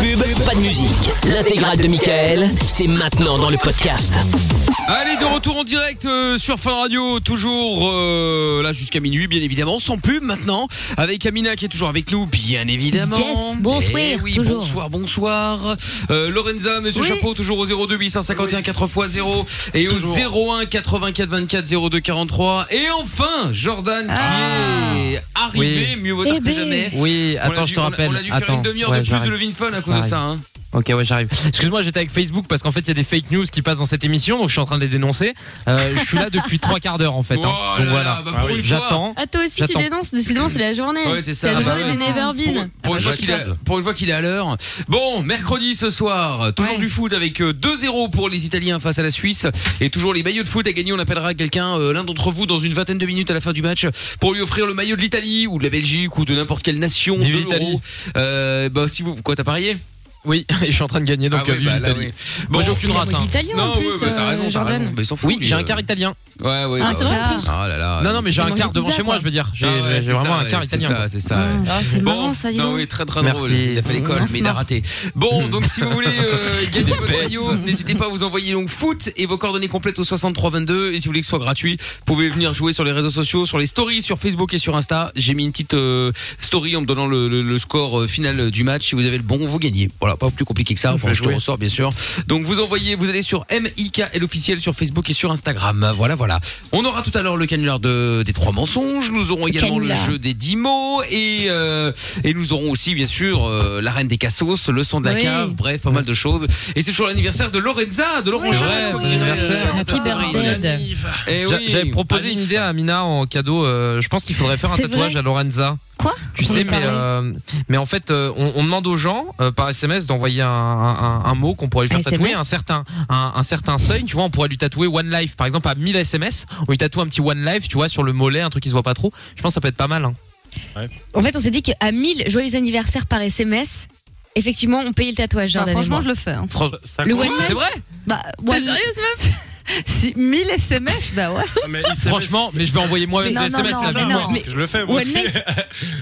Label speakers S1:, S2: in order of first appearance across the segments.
S1: pub, pas de musique. L'intégrale de Michael, c'est maintenant dans le podcast.
S2: Allez, de retour en direct euh, sur Fun Radio, toujours euh, là jusqu'à minuit, bien évidemment, sans pub maintenant, avec Amina qui est toujours avec nous, bien évidemment.
S3: Yes, bonsoir,
S2: Eh oui,
S3: toujours.
S2: Bonsoir, bonsoir. Euh, Lorenza, Monsieur
S3: Oui.
S2: Chapeau, toujours au 02 851 4x0 et au 01 84 24 02 43. Et enfin, Jordan
S3: Ah.
S2: qui est arrivé,
S4: Oui.
S2: mieux vaut tard
S4: Eh
S2: que
S4: ben.
S2: jamais.
S4: Oui,
S2: On a
S4: attends,
S2: dû-
S4: je te
S2: on a-
S4: rappelle.
S2: On a dû faire
S4: Attends,
S2: une demi-heure
S4: ouais,
S2: de plus
S4: j'arrive.
S2: de Levin Fun à cause de
S4: J'arrive.
S2: ça. hein.
S4: Ok, ouais, j'arrive. Excuse-moi, j'étais avec Facebook parce qu'en fait, il y a des fake news qui passent dans cette émission, donc je suis en train de les dénoncer. Euh, je suis là depuis trois quarts d'heure en fait. hein.
S2: Oh
S4: Donc
S2: là là,
S4: voilà,
S2: bah, pour une fois.
S4: j'attends.
S5: Ah, toi aussi, tu
S4: J'attends.
S5: dénonces. Décidément, c'est la journée.
S2: Ouais, c'est ça.
S5: la
S2: Ah, bah
S5: journée
S2: ouais.
S5: des Never Been.
S2: Pour une, fois qu'il est, pour une fois qu'il est à l'heure. Bon, mercredi ce soir, toujours du foot avec euh, 2-0 pour les Italiens face à la Suisse et toujours les maillots de foot à gagner. On appellera quelqu'un, euh, l'un d'entre vous, dans une vingtaine de minutes à la fin du match pour lui offrir le maillot de l'Italie ou de la Belgique ou de n'importe quelle nation de
S4: Vive
S2: l'Euro.
S4: l'Italie.
S2: Euh, bah, si vous, quoi, t'as parié Ah bah
S4: Oui, je suis en train de gagner donc euh, vive l'Italie. Moi, j'ai aucune race,
S2: hein.
S4: hein.
S2: Non, ouais, bah,
S1: euh,
S2: t'as raison, t'as raison. Mais il s'en fout,
S4: Oui,
S2: lui,
S4: j'ai
S2: euh.
S4: un quart italien.
S2: Ouais, ouais.
S4: Ah,
S2: bah,
S4: c'est vrai,
S2: ouais.
S4: en plus.
S2: Ah là là.
S4: Non, non, mais j'ai un
S2: Manger
S4: quart devant
S2: pizza,
S4: chez moi,
S2: quoi.
S4: je veux dire. J'ai-
S2: Ah ouais,
S4: j'ai
S2: c'est
S4: vraiment
S2: ça,
S4: un
S2: ouais,
S4: quart
S2: c'est
S4: italien,
S2: ça,
S4: moi.
S2: C'est ça. ouais.
S5: Ah, c'est
S2: Bon,
S5: marrant, ça, dis
S2: non,
S5: donc.
S2: oui, très très
S4: Merci. Hmm.
S2: drôle. Il a fait l'école, mais il a raté. Bon, donc si vous voulez euh, gagner votre maillot, n'hésitez pas à vous envoyer donc foot et vos coordonnées complètes au 6322. Et si vous voulez que ce soit gratuit, vous pouvez venir jouer sur les réseaux sociaux, sur les stories, sur Facebook et sur Insta. J'ai mis une petite euh, story en me donnant le, le- le score euh, final du match. Si vous avez le bon, vous gagnez. Voilà, pas plus compliqué que ça. Enfin, je te ressors bien sûr. Donc vous envoyez, vous allez sur MIKL officiel sur Facebook et sur Instagram. Voilà, voilà. On aura tout à l'heure le canular de, des trois mensonges. Nous aurons également
S6: canular.
S2: le jeu des dix mots et euh, et nous aurons aussi bien sûr euh, la reine des cassos, le son de la
S6: Oui.
S2: cave, bref, pas mal de choses. Et c'est toujours l'anniversaire de Lorenza, de Laurent Jeanne, comme dirait, euh, Sarah Ignat. Eh
S4: J'a-
S2: oui.
S4: J'avais proposé une idée à Amina en cadeau. euh, je pense qu'il faudrait faire un
S2: C'est
S4: tatouage
S2: vrai
S4: à Lorenza.
S7: Quoi
S4: Tu
S2: On
S4: sais,
S2: en
S4: mais,
S2: parlait.
S4: euh, mais en fait, euh, on, on demande aux gens euh, par SMS d'envoyer un, un- un- un mot qu'on
S2: Eh,
S4: pourrait lui
S7: Un
S4: faire tatouer,
S7: SMS?
S4: un certain, un, un certain seuil. Tu vois, on pourrait lui tatouer One Life. Par exemple, à 1000 SMS, on lui tatoue un petit One Life, tu vois, sur le mollet, un truc qui se voit pas trop. Je pense que ça peut être pas mal. Hein.
S3: En fait, on s'est dit qu'à 1000 joyeux anniversaire par SMS, effectivement, on payait le tatouage.
S7: Bah,
S3: Jordan et
S7: franchement,
S3: moi.
S7: je le fais. hein.
S4: Franch-
S7: Le One Man
S4: C'est vrai
S7: Bah, ouais. Si 1000 SMS, bah ouais.
S4: Franchement, Ah, mais je vais envoyer moi-même
S7: Mais
S4: des
S7: non,
S4: SMS
S7: non,
S4: là,
S7: mais
S4: dis-moi,
S7: non.
S4: parce que je le fais. moi.
S3: One Life,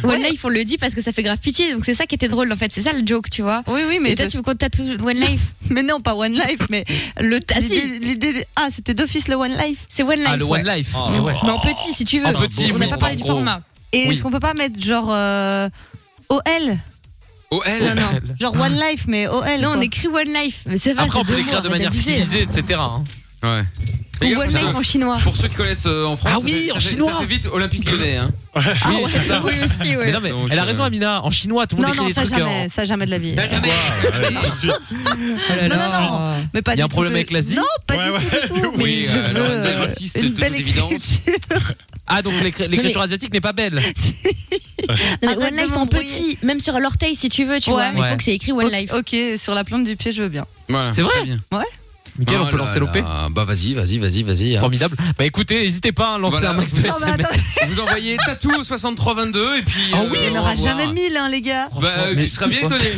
S3: One Life, on le dit parce que ça fait grave pitié. Donc c'est ça qui était drôle en fait. C'est ça le joke, tu vois.
S7: Oui, oui, mais.
S3: Et toi, tu veux qu'on te tatoue One Life
S7: Mais non, pas One Life, mais le l'idée- l'idée. Ah, c'était d'office le One Life.
S3: C'est One Life.
S4: Ah, le One
S3: ouais.
S4: Life.
S3: Mais,
S4: Mais ouais.
S3: en petit, si tu veux.
S4: En petit,
S3: on n'a
S4: oui,
S3: pas parlé
S4: en
S3: du
S4: gros.
S3: format.
S7: Et
S4: Oui.
S7: est-ce qu'on peut pas mettre genre euh, OL
S2: Oh, elle.
S3: Non, non.
S7: Genre One Life, mais OL.
S3: Non, on
S7: quoi.
S3: écrit One Life. Mais ça va,
S4: Après, on
S3: c'est
S4: peut
S3: deux
S4: l'écrire de
S3: mots,
S4: manière
S3: arrête d'abuser.
S4: stylisée, etc. hein.
S2: Ouais. Les
S3: Ou
S2: gars,
S3: One
S2: ça-
S3: Life en chinois.
S2: Pour ceux qui connaissent euh, en France,
S4: Ah
S2: ça
S4: oui,
S2: fait-
S4: en
S2: ça fait-
S4: chinois.
S2: ça fait vite Olympique Lyonnais. Hein.
S7: Ah
S4: Oui, c'est ça.
S3: Oui, aussi, ouais.
S4: Mais non, mais elle
S2: euh,
S4: a raison, Amina. En chinois, tout le monde écrit
S7: non, non,
S4: des
S7: ça
S4: trucs.
S7: jamais,
S4: en-
S7: ça jamais de la vie.
S3: Oh là
S7: Non,
S3: là.
S7: non, non, mais Ah, pas
S4: Il y a
S7: du
S4: un
S7: tout
S4: problème
S7: de-
S4: avec l'Asie
S7: Non, pas du tout, du tout. Mais
S2: Oui,
S7: je
S2: euh, Lorenza est
S7: veux
S2: raciste, de
S7: une
S2: toute
S7: belle
S2: évidence.
S4: Ah, donc l'écri-
S3: Non, mais-
S4: l'écriture asiatique n'est pas belle.
S3: Non, mais
S7: Arrête
S3: One
S7: de
S3: Life en
S7: m'embrouiller.
S3: petit, même sur l'orteil si tu veux, tu
S7: Ouais.
S3: vois. Mais il faut
S4: Ouais.
S3: que c'est écrit One Life.
S7: Ok, sur la plante du pied, je veux bien.
S2: Voilà.
S4: C'est vrai
S2: Très bien.
S4: Mickaël, on
S2: Oh
S4: peut
S2: là
S4: lancer l'OP
S2: là. Bah vas-y, vas-y, vas-y, vas-y. hein.
S4: Formidable. Bah écoutez, n'hésitez pas à lancer
S2: Voilà.
S4: un max de
S7: Non, mais
S4: SMS.
S7: attends,
S2: Vous envoyez tatou au 6322 et puis.
S4: Ah
S2: euh,
S4: oui,
S7: il n'y
S2: on
S7: en aura
S2: va voir.
S7: jamais mille, hein, les gars.
S2: Bah,
S4: Mais-
S2: tu seras bien étonné.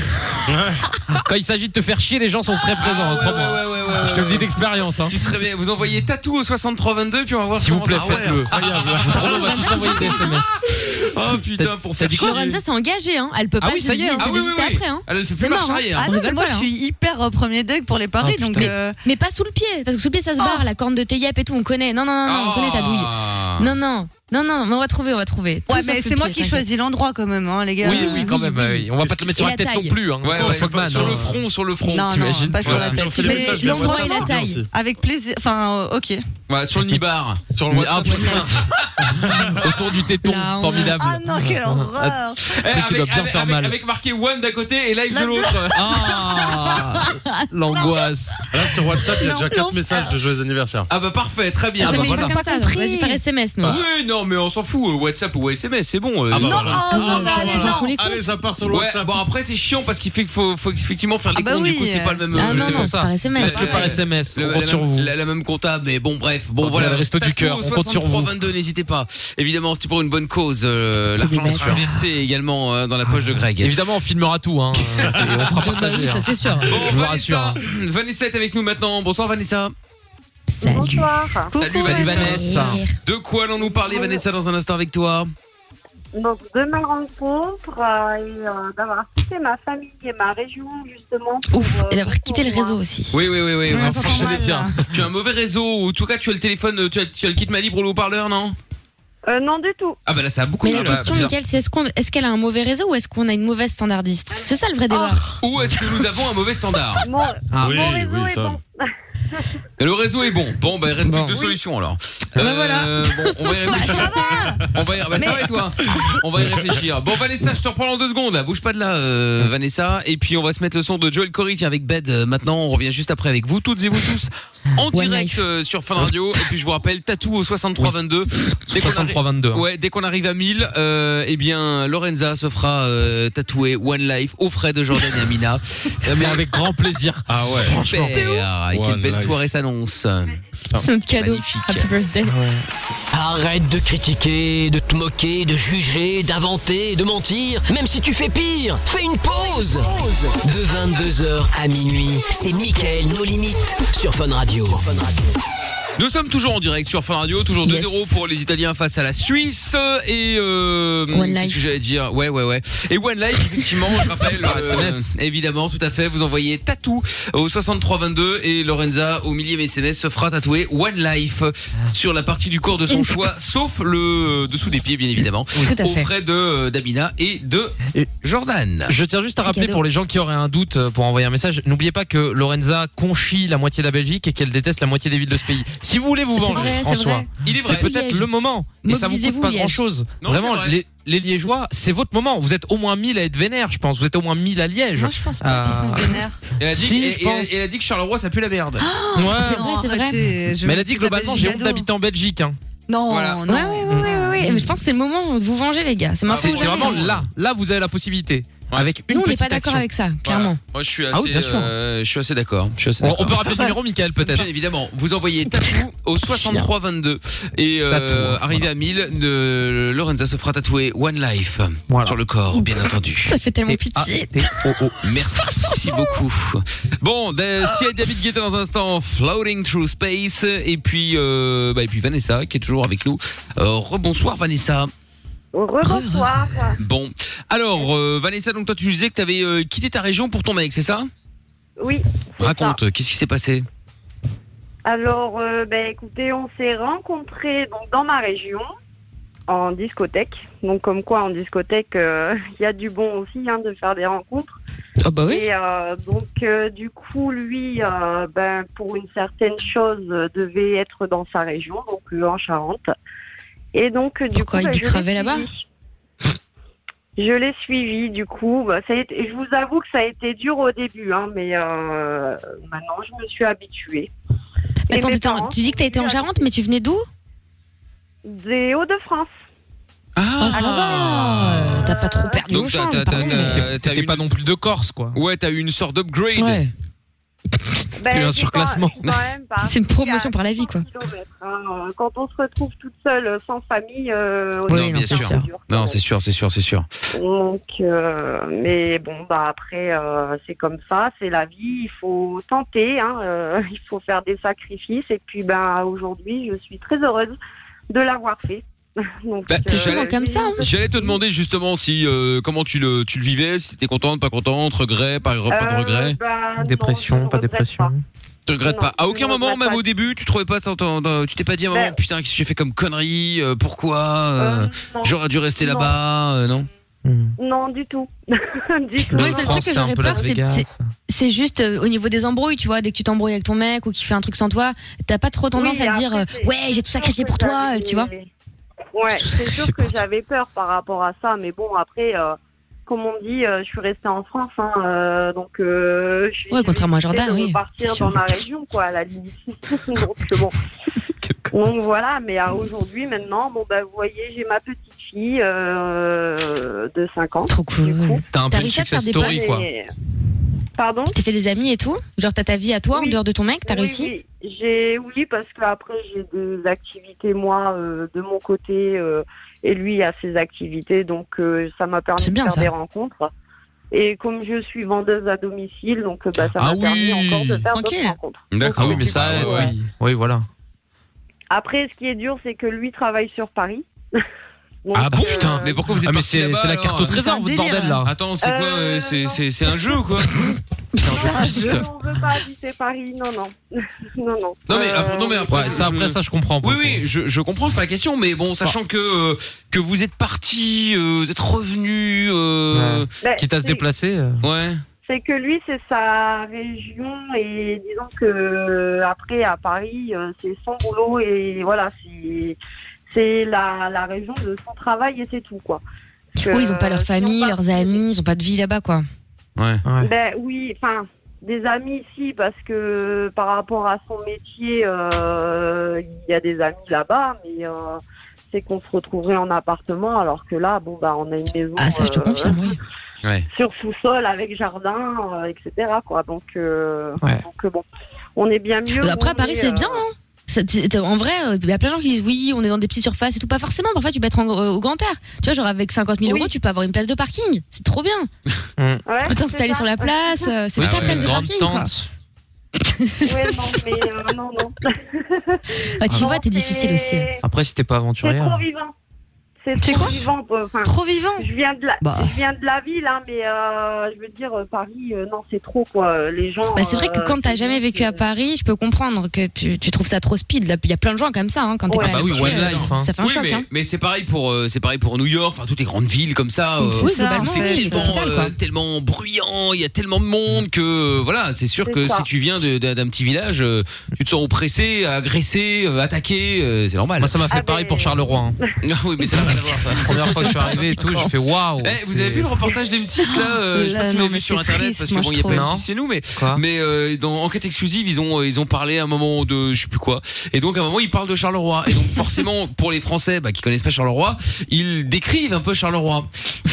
S4: Quand il s'agit de te faire chier, les gens sont très présents,
S2: Ah,
S4: hein,
S2: ouais,
S4: crois-moi.
S2: ouais, ouais, ouais, ouais,
S4: Je te le dis
S2: ouais.
S4: d'expérience. Hein.
S2: Tu serais bien. Vous envoyez tatou au 6322 puis on va voir
S4: S'il vous
S2: comment
S4: plaît,
S2: ça- Ah ouais.
S4: faites-le. Oh, Je vous promets, on va tous envoyer des SMS.
S2: Ah putain, pour faire
S4: t'as dit
S2: chier.
S4: quoi
S3: Lorenza s'est engagée, hein. Elle peut
S4: Ah
S3: pas
S4: oui,
S3: se
S4: ça y est,
S3: dé-
S4: hein.
S3: se
S2: Ah oui, oui,
S3: désister
S2: oui.
S3: après, hein.
S2: Elle elle fait
S3: C'est
S2: plus marche
S3: mort, hein.
S2: arrière.
S7: Ah
S3: On
S7: non, mais
S3: rigole
S7: moi
S3: pas,
S7: je
S3: hein.
S7: suis hyper euh, premier deg pour les paris,
S4: Ah,
S7: donc.
S4: putain.
S7: euh,
S3: Mais pas sous le pied, parce que sous le pied ça se
S7: Oh.
S3: barre, la corne de tes yep et tout, on connaît. Non, non, non,
S2: Oh.
S3: non, on connaît ta douille.
S4: Ah.
S3: Non, non, non, non, mais on va trouver, on va trouver. Tout
S7: Ouais,
S3: sauf
S7: mais
S3: le
S7: c'est
S3: pied,
S7: moi qui
S3: t'inquiète.
S7: choisis l'endroit quand même, hein, les gars.
S4: Oui, oui, quand même. euh, oui. On va pas te le mettre sur
S3: Et
S4: la
S3: la
S4: tête non
S3: taille.
S4: plus. Hein.
S2: Ouais,
S4: C'est
S2: ouais,
S4: Fogman,
S2: sur le
S4: hein.
S2: front, sur le front.
S7: Non, non,
S4: T'imagines
S7: pas sur la
S2: Voilà.
S7: tête.
S8: fait
S7: Mais
S8: des messages,
S3: l'endroit
S8: WhatsApp,
S3: et la
S8: c'est
S3: taille.
S8: bien aussi.
S7: Avec plaisir. Enfin, euh, ok.
S2: Voilà, sur le nibar.
S8: Sur le
S4: Mais- Ah
S8: WhatsApp,
S4: putain. Autour du téton,
S3: Là, on-
S4: formidable.
S7: Ah non, quelle horreur.
S2: Eh,
S4: truc qui doit bien
S2: avec,
S4: faire mal.
S2: avec marqué one d'un côté et live de l'autre.
S4: Ah, l'angoisse.
S8: Ah, Là, sur WhatsApp, il y a déjà
S3: non.
S8: 4 messages de joyeux anniversaire.
S2: Ah bah parfait, très bien.
S3: Ah,
S2: bah,
S3: mais
S2: voilà. Ah.
S3: c'est comme
S7: Pas
S3: ça,
S7: compris.
S3: on dit par SMS, nous.
S2: Oui, non, mais on s'en fout. euh, WhatsApp ou SMS, c'est bon. euh,
S8: Ah bah
S7: Non,
S8: voilà.
S7: oh, non, mais allez,
S3: on s'en
S7: non.
S3: fout les couilles.
S8: Allez, ça part sur le
S2: Ouais,
S8: WhatsApp.
S2: bon après c'est chiant parce qu'il fait qu'il faut, faut effectivement faire les
S7: Ah bah
S2: comptes, du
S7: oui,
S2: coup c'est
S7: euh.
S2: pas le même
S3: Ah
S2: euh,
S3: non,
S2: c'est
S3: non,
S2: pour
S3: c'est
S2: ça.
S3: par SMS.
S2: Ouais,
S4: Faites-le par
S2: ouais.
S4: SMS.
S2: Le-
S4: on
S2: la
S4: compte
S2: même-
S4: sur vous.
S2: La, la même comptable, mais bon, bref. Bon,
S4: Quand
S2: voilà.
S4: il y a le resto du
S2: Tatou
S4: cœur,
S2: au
S4: on compte sur vous.
S2: 63 22, n'hésitez pas. Évidemment, c'est pour une bonne cause. euh,
S3: C'est des
S2: L'argent sera
S3: bêtes. hein.
S2: versé également euh, dans la poche de Greg.
S4: Évidemment, on filmera tout. Hein. Et on fera
S3: Ah, bah oui,
S4: partager.
S3: ça
S4: hein.
S3: c'est sûr.
S2: Bon,
S4: Je vous rassure.
S2: Vanessa,
S4: hein.
S2: Vanessa est avec nous maintenant. Bonsoir, Vanessa.
S3: Salut.
S2: Salut,
S7: Coucou,
S2: Vanessa.
S4: Vanessa.
S2: De quoi allons-nous parler, Vanessa, dans un instant avec toi
S5: donc de ma rencontre euh, et euh, d'avoir quitté ma famille et ma région justement. pour,
S3: Ouf,
S5: euh,
S3: et d'avoir quitté le
S5: pour,
S3: réseau aussi.
S2: Oui, oui, oui, oui.
S7: Ouais,
S2: oui.
S7: ça sent mal, là.
S2: Tu as un mauvais réseau, ou en tout cas, tu as le téléphone, euh, tu as, tu as le kit ma libre ou le haut-parleur, non
S5: euh, non du tout.
S2: Ah, bah là, ça a beaucoup
S3: Mais
S2: mieux,
S3: la
S2: là,
S3: question,
S2: bizarre.
S3: Mickaël, c'est est-ce qu'on- est-ce qu'elle a un mauvais réseau ou est-ce qu'on a une mauvaise standardiste C'est ça le vrai débat.
S7: Oh,
S2: Ou est-ce que nous avons un mauvais standard
S5: Mon,
S4: Ah.
S8: Oui,
S5: mon réseau
S8: oui,
S5: est
S8: ça.
S5: bon.
S2: Et Le réseau est bon. Bon, bah, il reste
S4: Bon.
S2: plus que deux
S4: Oui.
S2: solutions alors. Euh,
S4: Ah bah voilà.
S2: Bon, on va y réfléchir. on va y... Bah, ça va et toi On va y réfléchir. Bon, Vanessa, je te reprends en deux secondes. Là. Bouge pas de là, euh, Vanessa. Et puis, on va se mettre le son de Joel Corey. Tiens, avec Bed euh, maintenant. On revient juste après avec vous toutes et vous tous en
S3: One
S2: direct
S3: Life.
S2: euh, sur Fin Radio. Et puis, je vous rappelle, tatou au 6322. Dès qu'on arri-
S4: 6322.
S2: Ouais, dès qu'on arrive à 1000, euh, eh bien, Lorenza se fera euh, tatouer One Life aux frais de Jordan et Amina. Euh,
S4: Mais avec grand plaisir.
S8: Ah ouais.
S2: Super. Et quelle
S8: One
S2: belle
S8: Life.
S2: soirée s'annonce.
S3: C'est notre cadeau.
S2: Magnifique.
S3: Happy birthday.
S1: Arrête de critiquer, de te moquer, de juger, d'inventer, de mentir. Même si tu fais pire, fais une pause. De 22h à minuit, c'est Mickaël, nos limites, sur Fun Radio.
S2: Nous sommes toujours en direct sur Fin Radio, toujours
S3: Yes.
S2: 2-0 pour les Italiens face à la Suisse et euh,
S3: One
S2: qu'est-ce
S3: Life.
S2: que j'allais dire Ouais ouais ouais. Et One Life effectivement, je rappelle
S4: Par
S2: euh,
S4: SMS.
S2: évidemment, tout à fait, vous envoyez tatou au 6322 et Lorenza au millième SMS se fera tatouer One Life sur la partie du corps de son choix sauf le euh, dessous des pieds bien évidemment.
S3: Tout à
S2: Au
S3: fait.
S2: frais de euh, d'Amina et de
S4: Et-
S2: Jordan.
S4: Je tiens juste à
S3: C'est
S4: rappeler
S3: cadeau.
S4: pour les gens qui auraient un doute euh, pour envoyer un message, n'oubliez pas que Lorenza conchit la moitié de la Belgique et qu'elle déteste la moitié des villes de ce pays. Si vous voulez vous
S3: C'est
S4: venger
S3: vrai,
S4: en
S3: c'est
S4: soi,
S3: vrai.
S2: Il est vrai.
S4: c'est peut-être
S3: Liège.
S4: le moment. Et ça vous coûte
S3: Mobilisez-vous,
S4: pas
S3: Liège.
S4: grand chose.
S2: Non,
S4: Vraiment,
S2: c'est vrai.
S4: les, les Liégeois, c'est votre moment. Vous êtes au moins 1000 à être vénère, je pense. Vous êtes au moins 1000 à Liège.
S7: Moi, je pense pas qu'ils sont
S4: Ah.
S7: vénères.
S2: Elle a dit,
S4: Si,
S2: et-
S4: je
S2: et-
S4: pense.
S2: et elle a dit que Charleroi ça pue la merde.
S4: Ouais.
S3: Ah, C'est vrai, c'est vrai.
S7: arrêtez, je
S4: Mais elle
S7: vais
S4: a dit
S7: mettre la
S4: globalement,
S7: Belgique
S4: j'ai honte
S7: à dos.
S4: d'habiter en Belgique. hein.
S7: Non,
S2: Voilà. Ah,
S7: non.
S3: Ouais, ouais, ouais, ouais, ouais, ouais. Mais Je pense que c'est le moment de vous venger, les gars. C'est maintenant.
S4: C'est
S3: ou
S4: c'est
S3: jamais. hein.
S4: vraiment là. Là, vous avez la possibilité. Avec une
S3: Nous, on n'est
S4: petite
S3: pas d'accord
S4: action.
S3: avec ça,
S2: Voilà.
S3: clairement.
S2: Moi, je suis assez,
S4: Ah oui, bien sûr.
S2: euh, je suis assez d'accord. Je suis assez
S4: On, on
S2: d'accord.
S4: peut rappeler le numéro, Michael, peut-être.
S2: Bien évidemment, vous envoyez tatou au 6322 et euh,
S4: Tatou, hein,
S2: arrivé à 1000, ne- Lorenza se fera tatouer One Life
S4: Voilà.
S2: sur le corps, bien entendu.
S3: Ça fait tellement
S4: Et- ah,
S3: pitié.
S4: et- oh, oh.
S2: Merci beaucoup. Bon, da- si et David Guetta dans un instant, Floating Through Space, et puis euh, bah, et puis Vanessa qui est toujours avec nous. Euh, Rebonsoir Vanessa.
S5: euh,
S3: hein.
S5: Re-bonsoir.
S2: Bon, alors euh, Vanessa, donc toi tu disais que t'avais avais quitté ta région pour ton mec, c'est ça
S5: Oui. c'est ça.
S2: Raconte, qu'est-ce qui s'est passé
S5: Alors, euh, ben, écoutez, on s'est rencontrés donc, dans ma région, en discothèque. Donc, comme quoi, en discothèque, euh, il y a du bon aussi hein, de faire des rencontres.
S3: Ah bah oui.
S5: Et euh, donc, euh, du coup, lui, euh, ben, pour une certaine chose, euh, devait être dans sa région, donc euh, en Charente. Et donc, euh, du
S3: Pourquoi, il
S5: coup, ben, je
S3: bicravait
S5: l'ai
S3: là-bas
S5: suivi. Je l'ai suivi, du coup. bah, ça a été- je vous avoue que ça a été dur au début, hein, mais euh, maintenant, je me suis habituée. Et
S3: Attends,
S5: mes
S3: t'étais en-
S5: parents
S3: tu dis que t'as été en
S5: sont venus
S3: Charente, mais tu venais d'où
S5: hein. Des Hauts-de-France.
S2: Ah,
S3: Ah, ça va.
S4: Ah.
S3: euh, T'as pas trop perdu
S2: Donc,
S3: au
S2: t'as-
S3: change.
S2: t'as-
S3: pardon.
S2: t'as-
S4: Euh, T'étais
S2: une-
S4: pas non plus de Corse, quoi.
S2: Ouais, t'as eu une sorte d'upgrade.
S3: Ouais.
S5: Ben,
S4: T'as eu un
S5: j'ai
S4: surclassement.
S5: quand- j'ai quand même pas-
S3: C'est une promotion par la vie, quoi.
S5: Hein, Quand on se retrouve toute seule, sans famille, euh,
S3: Oui,
S5: au début,
S2: non,
S5: c'est
S2: bien
S5: un peu
S3: sûr.
S5: dur.
S2: Non, c'est sûr, c'est sûr, c'est sûr.
S5: Donc, euh, mais bon, bah après, euh, c'est comme ça, c'est la vie. Il faut tenter, hein, euh, il faut faire des sacrifices. Et puis, ben aujourd'hui, je suis très heureuse de l'avoir fait. Donc,
S2: Bah,
S5: euh,
S2: justement,
S3: comme ça, hein.
S2: J'allais te demander justement si euh, comment tu le tu le vivais, si t'étais contente, pas contente, regret, pas, pas de
S5: Euh,
S2: regret.
S5: ben, non, je
S4: Dépression,
S5: ne
S4: pas
S5: regrette
S4: dépression.
S2: Tu regrettes
S5: non,
S2: pas. À
S5: je
S2: aucun
S5: ne
S2: moment,
S5: regrette
S2: même
S5: pas.
S2: au début, tu trouvais pas ça. t'en- t'en- Tu t'es pas dit à un moment,
S5: Ben-
S2: putain, qu'est-ce que j'ai fait comme connerie euh, Pourquoi euh,
S5: Euh, non,
S2: J'aurais dû rester
S5: non.
S2: là-bas, euh, non
S5: non, du tout. du tout.
S3: Moi,
S4: Le
S3: le seul truc que
S4: c'est un
S3: j'aurais
S4: peu Las
S3: peur, c'est-
S4: Vegas.
S3: c'est- C'est juste euh, au niveau des embrouilles, tu vois, dès que tu t'embrouilles avec ton mec ou qu'il fait un truc sans toi, t'as pas trop tendance
S5: Oui,
S3: à
S5: après,
S3: dire euh,
S5: c'est-
S3: ouais, j'ai tout
S5: c'est sûr
S3: sacrifié
S5: que
S3: pour toi,
S5: j'avais-
S3: euh, tu vois.
S5: Ouais,
S4: J'ai tout
S5: c'est
S4: sacrifié
S5: sûr que
S4: pour toi.
S5: j'avais peur par rapport à ça, mais bon, après, euh, comme on dit, euh, je suis restée en France, hein, euh, donc euh, je suis
S3: Ouais, contrairement à Jordan,
S5: obligée de
S3: oui,
S5: repartir
S3: c'est sûr.
S5: dans ma région, quoi, à la limite. donc euh, bon. Donc voilà, mais à aujourd'hui, maintenant, bon bah, vous voyez, j'ai ma petite fille euh, de 5 ans.
S3: Trop cool.
S5: Du coup,
S4: T'as un peu
S3: T'as
S4: une
S3: réussi à te
S4: success
S3: faire des
S4: story,
S5: mais-
S4: quoi.
S5: Pardon.
S3: T'es fait des amis et tout Genre t'as ta vie à toi en
S5: Oui.
S3: dehors de ton mec, t'as
S5: Oui,
S3: réussi
S5: oui. J'ai oui parce que après j'ai des activités moi euh, de mon côté euh, et lui a ses activités donc euh, ça m'a permis
S3: C'est bien,
S5: de faire
S3: ça.
S5: des rencontres. Et comme je suis vendeuse à domicile donc euh, bah, ça
S4: Ah
S5: m'a permis
S4: oui.
S5: encore de faire
S7: Tranquille.
S5: d'autres rencontres.
S4: Ah oui, mais ça,
S5: Ouais, ouais.
S4: oui. Oui, voilà.
S5: Après ce qui est dur c'est que lui travaille sur Paris. Donc,
S4: Ah bon
S5: euh,
S4: putain Mais pourquoi vous êtes mais
S2: partis
S4: c'est
S2: là-bas,
S4: c'est la carte au
S2: alors
S4: trésor
S7: C'est un
S4: votre
S7: délire,
S4: bordel là.
S2: Attends, c'est quoi euh,
S5: Euh,
S2: C'est
S5: non.
S2: c'est- c'est un jeu ou quoi
S3: Ah,
S5: je- On veut pas habiter Paris, non, non. non, non.
S2: Non mais
S5: Euh,
S2: après- non mais après
S4: Ouais, ça
S2: je-
S4: après ça je comprends. pour
S2: Oui
S4: le coup.
S2: oui, je, je comprends c'est pas la question mais bon sachant que euh, que vous êtes parti, euh, vous êtes revenu euh,
S5: ben,
S4: Quitte à se
S5: c'est-
S4: déplacer. euh.
S2: ouais.
S5: C'est que lui, c'est sa région et disons que euh, après à Paris, euh, c'est son boulot et voilà, c'est c'est la, la région de son travail et c'est tout quoi. Que,
S3: Oui, ils ont pas
S5: euh,
S3: leur
S5: si on
S3: famille,
S5: part-
S3: leurs amis, ils ont pas de vie là-bas, quoi.
S2: Ouais.
S5: Ben oui, enfin des amis ici parce que par rapport à son métier, euh, il y a des amis là-bas, mais euh, c'est qu'on se retrouverait en appartement alors que là, bon bah on a une maison.
S3: Ah, ça, je te
S5: euh,
S3: confirme, oui.
S5: sur sous-sol avec jardin, euh, etc. Quoi. Donc, euh,
S4: Ouais.
S5: donc euh, bon, on est bien mieux.
S3: Après, à
S5: on
S3: Paris,
S5: est,
S3: c'est
S5: euh,
S3: bien, hein. Ça, tu- t'as- en vrai, euh, il y a plein de gens qui disent oui, on est dans des petites surfaces et tout. Pas forcément, parfois tu peux être en- euh, au grand air. Tu vois, genre avec 50 000
S5: Oui.
S3: euros, tu peux avoir une place de parking. C'est trop bien.
S5: ouais,
S3: Tu peux
S5: c'est
S3: t'installer
S5: ça.
S3: sur la place. euh, C'est
S2: Ah
S3: ta
S2: ouais.
S3: place de
S4: Une grande
S3: parking. quoi.
S4: tente.
S5: Ouais, non, mais euh, non, non.
S3: Ah, tu
S5: Non, euh,
S3: vois, t'es difficile aussi.
S5: c'est-
S4: Après si t'es pas
S5: C'est trop
S2: hein.
S4: aventurière.
S5: vivant. C'est
S7: C'est
S5: trop
S7: quoi
S5: vivant. euh, Enfin,
S7: Trop vivant.
S5: je viens de la,
S7: Bah.
S5: je viens de la ville, hein, mais euh, je veux dire, euh, Paris, euh, non, c'est trop quoi. euh, Les gens.
S3: Bah, c'est vrai que
S5: euh,
S3: quand t'as jamais vécu à
S5: euh,
S3: Paris, je peux comprendre que tu, tu trouves ça trop speed. Là, Il y a plein de gens comme ça, hein, quand t'es
S5: Ouais.
S3: pas
S5: Ah bah
S2: oui,
S3: habitué,
S2: one
S3: euh,
S4: life, hein.
S3: Ça fait un
S2: oui,
S3: choc,
S2: mais,
S3: hein.
S2: mais c'est pareil pour euh, c'est pareil pour New York, enfin toutes les grandes villes comme ça. euh,
S3: Oui, globalement,
S7: ça,
S2: c'est
S7: ouais,
S2: tellement,
S3: capitale,
S2: euh,
S3: quoi.
S2: tellement bruyant, il y a tellement de monde que euh, voilà, c'est sûr
S5: C'est
S2: que
S5: ça.
S2: si tu viens de- d'un d'un petit village, euh, tu te sens oppressé, agressé, euh, attaqué, euh, c'est normal.
S4: Moi ça m'a fait
S5: Ah,
S4: pareil
S5: mais-
S4: pour Charleroi. hein.
S2: Non, oui, mais ça n'a rien à voir ça.
S4: Première fois que je suis arrivé et tout, je fais waouh.
S2: Eh, vous avez vu le reportage d'M6 là euh, Je
S4: Oh
S2: sais pas
S7: Là,
S2: si vous
S7: non,
S2: l'avez
S7: mais
S2: vu sur
S7: c'est
S2: internet
S7: triste,
S2: parce que
S7: moi,
S2: bon,
S7: je
S2: il n'y a pas
S4: trouve.
S2: M6 chez nous, mais
S4: Quoi
S2: mais euh, dans enquête exclusive, ils ont euh, ils ont parlé à un moment de je sais plus quoi. Et donc à un moment, ils parlent de Charleroi. Et donc forcément, pour les Français bah, qui connaissent pas Charleroi, ils décrivent un peu Charleroi.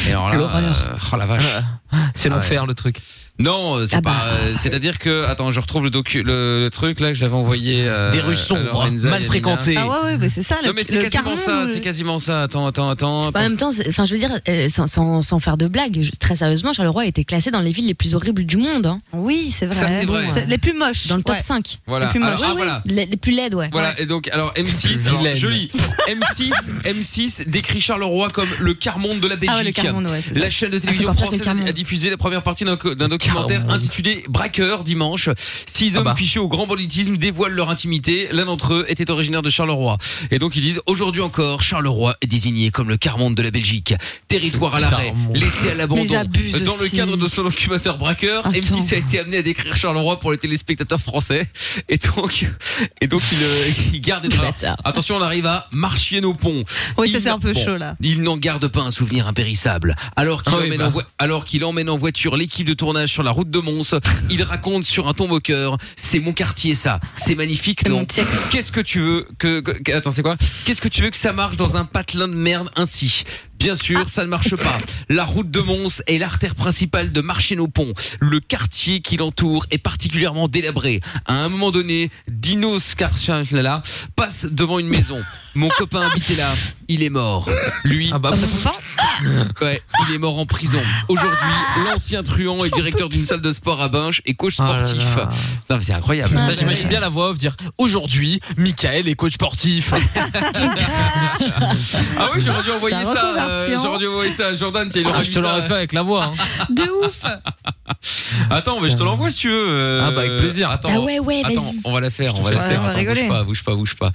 S2: Et alors là,
S4: L'horreur.
S2: euh, oh la vache.
S4: C'est
S2: Ah ouais.
S4: l'enfer le truc.
S2: Non, euh, c'est
S3: Ah
S2: pas.
S3: bah.
S2: euh, C'est-à-dire que attends, je retrouve le docu, le, le truc là que je l'avais envoyé. euh,
S4: Des rues
S2: à
S4: sombres,
S2: Lorenza et à
S4: mal
S2: Nina.
S4: fréquentées.
S7: Ah ouais, ouais, mais c'est ça. Le,
S2: Non mais c'est
S7: le
S2: quasiment
S7: Carmen,
S2: ça,
S7: ou-
S2: c'est quasiment ça. Attends, attends, attends.
S3: Bah, en
S2: attends.
S3: même temps, c'est- enfin, je veux dire, euh, sans, sans, sans faire de blague, je- très sérieusement, Charleroi a été classé dans les villes les plus horribles du monde, hein,
S7: Oui, c'est vrai.
S2: Ça, c'est vrai.
S7: Les plus moches.
S3: dans le top
S7: Ouais.
S3: 5.
S2: Voilà.
S7: Et puis moi,
S2: Alors,
S7: oui,
S2: ah,
S7: oui.
S2: voilà.
S3: Les, les plus laides, ouais.
S2: Voilà, et donc, alors M6,
S4: Vilaine.
S2: alors, joli. M6, M6 décrit Charleroi comme le carmonde de la Belgique.
S7: Ah ouais, le Carmen, ouais. c'est ça.
S2: La chaîne de télévision
S3: encore pire que le
S2: française
S3: Carmonde.
S2: a diffusé la première partie d'un co- d'un documentaire
S4: Carmonde.
S2: intitulé Braqueur dimanche. Six hommes
S4: bah.
S2: fichés au grand banditisme dévoilent leur intimité. L'un d'entre eux était originaire de Charleroi. Et donc ils disent aujourd'hui encore, Charleroi est désigné comme le Carmonde de la Belgique. Territoire à l'arrêt,
S4: Carmonde.
S2: laissé à l'abandon.
S7: Mais ils abusent
S2: Dans le
S7: aussi.
S2: cadre de son documentaire Braqueur,
S7: Attends.
S2: M6 a été amené à décrire Charleroi pour les téléspectateurs français. Et donc, et donc il, euh, il garde des traces.
S3: Bâtard.
S2: Attention, on arrive à marchier nos ponts.
S7: Oui, ça
S2: Il
S7: c'est un peu
S2: n'a- bon.
S7: chaud là.
S2: Il n'en garde pas un souvenir impérissable. Alors qu'il
S4: Ah oui,
S2: emmène,
S4: bah.
S2: en voi- alors qu'il emmène en voiture l'équipe de tournage sur la route de Mons, il raconte sur un ton moqueur C'est mon quartier, ça. C'est magnifique,
S7: C'est
S2: non
S7: mon petit-
S2: Qu'est-ce que tu veux que, que- que- attends c'est quoi Qu'est-ce que tu veux que ça marche dans un patelin de merde ainsi Bien sûr, ça ne marche pas. La route de Mons est l'artère principale de Marcheno-Pont. Le quartier qui l'entoure est particulièrement délabré. À un moment donné, Dino Scarcianlala passe devant une maison. Mon copain habitait là. Il est mort. Lui,
S4: Ah bah,
S3: Ah, bah, enfin,
S2: ouais, il est mort en prison. Aujourd'hui, l'ancien truand est directeur d'une salle de sport à Binche et coach
S4: oh là là.
S2: sportif. Non, mais c'est incroyable.
S4: Là, J'imagine bien la voix off dire aujourd'hui, Michael est coach sportif.
S2: Ah oui, j'aurais dû envoyer
S7: Sa
S2: ça. euh,
S7: reconversion.
S2: j'aurais dû envoyer ça à Jordan. Tiens, il aurait
S4: Ah, je
S2: vu
S4: te
S2: ça.
S4: l'aurais fait avec la voix. hein.
S3: de ouf.
S2: Attends, mais je te l'envoie si tu veux. euh,
S4: Ah, bah, avec plaisir.
S2: Attends,
S3: Ah ouais, ouais,
S2: attends,
S3: vas-y.
S2: on va la faire. On va
S7: te
S2: la
S7: fais-
S2: faire.
S7: on va
S2: Attends,
S7: rigoler.
S2: Bouge pas, bouge pas, bouge pas.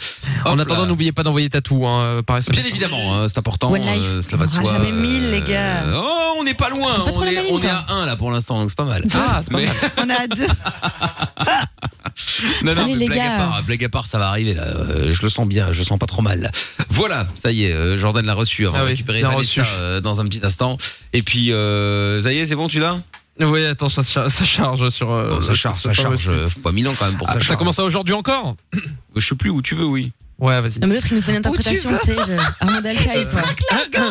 S4: En
S2: Hop
S4: attendant,
S2: là.
S4: n'oubliez pas d'envoyer tatou hein, par SMS.
S2: Bien évidemment, hein, c'est important.
S3: One life.
S2: euh, cela va de
S7: On aura
S2: soi.
S7: jamais mille, les
S2: euh,
S7: gars.
S2: Oh, on n'est pas loin.
S3: Faut pas trop
S2: on,
S3: la
S2: est,
S3: maline,
S2: on est
S3: toi.
S2: à 1 là pour l'instant, donc c'est pas mal.
S4: Ah, c'est pas
S2: Mais-
S4: mal.
S7: On est à deux.
S2: Non, non,
S3: Allez,
S2: mais
S3: les
S2: blague à
S3: gars.
S2: part, blague à part, ça va arriver là. Euh, je le sens bien, je le sens pas trop mal. Voilà, ça y est, euh, Jordan l'a reçu. On va
S4: Ah oui,
S2: récupérer
S4: bien reçu.
S2: Vanessa, euh, dans un petit instant. Et puis, euh, ça y est, c'est bon, tu l'as
S4: Oui, attends, ça, ça- ça charge sur. euh,
S2: Bon, ça charge, ça
S4: sur-
S2: charge. euh, Faut pas mille ans quand même pour que
S4: Ah,
S2: ça.
S4: ça
S2: charge. Euh,
S4: commence à aujourd'hui encore
S2: Je sais plus où tu veux, oui.
S4: Ouais, vas-y.
S3: Non, mais l'autre, il nous fait une interprétation, tu sais, de Armand Alcaï, quoi.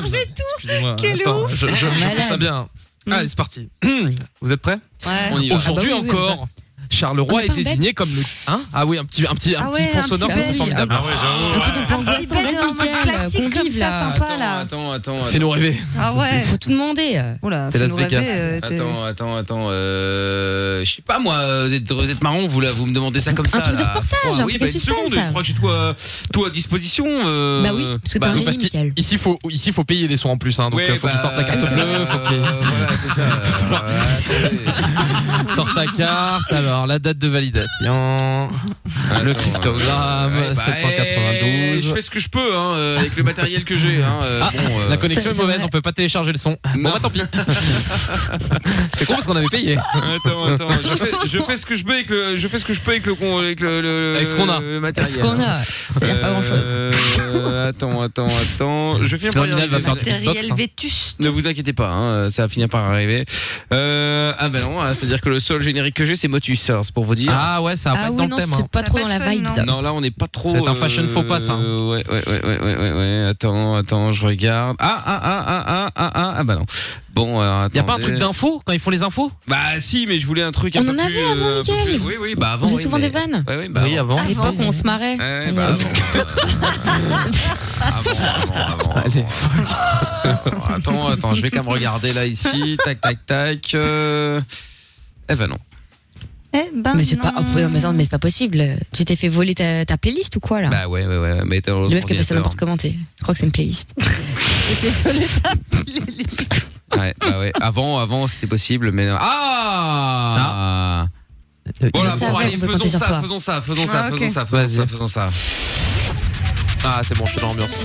S4: Excusez-moi.
S7: Quel
S4: Attends, je, je- je fais
S3: Malade. Mm.
S4: ça bien. Allez, c'est parti. Vous êtes prêts
S7: Ouais.
S2: On y va.
S4: Aujourd'hui
S3: Ah bah oui, oui,
S4: encore, Charleroi
S3: On est
S4: est
S3: pas
S4: désigné comme le. Hein ah oui, un petit, un petit, un
S7: Ah
S4: petit
S7: ouais,
S4: fond
S7: un
S4: sonore,
S7: petit
S4: c'est
S7: bel.
S4: formidable.
S8: Ah ouais, j'avoue.
S3: Un truc un peu
S7: Un petit
S3: angoissant,
S7: bel en mode
S3: vas-y, Mickaël.
S7: article
S3: qu'on
S7: comme
S3: vive,
S7: ça,
S3: euh, là.
S7: sympa, là.
S2: Attends, attends, attends.
S4: Fais-nous rêver.
S7: Ah ouais.
S3: Faut tout demander. euh.
S7: Oula,
S4: C'est
S7: fais-nous
S4: Las Vegas.
S7: rêver, euh, t'es-
S2: Attends, attends, attends. Euh, je sais pas moi. Vous êtes, vous êtes marrant. Vous là, vous me demandez ça comme ça.
S3: truc de
S2: là.
S3: reportage,
S2: Trois,
S3: un
S2: oui,
S3: truc
S2: bah,
S3: à
S2: une
S3: suspense,
S2: seconde,
S3: ça.
S2: Je crois que j'ai tout, à- tout à disposition. euh,
S3: Bah oui, parce que t'as un
S4: parce
S3: génie, Michael.
S4: qu'ici, faut, ici, faut payer les soins en plus, hein. Donc,
S2: Ouais,
S4: euh, faut qu'ils
S2: bah,
S4: sortent la carte
S2: euh,
S4: bleue, faut qu'ils
S2: Voilà, c'est ça. Euh, attendez.
S4: sortent ta carte, alors, la date de validation, le
S2: Attends,
S4: cryptogramme,
S2: ouais, bah, eh, Je
S4: 792.
S2: fais ce que je peux hein, euh, avec le matériel que j'ai. Hein, euh,
S4: Ah,
S2: bon, euh,
S4: La connexion est
S3: C'est vrai.
S4: mauvaise, on peut pas télécharger le son.
S2: Non.
S4: Bon, bah, tant pis. C'est con parce qu'on avait payé.
S2: Attends, attends. Je fais, je fais ce que je peux avec le, je fais ce que je peux avec le, con- avec le, le-
S4: Avec ce qu'on a.
S2: le matériel. hein.
S3: Parce qu'on a, c'est-à-dire pas grand-chose.
S2: Euh, attends, attends, attends. Je finis
S4: Sinon,
S2: par y
S4: Lionel
S2: arriver.
S4: va faire des- Box,
S7: Matériel
S4: hein.
S7: vétuste.
S2: Ne vous inquiétez pas, hein, ça va finir par arriver. Euh, ah ben non, hein, c'est-à-dire que le seul générique que j'ai, c'est Motus, hein, c'est pour vous dire.
S4: Ah ouais, ça va pas
S3: Ah
S4: être
S3: oui,
S4: dans
S3: non,
S4: le thème.
S3: c'est
S4: hein.
S3: pas
S7: Ça
S3: trop
S7: va
S3: dans
S7: pas
S3: la
S7: être fun,
S3: vibe,
S7: non.
S3: ça.
S2: Non, là, on n'est pas trop.
S4: Ça va être un fashion faux pas, ça, hein.
S2: euh, Ouais, ouais, ouais, ouais, ouais, ouais, ouais. Attends, attends, je regarde. Ah, ah, ah, ah, ah, ah, ah, ah, bah non. Bon, alors,
S4: Y a pas un
S2: attendez.
S4: truc d'info quand ils font les infos
S2: Bah si, mais je voulais un truc. un
S3: On
S2: peu plus,
S3: en avait
S2: euh,
S3: avant,
S2: un peu
S3: Mickaël.
S2: plus- Oui, oui, bah avant.
S3: On faisait
S2: oui,
S3: souvent
S2: mais-
S3: des vannes.
S2: Ouais, oui, bah avant.
S4: avant.
S3: À l'époque, on se marrait.
S2: Ouais,
S3: Il y
S2: bah
S3: avait-
S2: avant. Avant, avant, avant,
S4: Allez.
S2: avant. Attends, attends, je vais quand même regarder là ici. Tac, tac, tac. Euh... Eh ben non.
S7: Eh ben.
S3: Mais c'est pas, oh,
S7: non.
S3: mais non, mais c'est pas possible. Tu t'es fait voler ta, ta playlist ou quoi là
S2: Bah ouais, ouais, ouais. Mais t'es dans
S3: Le mec qui appelle ça
S2: l'ordinateur.
S3: n'importe comment, tu sais. Je crois que c'est une playlist.
S2: Ouais, bah ouais. Avant, avant, c'était possible, mais non. Ah Voilà,
S3: Je
S2: bon,
S3: savais,
S2: allez,
S3: on peut
S2: faisons
S3: compter sur
S2: ça,
S3: toi.
S2: faisons ça, faisons ça,
S7: Ah, ok.
S2: faisons ça, faisons ça,
S4: Vas-y.
S2: faisons ça.
S4: Ah, c'est bon, je suis dans l'ambiance.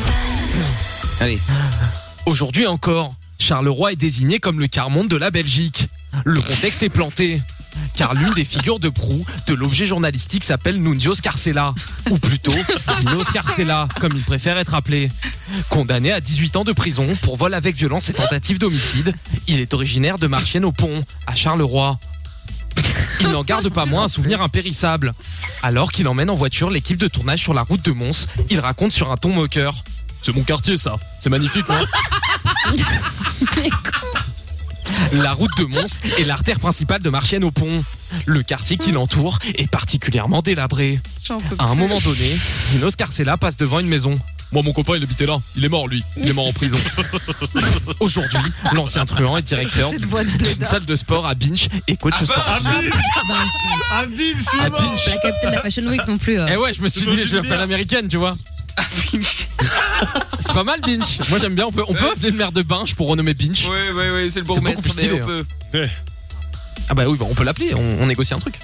S2: Allez.
S4: Aujourd'hui encore, Charleroi est désigné comme le Carmonde de la Belgique. Le contexte est planté. Car l'une des figures de proue de l'objet journalistique s'appelle Nunzio Scarcella, ou plutôt Dino Scarcella, comme il préfère être appelé. Condamné à 18 ans de prison pour vol avec violence et tentative d'homicide, il est originaire de Marchienne au Pont, à Charleroi. Il n'en garde pas moins un souvenir impérissable. Alors qu'il emmène en voiture l'équipe de tournage sur la route de Mons, il raconte sur un ton moqueur. C'est mon quartier ça, c'est magnifique non La route de Mons est l'artère principale de Marchienne au pont. Le quartier qui l'entoure est particulièrement délabré.
S7: J'en peux
S4: À un
S7: plus.
S4: moment donné, Dino Scarcella passe devant une maison. Moi, mon copain, il habitait là. Il est mort, lui. Il est mort en prison. Aujourd'hui, l'ancien truand est directeur
S7: Cette voix de
S4: d'une
S7: blédard.
S4: salle de sport à Binche et coach
S2: Ah,
S4: sportif. À Binche
S3: Bah, C'est la capitale de la Fashion Week non plus. euh.
S4: Eh ouais, je me suis dit, je vais faire l'américaine, tu vois.
S2: Ah,
S4: C'est pas mal, Binch. Moi, j'aime bien. On peut, on peut appeler le maire de Binche pour renommer Binch.
S2: Oui, oui, oui, c'est le
S4: beaucoup
S2: bourgmestre.
S4: plus stylé,
S2: mais
S4: hein.
S2: on peut-
S4: Ah bah oui, bah on peut l'appeler, on, on négocie un truc.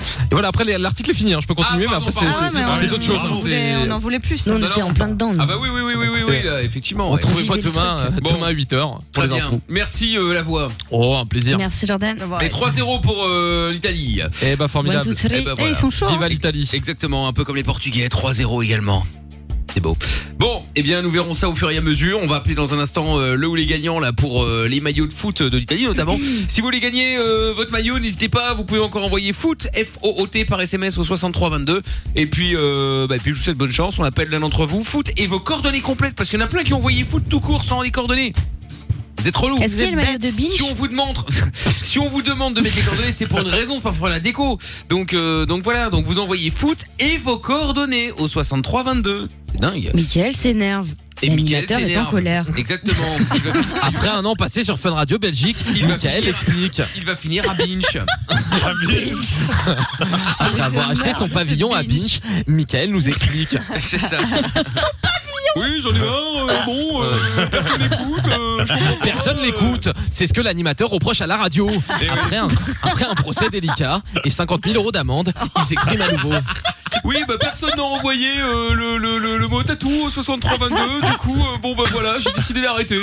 S4: Et voilà, après les- l'article est fini, hein, je peux continuer,
S2: Ah, pardon,
S4: mais après c'est
S2: pardon,
S7: Ah ouais,
S4: c'est-
S7: mais on-
S4: c'est d'autres choses.
S7: on
S4: hein,
S7: voulait-
S4: c'est-
S7: On en voulait plus.
S3: Nous, on
S2: bah
S3: était
S2: non.
S3: en plein dedans. nous.
S2: Ah bah oui, oui, oui, oui, oui, oui,
S4: Écoutez,
S2: là, effectivement.
S4: On
S2: ouais.
S4: trouvait pas
S3: Vivez le
S4: demain, euh,
S2: Bon.
S4: demain à 8h pour
S2: Très
S4: les
S2: bien.
S4: infos.
S2: Merci euh, la voix.
S4: Oh, un plaisir.
S3: Merci Jordan.
S7: Ouais.
S2: Et 3-0 pour euh, l'Italie.
S4: Eh bah
S3: One,
S4: formidable.
S3: two, three.
S2: Eh ben,
S7: Eh,
S2: voilà.
S7: ils sont chauds. hein.
S4: Viva l'Italie.
S2: Exactement, un peu comme les Portugais, 3-0 également. C'est beau. Bon, eh bien, nous verrons ça au fur et à mesure. On va appeler dans un instant euh, le ou les gagnants là pour euh, les maillots de foot de l'Italie notamment.
S3: Mm-hmm.
S2: si vous voulez gagner euh, votre maillot, n'hésitez pas. Vous pouvez encore envoyer foot F O O T par SMS au 6322. Et puis, euh, bah, puis je vous souhaite bonne chance. On appelle l'un d'entre vous foot et vos coordonnées complètes parce qu'il y en a plein qui ont envoyé foot tout court sans les coordonnées. Vous êtes relou.
S3: Est-ce qu'il y a le maillot de
S2: Si
S3: Binge
S2: on vous demande, si on vous demande de mettre des coordonnées, c'est pour une raison, parfois la déco. Donc, euh, donc voilà, donc vous envoyez foot et vos coordonnées au 63 22. C'est dingue.
S3: Michael s'énerve.
S2: Et Mickaël
S3: L'animateur est en
S2: s'énerve.
S3: colère.
S2: Exactement. Il va, fi-
S4: Après un an passé sur Fun Radio Belgique,
S2: Il va
S4: Michael
S2: finir.
S4: explique
S2: il va finir à Binch.
S4: après avoir acheté son pavillon à Binch, Michael nous explique.
S2: C'est ça. Oui, j'en ai un. euh, bon, euh, personne n'écoute. euh, Eh je comprends pas.
S4: Personne l'écoute, c'est ce que l'animateur reproche à la radio. Après un, après un procès délicat et 50 000 euros d'amende, il s'exprime à nouveau.
S2: Oui, bah personne n'a envoyé euh, le, le, le, le mot tatou au 63 22. Du coup, euh, bon bah voilà, j'ai décidé d'arrêter.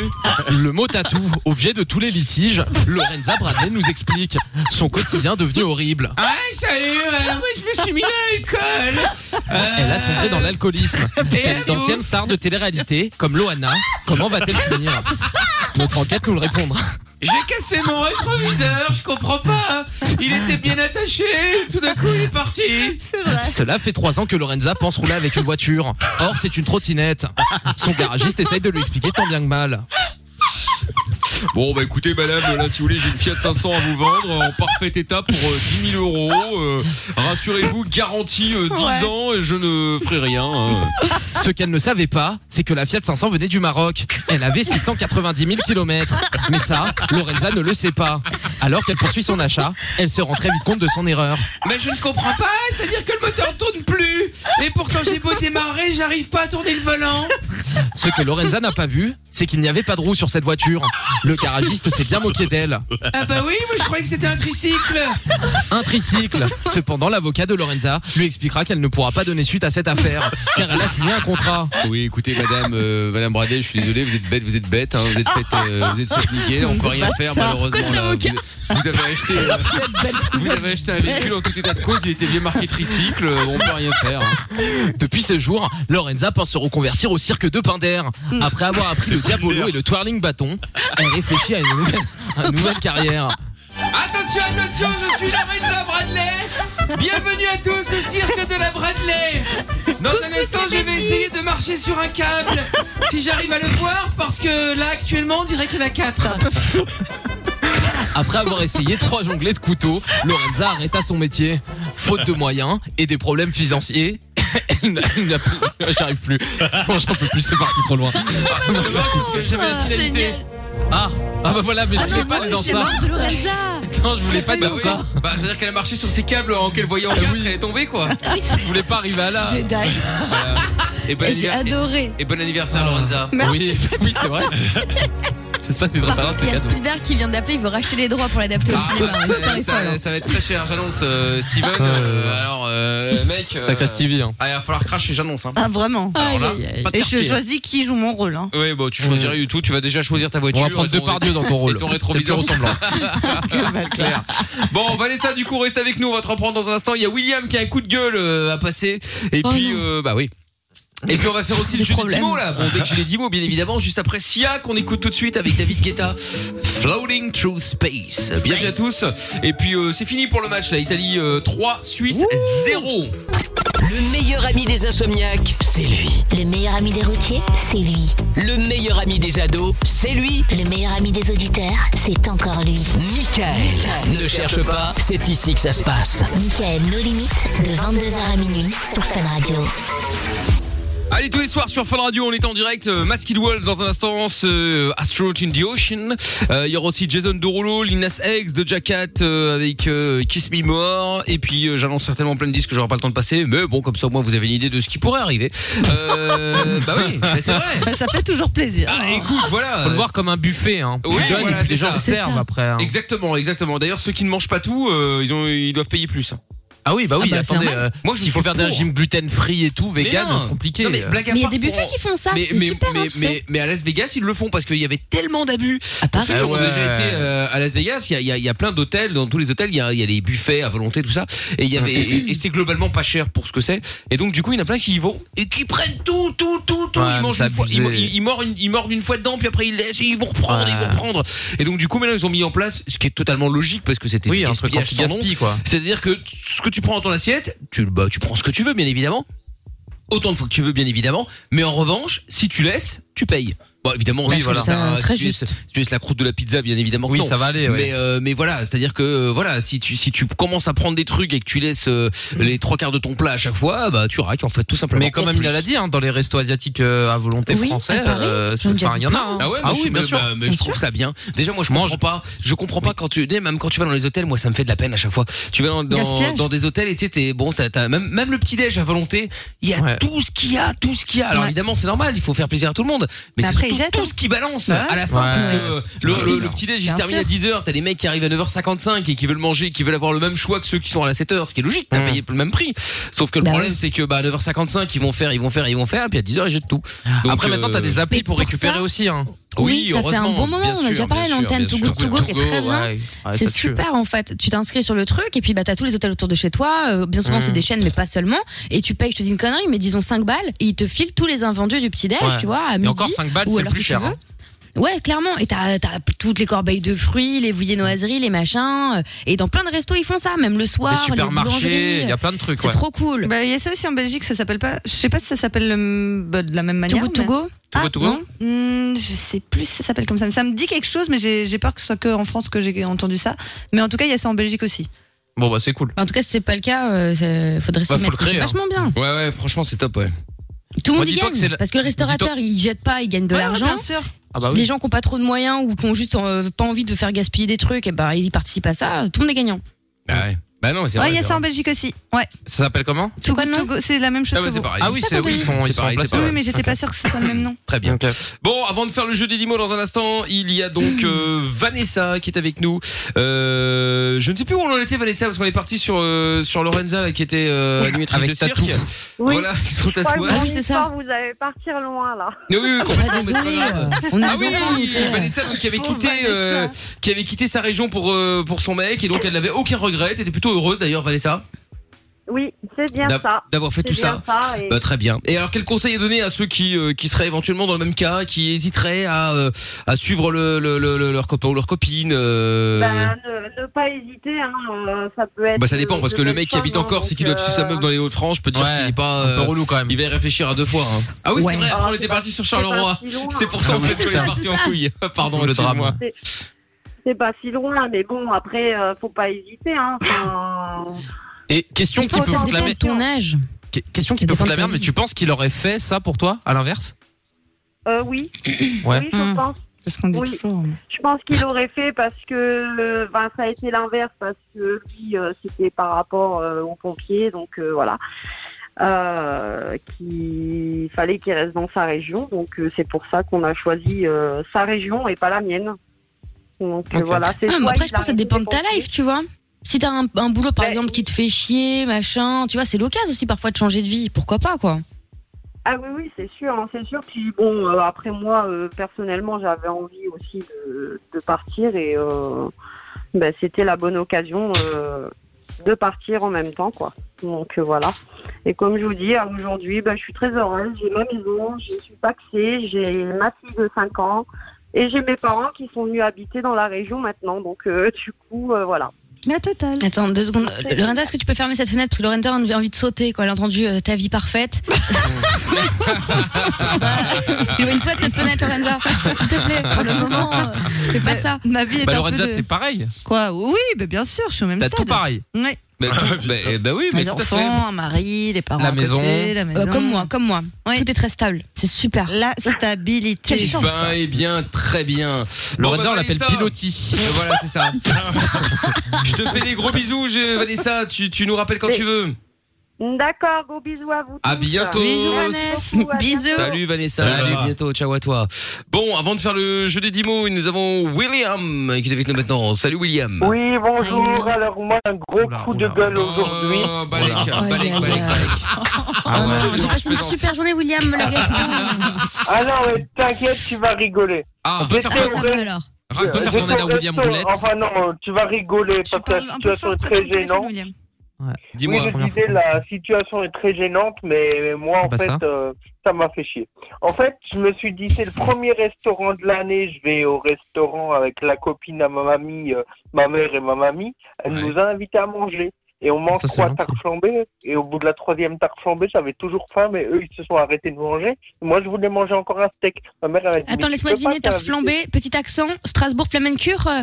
S4: Le mot tatou, objet de tous les litiges, Lorenza Bradley nous explique son quotidien devenu horrible.
S2: Ah salut. oui, je me suis mis à l'école.
S4: Elle a sombré dans l'alcoolisme. Elle est d'ancienne star de télé-réalité, comme Loana. Comment va-t-elle finir Notre enquête nous le répondra.
S2: J'ai cassé mon rétroviseur, je comprends pas. Il était bien attaché, tout d'un coup il est parti.
S7: C'est vrai.
S4: Cela fait trois ans que Lorenza pense rouler avec une voiture. Or, c'est une trottinette. Son garagiste essaye de lui expliquer tant bien que mal.
S2: Bon bah écoutez madame, là si vous voulez j'ai une Fiat 500 à vous vendre en parfait état pour euh, 10 000 euros. Euh, Rassurez-vous, garantie euh, 10
S7: Ouais.
S2: ans et je ne ferai rien. hein.
S4: Ce qu'elle ne savait pas, c'est que la Fiat 500 venait du Maroc. Elle avait 690 000 kilomètres. Mais ça, Lorenza ne le sait pas. Alors qu'elle poursuit son achat, elle se rend très vite compte de son erreur.
S2: Mais je ne comprends pas, c'est-à-dire que le moteur tourne plus. Et pourtant j'ai beau démarrer, j'arrive pas à tourner le volant.
S4: Ce que Lorenza n'a pas vu, c'est qu'il n'y avait pas de roue sur cette voiture. Le garagiste s'est bien moqué d'elle.
S2: Ah bah oui, moi je croyais que c'était un tricycle.
S4: un tricycle. Cependant, l'avocat de Lorenza lui expliquera qu'elle ne pourra pas donner suite à cette affaire, car elle a signé un contrat.
S2: Oui, écoutez, madame, euh, madame Bradel, je suis désolé, vous êtes bête, vous êtes bête, hein, vous êtes faite, euh, vous êtes faite niquer, on peut rien faire, malheureusement.
S3: C'est quoi cet
S2: là. vous, vous avez acheté, euh, vous avez acheté un véhicule en tout état de cause, il était bien marqué tricycle, euh, on peut rien faire. hein.
S4: Depuis ce jour, Lorenza pense se reconvertir au cirque de Pinder. Après avoir appris le diabolo et le twirling bâton, elle réfléchit à une nouvelle, à une nouvelle carrière.
S2: Attention, attention, je suis la reine de la Bradley. Bienvenue à tous au cirque de la Bradley. Dans un instant, je vais essayer de marcher sur un câble, si j'arrive à le voir, parce que là, actuellement, on dirait qu'il y en a quatre.
S4: Après avoir essayé trois jonglées de couteaux, Lorenza arrêta son métier. Faute de moyens et des problèmes financiers, elle n'a- elle n'a plus- J'arrive plus. J'en peux plus, c'est parti trop loin.
S2: Ah, parce que j'avais la finalité.
S4: Ah, ah bah voilà, mais je
S7: non,
S4: sais pas
S7: moi,
S4: aller dans
S7: j'ai
S4: ça.
S7: marre
S3: De Lorenza
S4: Non, je voulais pas
S2: Bah
S4: dire
S2: oui.
S4: ça.
S2: Bah, c'est-à-dire qu'elle a marché sur ses câbles en qu'elle voyait en quatre, elle est tombée, quoi.
S3: Ah oui, c'est-
S4: Je voulais pas arriver à là.
S7: Jedi.
S2: Bah, Et bah, bon,
S3: J'ai
S2: anniversaire,
S3: adoré.
S2: et bon anniversaire, Lorenza.
S7: Merci.
S4: Oui, oui, c'est vrai. J'espère que tu
S3: Par
S4: pas
S3: contre, il y a Spielberg qui vient d'appeler, il veut racheter les droits pour l'adapter au
S2: Ah,
S3: cinéma. hein, cette
S2: ça,
S3: histoire est folle,
S2: ça-
S3: hein.
S2: ça va être très cher, j'annonce, euh, Steven.
S4: Ouais.
S2: Euh, alors, euh, mec. euh,
S4: Sacré Stevie. Hein.
S2: Ah, il va falloir cracher, j'annonce. Hein.
S7: Ah, vraiment.
S2: Alors là,
S3: Aïe, aïe, aïe.
S2: pas de
S7: Et je
S2: quartier.
S7: choisis qui joue mon rôle. hein.
S2: Ouais, bah, tu choisiras du tout. Tu vas déjà choisir ta voiture.
S4: On va prendre
S2: et ton-
S4: deux par Dieu dans ton rôle.
S2: et ton
S4: C'est le plus
S2: rétroviseur.
S4: ressemblant.
S2: clair. Bon, on va laisser ça du coup, reste avec nous, on va te reprendre dans un instant. Il y a William qui a un coup de gueule euh, à passer. Et
S3: Oh
S2: puis,
S3: non.
S2: euh, bah oui. Et puis on va faire aussi le
S3: Des
S2: jeu des 10
S3: problèmes.
S2: mots là. Bon, dès que j'ai les 10 mots, bien évidemment, juste après Sia qu'on écoute tout de suite avec David Guetta, Floating Through Space. Bienvenue à tous. Et puis euh, c'est fini pour le match là. Italie euh, 3, Suisse 0.
S1: Le meilleur ami des insomniaques, c'est lui.
S6: Le meilleur ami des routiers, c'est lui.
S1: Le meilleur ami des ados, c'est lui.
S6: Le meilleur ami des auditeurs, c'est encore lui.
S1: Michael. Ne cherche pas, c'est ici que ça se passe.
S6: Michael No Limites, de 22h à minuit sur Fun Radio.
S2: Allez, tous les soirs sur Fun Radio, on est en direct. Euh, Masked Wolf dans un instant, euh, Astronaut in the Ocean. Euh, il y aura aussi Jason Derulo, Linas X, de Cat euh, avec euh, Kiss Me More. Et puis, euh, j'annonce certainement plein de disques que j'aurai pas le temps de passer. Mais bon, comme ça, au moins, vous avez une idée de ce qui pourrait arriver. Euh, bah oui, mais c'est vrai.
S7: Bah, ça fait toujours plaisir.
S2: Ah, écoute, voilà.
S4: Faut le voir comme un buffet. Hein. Tu
S2: Oui,
S4: donnes, et
S2: voilà,
S4: puis
S2: c'est
S4: les gens
S2: ça.
S3: C'est
S4: servent
S3: ça.
S4: après. hein.
S2: Exactement, exactement. D'ailleurs, ceux qui ne mangent pas tout, euh, ils ont, ils doivent payer plus.
S4: Ah oui, bah oui,
S3: Ah bah, c'est
S4: attendez.
S3: normal.
S4: euh,
S2: Moi, je
S4: S'il faut
S2: suis
S4: faire des
S2: pour.
S4: régimes gluten free et tout, vegan,
S2: non.
S4: c'est compliqué. euh.
S2: Non, mais blague à
S3: Mais il y a
S2: part,
S3: des buffets
S2: on-
S3: qui font ça,
S2: mais,
S3: c'est
S2: mais,
S3: super, hein,
S2: mais,
S3: tu
S2: mais,
S3: sais.
S2: mais à Las Vegas, ils le font parce qu'il y avait tellement d'abus. Pour ceux qui
S4: Ah
S2: ont
S4: ouais.
S2: déjà été euh, à Las Vegas, il y a, il y a- il y a plein d'hôtels. Dans tous les hôtels, il y a, il y a les buffets à volonté, tout ça. Et, il y avait, et, et c'est globalement pas cher pour ce que c'est. Et donc, du coup, il y en a plein qui y vont et qui prennent tout, tout, tout, tout.
S4: Ouais,
S2: ils
S4: mais
S2: mangent
S4: c'est
S2: une fois, ils,
S4: abusé.
S2: ils- ils mordent une, ils mordent une fois dedans, puis après ils laissent, et ils vont reprendre,
S4: Ouais.
S2: ils vont reprendre. Et donc, du coup, maintenant, ils ont mis en place ce qui est totalement logique parce que c'était
S4: Oui,
S2: du
S4: un truc
S2: gaspillage sans nom.
S4: anti-gaspi, quoi.
S2: C'est-à-dire que ce que tu prends dans ton assiette, tu, bah, tu prends ce que tu veux, bien évidemment. Autant de fois que tu veux, bien évidemment. Mais en revanche, si tu laisses, tu payes. Bon, évidemment,
S4: Bah,
S3: Oui,
S2: si tu
S3: voilà.
S2: laisses un-
S3: C'est très
S2: si tu laisses-
S3: juste.
S2: si tu laisses la croûte de la pizza, bien évidemment. que
S4: euh, Oui,
S2: non.
S4: ça va aller. ouais.
S2: Mais, euh, mais voilà, c'est-à-dire que euh, voilà, si tu, si tu commences à prendre des trucs et que tu laisses euh, les trois quarts de ton plat à chaque fois, bah tu raques en fait tout simplement.
S4: Mais comme
S2: En
S4: Amina
S2: plus.
S4: l'a dit, hein, dans les restos asiatiques euh, à volonté
S3: Oui,
S4: français,
S3: à Paris,
S4: euh, c'est-
S3: j'en ai déjà
S4: enfin, il y en a. hein.
S2: Ah ouais, mais
S4: ah
S2: je
S4: oui,
S2: suis-
S4: bien
S2: mais-
S4: sûr.
S2: bah, mais je trouve ça bien. Déjà, moi, je comprends pas. Je comprends pas quand tu, même quand tu vas dans les hôtels, moi, ça me fait de la peine à chaque fois. Tu vas dans, dans,
S7: Gaspillage.
S2: dans des hôtels et tu sais, t'es- bon, ça, t'as- même, même le petit déj à volonté, il y a
S4: Ouais.
S2: tout ce qu'il y a, tout ce qu'il y a. Alors
S7: Ouais.
S2: évidemment, c'est normal, il faut faire plaisir à tout le monde. Mais
S7: Mais
S2: c'est
S7: après, ils
S2: surtout
S7: jettent,
S2: tout
S7: hein.
S2: ce qui balance
S7: Ouais.
S2: à la fin.
S4: Ouais.
S2: Parce que
S4: Ouais, c'est
S2: le,
S4: sûr.
S2: le- le petit déj, il
S7: Bien
S2: se termine
S7: sûr.
S2: à 10h, t'as des mecs qui arrivent à 9h55 et qui veulent manger, qui veulent avoir le même choix que ceux qui sont à la 7h, ce qui est logique, t'as
S4: Mm.
S2: payé le même prix. Sauf que le
S3: Bah
S2: problème, c'est que, bah, à 9h55, ils vont faire, ils vont faire, ils vont faire, puis à 10h, ils jettent tout. Donc,
S4: Ah. Après, maintenant,
S2: euh,
S4: t'as des applis
S3: Mais
S4: pour
S3: pour
S4: récupérer
S3: ça-
S4: aussi. Hein.
S3: Oui, ça fait
S2: heureusement,
S3: un bon moment,
S2: bien
S3: on a déjà
S2: sûr,
S3: parlé à
S2: bien sûr,
S3: l'antenne,
S2: bien
S3: tout
S2: sûr.
S3: good to go est très bien.
S4: Ouais, ouais,
S3: C'est
S4: ça tue.
S3: super en fait. Tu t'inscris sur le truc et puis bah t'as tous les hôtels autour de chez toi. euh, bien souvent
S4: Mm.
S3: c'est des chaînes mais pas seulement. Et tu payes, je te dis une connerie, mais disons 5 balles et ils te filent tous les invendus du petit déj,
S4: Ouais.
S3: tu vois, à midi.
S4: Et encore 5 balles,
S3: ou
S4: c'est le
S3: alors
S4: plus
S3: que tu
S4: cher.
S3: veux.
S4: hein.
S3: Ouais, clairement. Et t'as t'as toutes les corbeilles de fruits, les viennoiseries, les machins. euh, Et dans plein de restos ils font ça, même le soir.
S4: Des
S3: boulangeries,
S4: supermarchés, il y a plein de trucs.
S3: C'est
S4: Ouais.
S3: trop cool.
S7: Bah, il y a ça aussi en Belgique, ça s'appelle pas. Je sais pas si ça s'appelle le- bah, de la même
S3: to
S7: manière.
S3: go to
S7: mais-
S3: go.
S4: Tout
S7: Ah,
S4: go, tout go.
S3: non.
S7: Hmm, je sais plus si ça s'appelle comme ça. mais Ça me dit quelque chose, mais j'ai j'ai peur que ce soit que en France que j'ai entendu ça. Mais en tout cas, il y a ça en Belgique aussi.
S4: Bon, bah, c'est cool.
S3: En tout cas, si c'est pas le cas, euh, c'est- faudrait s'y
S4: Bah, faut
S3: mettre.
S4: le créer,
S3: C'est
S4: hein.
S3: vachement bien.
S2: Ouais, ouais, franchement, c'est top, ouais.
S3: Tout le
S2: Moi,
S3: monde y
S2: dis-toi que c'est
S3: gagne.
S2: la-
S3: Parce que le restaurateur, il jette pas, il gagne de
S7: Ouais, ouais,
S3: l'argent.
S7: bien sûr.
S2: Ah bah
S3: Les
S2: oui.
S3: gens qui ont pas trop de moyens ou qui ont juste euh, pas envie de faire gaspiller des trucs, et bah, ils y participent à ça. Tout le monde est gagnant.
S2: Bah, ouais. bah non, mais c'est
S7: Ouais,
S2: vrai,
S7: il y a
S2: c'est
S7: ça en
S2: vrai.
S7: Belgique aussi. Ouais.
S2: Ça s'appelle comment
S3: C'est quoi le nom
S7: Togo, c'est la même chose
S2: Ah
S7: que
S2: bah c'est
S7: vous.
S2: pareil.
S4: hein. Ah oui,
S3: Ça,
S4: c'est
S3: quand
S4: oui, ils
S3: ils-
S4: sont,
S2: C'est
S4: ils sont
S2: pareil, c'est
S4: placés.
S2: pareil.
S7: Oui, mais j'étais pas sûre que ce soit le même nom.
S2: Très bien. Bon, avant de faire le jeu des 10 mots dans un instant, il y a donc euh, Vanessa qui est avec nous. Euh, je ne sais plus où on en était Vanessa parce qu'on est parti sur euh, sur Lorenza là, qui était euh, animatrice
S4: avec
S2: de
S4: sa
S2: cirque.
S4: touffe.
S5: Oui,
S2: Voilà, ils sont
S5: je crois que
S2: tatoués.
S5: dans
S3: Ah oui, c'est ça.
S5: l'histoire, Vous allez partir loin là.
S2: Oui, oui, oui,
S3: Ah,
S2: complètement, mais c'est pas
S3: désolé,
S2: grave.
S3: euh, on a
S2: Ah
S3: des
S2: oui,
S3: enfants, nous, tu sais.
S2: Vanessa donc, qui avait
S7: Oh,
S2: quitté
S7: Vanessa.
S2: euh, qui avait quitté sa région pour euh, pour son mec et donc elle n'avait aucun regret, elle était plutôt heureuse d'ailleurs Vanessa
S5: Oui, c'est bien
S2: d'av-
S5: ça.
S2: d'avoir fait
S5: C'est
S2: tout ça.
S5: bien ça. et-
S2: Bah, très bien. Et alors quel conseil est donné à ceux qui euh, qui seraient éventuellement dans le même cas, qui hésiteraient à euh, à suivre le, le, le- le- leur copain ou leur copine euh,
S5: Bah, ne, ne pas hésiter, hein, euh, ça peut être.
S2: Bah ça dépend parce
S5: de
S2: que le
S5: belles
S2: mec qui habite
S5: femmes,
S2: en
S5: hein,
S2: Corse et qui
S5: donc,
S2: doit suivre sa
S5: euh,
S2: meuf dans les Hauts-de-France, je peux dire
S4: Ouais,
S2: qu'il est pas
S4: Un peu
S2: euh,
S4: relou quand même.
S2: il va y réfléchir à deux fois. hein. Ah oui,
S3: Ouais.
S2: c'est vrai, après,
S5: Ah,
S2: on était
S5: c'est
S2: parti sur
S5: c'est pas
S2: Charleroi.
S5: si loin,
S2: C'est
S5: hein.
S2: pour ça en
S4: Oui,
S2: fait
S3: c'est
S2: qu'on est
S3: ça,
S2: parti
S3: c'est
S2: en
S3: ça.
S2: couille. Pardon,
S4: Le drame.
S2: excuse-moi.
S5: C'est pas si loin, mais bon, après, euh, faut pas hésiter. Hein, enfin,
S4: Et question
S3: Je
S4: qui
S3: pense
S4: peut
S3: que ça
S4: foutre la
S3: dépend
S4: merde.
S3: de ton âge.
S4: que- Question qui
S3: Ça
S4: peut foutre la
S3: dépend de ta
S4: merde, mais
S3: vie.
S4: tu penses qu'il aurait fait ça pour toi, à l'inverse
S5: euh, oui,
S4: Ouais.
S5: oui, je
S7: Mm.
S3: Hmm.
S5: pense.
S7: C'est ce qu'on dit
S5: Oui.
S7: toujours. hein.
S5: Je pense qu'il aurait fait parce que euh, ben, ça a été l'inverse parce que lui euh, c'était par rapport euh, aux pompiers donc euh, voilà euh, qu'il fallait qu'il reste dans sa région donc euh, c'est pour ça qu'on a choisi euh, sa région et pas la mienne. Donc euh,
S4: Ok.
S5: voilà. c'est
S3: Ah, mais
S5: soit
S3: après,
S5: il
S3: je pense que ça
S5: arrive
S3: dépend de
S5: des
S3: ta
S5: pompiers.
S3: life, tu vois. Si t'as un, un boulot, par
S5: Bah,
S3: exemple, qui te fait chier, machin, tu vois, c'est l'occasion aussi parfois de changer de vie. Pourquoi pas, quoi
S5: Ah oui, oui, c'est sûr, hein, c'est sûr. Puis bon, euh, après moi, euh, personnellement, j'avais envie aussi de, de partir et euh, ben, c'était la bonne occasion euh, de partir en même temps, quoi. Donc euh, voilà. Et comme je vous dis, à aujourd'hui, ben, je suis très heureuse. J'ai ma maison, je suis paxée, j'ai ma fille de 5 ans et j'ai mes parents qui sont venus habiter dans la région maintenant. Donc euh, du coup, euh, voilà.
S7: La totale.
S3: Attends, deux secondes. Euh, Lorenza, est-ce que tu peux fermer cette fenêtre Parce que Lorenza a envie envie de sauter, quoi. Elle a entendu euh, ta vie parfaite.
S2: Ah.
S3: Éloigne-toi de cette fenêtre, Lorenza. S'il te plaît.
S7: Pour le moment, euh,
S3: Fais pas ça.
S7: ma vie est
S4: Bah
S7: un
S4: Lorenza,
S7: peu
S4: t'es
S7: de...
S4: pareil.
S7: Quoi Oui, bah, bien sûr, je suis au même
S4: T'as
S7: stade.
S4: tout pareil.
S7: Ouais.
S2: Bah, tout- bah, eh, bah oui, mais
S7: Les
S2: tout à fait.
S7: enfants, un mari, les parents
S4: La
S7: à côté,
S4: maison.
S7: la
S3: Euh,
S7: maison.
S3: comme moi, comme moi.
S7: Oui.
S3: Tout est très stable. C'est super.
S7: La stabilité.
S3: Quelle chance.
S2: Ben, eh bien, très bien.
S4: Lorenza, on l'appelle
S2: pilote
S4: Piloti.
S2: Euh, Voilà, c'est ça. Je te fais des gros bisous, je- Vanessa. Tu, tu nous rappelles quand tu veux.
S5: D'accord, gros bisous à vous.
S2: À
S5: tous.
S2: bientôt.
S7: Bisous, Vanessa.
S5: Merci beaucoup, à
S3: Bisous.
S5: bientôt.
S2: Salut Vanessa,
S8: Salut,
S2: allez
S8: Laura.
S2: bientôt, ciao à toi. Bon, avant de faire le jeu des 10 mots, nous avons William euh, qui est avec nous maintenant. Salut William.
S9: Oui, bonjour.
S3: Aïe.
S9: Alors moi, un gros
S4: Oula,
S9: coup
S4: oula.
S9: de gueule aujourd'hui.
S2: Oh, Balek,
S4: Voilà.
S2: Balek,
S3: Aïe, aïe,
S2: Balek,
S3: aïe.
S2: Balek.
S3: Oh non,
S2: ouais,
S3: J'ai
S2: non, je
S3: passé une
S2: plaisante.
S3: super journée, William. Le gars.
S9: Ah non, mais t'inquiète, tu vas rigoler.
S2: Ah,
S4: On
S2: on peut
S4: peut
S2: faire,
S3: Ah, ça va alors.
S2: on peut faire
S9: J'étais
S2: tourner la
S9: au
S2: William
S9: resto.
S2: Roulette.
S9: Euh, Enfin non, tu vas rigoler
S7: Tu
S9: parce que
S7: parles
S9: la
S7: un peu
S9: situation
S7: fort
S9: est
S7: près de
S9: très
S7: ton téléphone,
S9: gênante.
S7: William.
S9: Oui,
S4: Dis-moi.
S9: je
S4: première
S9: disais,
S4: fois.
S9: la situation est très gênante, mais moi, en
S4: Bah,
S9: fait,
S4: ça.
S9: euh, ça m'a fait chier. En fait, je me suis dit, c'est le premier restaurant de l'année. Je vais au restaurant avec la copine à ma mamie, euh, ma mère et ma mamie. Elle
S2: Ouais.
S9: nous a invités à manger. Et on mange
S4: Ça, c'est
S9: trois
S4: gentil.
S9: tartes flambées. Et au bout de la troisième tarte flambée, j'avais toujours faim, mais eux, ils se sont arrêtés de manger. Moi, je voulais manger encore un steak. Ma mère, elle a dit, mais
S3: Attends,
S9: tu
S3: laisse-moi
S9: peux pas
S3: deviner. Tarte
S9: t'inviter.
S3: flambée, petit accent, Strasbourg, Flamencure. euh,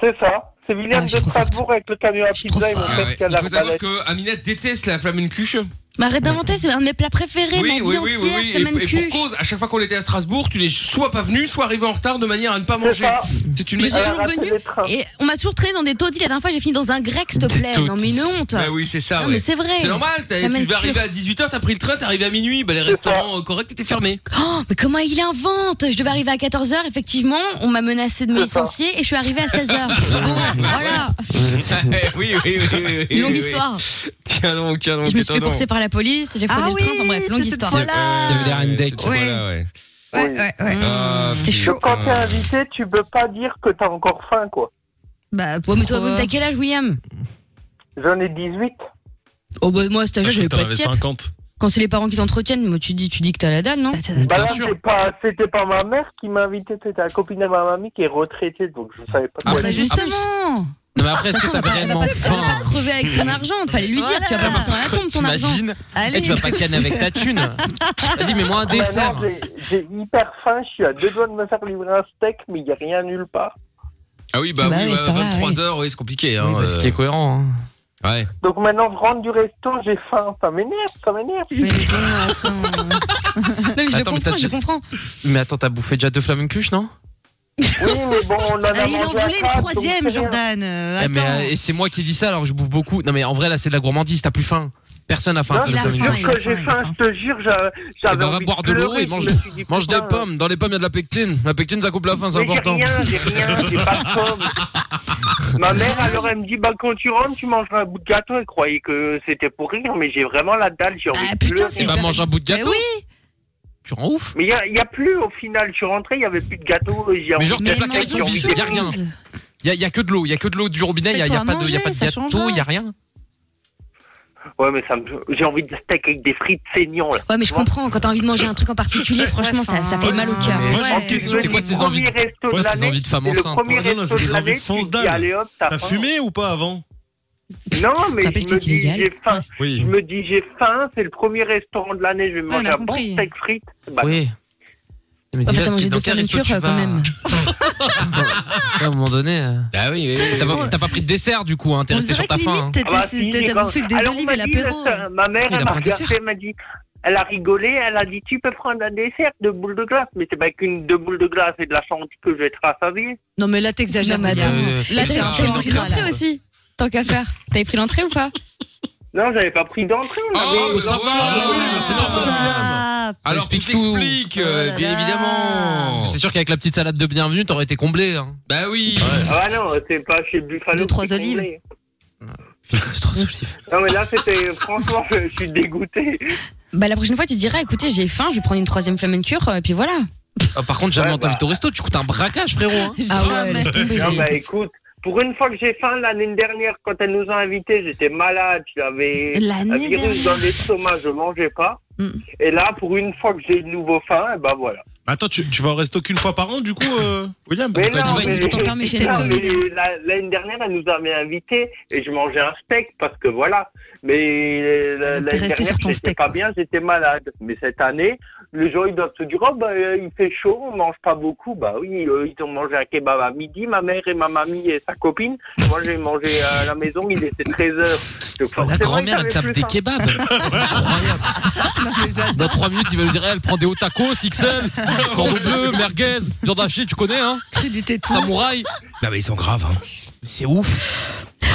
S9: C'est ça. C'est William
S3: Ah, je
S9: de
S3: suis trop forte.
S9: Strasbourg avec le camion à
S3: Je suis trop
S9: pizza. Ils m'ont
S2: Ah
S9: fait
S2: ouais.
S9: escalader
S2: Il faut
S9: la
S2: savoir
S9: balette.
S2: que Amina déteste la flamme cuche.
S3: Mais Bah, arrête d'inventer, c'est un de mes plats préférés.
S2: Oui,
S3: mon
S2: oui,
S3: viande
S2: oui, oui,
S3: fière,
S2: oui.
S3: Flamencure.
S2: Et, et pour cause, à chaque fois qu'on était à Strasbourg, tu n'es soit pas venu, soit arrivé en retard de manière à ne pas manger.
S9: ça.
S2: C'est une
S3: Je
S2: manière.
S9: Elle a
S3: toujours
S9: raté
S3: venu
S9: les trains.
S3: Et on m'a toujours traîné dans des taudis. La dernière fois, j'ai fini dans un grec, s'il te
S4: Des
S3: plaît. Non, mais une honte.
S2: Bah oui, c'est ça,
S3: non,
S2: ouais.
S3: mais c'est vrai.
S2: C'est normal, t'as- tu devais
S3: Flamencure.
S2: arriver à 18h, t'as pris le train, t'es arrivé à minuit, bah les
S9: C'est ça.
S2: restaurants euh, corrects étaient fermés.
S3: Oh, mais comment il invente Je devais arriver à 14h, effectivement. On m'a menacé de me
S9: C'est ça.
S3: licencier et je suis arrivée à 16h. Bon, voilà.
S2: Eh oui, oui, oui, oui, oui,
S3: Une longue
S2: oui, oui.
S3: histoire.
S2: Tiens donc, tiens donc,
S3: je me suis fait
S2: putain, non.
S3: courser par la police, j'ai fraudé
S7: Ah
S3: le
S7: oui,
S3: train. Enfin bref, longue
S7: c'est cette
S3: histoire.
S7: fois-là.
S4: Il y avait des
S2: Ouais,
S4: Randek.
S2: cette fois-là, ouais.
S3: Ouais, ouais, ouais.
S2: Ah,
S3: C'était
S2: putain.
S3: chaud.
S9: Quand t'es invité, tu peux pas dire que t'as encore faim, quoi.
S7: Bah,
S3: Ouais, mais toi,
S7: pourquoi
S3: t'as quel âge, William
S9: J'en ai 18.
S3: Oh, bah, moi, à cet
S8: Je
S4: Ah,
S8: crois
S3: âge-là,
S8: que
S3: j'avais
S8: t'en
S3: pas de
S8: avais
S3: tiers.
S8: 50.
S3: Quand c'est les parents qui t'entretiennent, moi, tu dis, tu dis que t'as la dalle, non
S7: Bah, t'as-
S9: Bah là,
S2: sûr.
S9: c'est pas, c'était pas ma mère qui m'invitait, c'était la copine de ma mamie qui est retraitée, donc je savais pas
S4: Ah,
S7: bah,
S9: quoi.
S4: bah,
S9: dire.
S7: justement
S4: Non, Ah, mais après, est-ce
S3: Ah,
S4: que t'as
S3: bah,
S4: vraiment
S3: On va
S4: faim
S3: pas crever avec son argent. Fallait lui dire,
S7: Voilà.
S3: tu vas pas partir dans la tombe, ton argent.
S4: T'imagines
S7: Allez
S4: Et Eh, tu vas pas canner avec ta thune. Vas-y, mets-moi un
S9: Maintenant,
S4: dessert.
S9: j'ai- Ah, bah, j'ai hyper faim, je suis à deux doigts de me faire livrer un steak, mais il n'y a rien nulle part.
S2: Ah oui, bah,
S3: Bah
S2: oui,
S3: oui, c'est vrai,
S2: 23h, oui, c'est compliqué. Hein,
S4: Oui, bah, Ce qui est cohérent. hein.
S2: Ouais.
S9: Donc maintenant, je rentre du resto, j'ai faim. Ça m'énerve, ça m'énerve.
S7: Mais bon, attends.
S3: Non, mais je
S2: Attends, mais
S3: le
S2: t'as
S3: comprends, je
S2: déjà-
S3: le comprends.
S2: Mais attends, t'as bouffé déjà deux flamencuches, non
S9: Oui, mais bon, on en a
S7: Ah, il
S9: mangé
S7: en
S9: à
S7: voulait une
S9: quatre, donc
S7: troisième,
S9: c'est rien.
S7: Jordan. euh,
S2: Eh, mais,
S7: attends.
S2: euh, Et c'est moi qui dis ça alors que je bouffe beaucoup. Non mais en vrai là c'est de la gourmandise, t'as plus faim. Personne n'a faim
S9: Non,
S2: après
S7: il
S2: le
S7: a
S2: flamencuche.
S7: faim,
S9: Parce que j'ai
S7: il a faim.
S9: faim, je te jure, j'a-
S2: Eh
S9: j'avais
S2: ben, va
S9: envie
S2: boire
S9: de
S2: de l'eau
S9: pleurer,
S2: et mange-
S9: je me suis dit,
S2: Mange des
S9: putain,
S2: pommes, dans les pommes il y a de la pectine. La pectine ça coupe la faim, c'est
S9: Mais j'ai
S2: important.
S9: rien, j'ai rien, j'ai pas de pommes. Ma mère, alors, elle me dit, bah, quand tu rentres, tu mangeras un bout de gâteau. Elle croyait que c'était pour rire, mais j'ai vraiment la dalle, j'ai envie
S7: Ah,
S9: de
S7: putain,
S9: pleurer.
S7: c'est-
S2: Et bah mange un bout de
S7: Mais
S2: gâteau.
S7: oui,
S2: Tu rends ouf.
S9: Mais il n'y a, y a plus, au final, je suis rentré, il n'y avait plus de gâteau. j'ai envie
S2: genre,
S9: de
S2: t'es
S7: mais
S2: placards,
S7: mange
S2: ils sont
S7: autre
S2: vides, y a
S7: chose.
S2: rien. Y a, y a que de l'eau, y a que de l'eau du robinet, y a, y a pas
S7: Fais-toi
S2: de, y a
S7: manger,
S2: pas de
S7: ça
S2: gâteau,
S7: changera.
S2: y a rien.
S9: Ouais, mais ça me- j'ai envie de steak avec des frites saignants, là.
S3: Ouais, mais je comprends. Quand t'as envie de manger un truc en particulier, franchement, ça, ça fait mal au cœur.
S8: Mais
S7: Ouais.
S8: en question,
S2: C'est quoi
S9: Le
S2: ces
S9: premier
S2: envies de-
S9: resto
S2: c'est quoi
S9: de
S2: ces
S9: l'année,
S2: envies de femme
S9: c'est le
S2: enceinte,
S9: premier
S8: toi Non, non,
S9: resto
S8: c'est
S9: de
S8: des envies
S9: l'année,
S8: de
S9: tu
S8: fonce
S9: te dis,
S8: dalle.
S9: allez hop, t'as
S8: T'as
S9: faim.
S8: fumé ou pas avant
S9: Non, mais
S3: Rappelle
S9: je
S3: que
S9: me
S3: c'est
S9: dis,
S3: illégal.
S9: j'ai faim. Je
S8: Oui.
S9: me dis, j'ai faim, c'est le premier restaurant de l'année, je vais me
S7: Ouais, on
S9: manger
S7: a
S9: un bon
S7: compris.
S9: steak frites. Bah,
S2: Oui. Mais
S3: En
S2: déjà,
S3: fait, t'as mangé
S2: dans
S3: deux
S2: quel resto
S3: fermetures
S2: tu
S3: euh, quand
S2: vas
S3: même.
S2: À un moment donné. euh,
S8: Ah oui,
S2: T'as pas, t'as pas pris de dessert du coup, hein, t'es
S7: On
S2: resté
S7: dirait
S2: sur ta
S7: que
S2: faim. hein.
S7: limite, t'as-
S9: Ah bah,
S7: t'as
S9: si,
S7: t'as-
S9: j'ai
S7: t'as
S9: faim.
S7: bouffé que des
S9: Alors, on
S7: olives
S9: m'a
S7: et
S9: dit,
S7: l'apéro.
S9: euh, Ma mère,
S2: Il a
S9: elle m'a
S2: pris un dessert.
S9: regardé, elle m'a dit, elle a rigolé, elle a dit, tu peux prendre un dessert, deux boules de glace. Mais c'est pas qu'une deux boules de glace et de la chantilly que je vais te rassasier.
S7: Non, mais là, t'exagères.
S3: Non, mais
S7: Julien.
S3: attends.
S2: Euh,
S7: Là,
S3: T'as
S7: t'es
S2: ça,
S7: un peu
S3: t'as
S2: euh,
S3: mangé
S7: dans le
S3: l'entrée
S7: mal.
S3: aussi Tant qu'à faire. T'avais pris l'entrée ou pas
S9: Non, j'avais pas pris d'entrée, on avait...
S2: Oh, ça
S8: Ah oui, bah, c'est normal.
S7: Ça.
S2: Alors,
S4: explique
S2: tout
S4: tout.
S2: s'explique,
S7: Ah, Oh
S2: euh,
S7: là
S2: bien
S7: là.
S2: évidemment. C'est sûr qu'avec la petite salade de bienvenue, t'aurais été comblé. Hein. Bah oui.
S9: Ah non, c'est pas chez Buffalo.
S7: Deux, trois
S9: c'est
S7: olives.
S9: complet.
S2: C'est trop solide.
S9: Non, mais là, c'était, franchement, je je suis dégoûté.
S7: Ah
S3: Bah, la prochaine fois, tu dirais, écoutez, j'ai faim, je vais prendre une troisième flamencure, euh, et puis voilà.
S2: Ah, par contre, jamais
S9: Ouais,
S2: on t'invite
S9: bah.
S2: au resto, tu coûtes un braquage, frérot. hein.
S3: Ah
S7: Ah
S3: ouais, laisse tomber.
S9: Non, bah écoute, pour une fois que j'ai faim, l'année dernière, quand elles nous ont invités, j'étais malade, j'avais un
S7: L'année
S9: virus
S7: dernière.
S9: dans l'estomac, je mangeais pas.
S7: Mm.
S9: Et là, pour une fois que j'ai de nouveau faim, et ben voilà.
S8: Attends, tu, tu vas au resto qu'une fois par an, du coup, euh, William
S9: Mais
S2: quoi,
S9: non,
S2: tu vas-
S3: tu t'es enfermé chez
S9: Non,
S7: toi.
S9: mais la- l'année dernière, elle nous avait invités et je mangeais un steak parce que voilà. Mais euh, la-
S7: Donc, t'es
S9: l'année
S7: resté
S9: dernière,
S7: sur ton
S9: j'étais
S7: steak,
S9: pas
S7: quoi.
S9: bien, j'étais malade. Mais cette année, les gens, ils doivent se dire, oh, bah, euh, il fait chaud, on mange pas beaucoup. Bah oui, euh, ils ont mangé un kebab à midi, ma mère et ma mamie et sa copine. Moi, j'ai mangé à la maison, il était 13h. Donc,
S2: La
S9: forcément,
S2: grand-mère, elle
S9: ils avaient
S2: tape
S9: plus hein.
S2: des
S9: faim.
S2: kebabs. Incroyable. Dans 3 minutes, il va lui dire eh, elle prend des hauts tacos, XL, cordon bleu, merguez, viande hachée, tu connais, hein
S7: Crédité tout.
S2: Samouraï. Non, mais ils sont graves, hein. C'est ouf.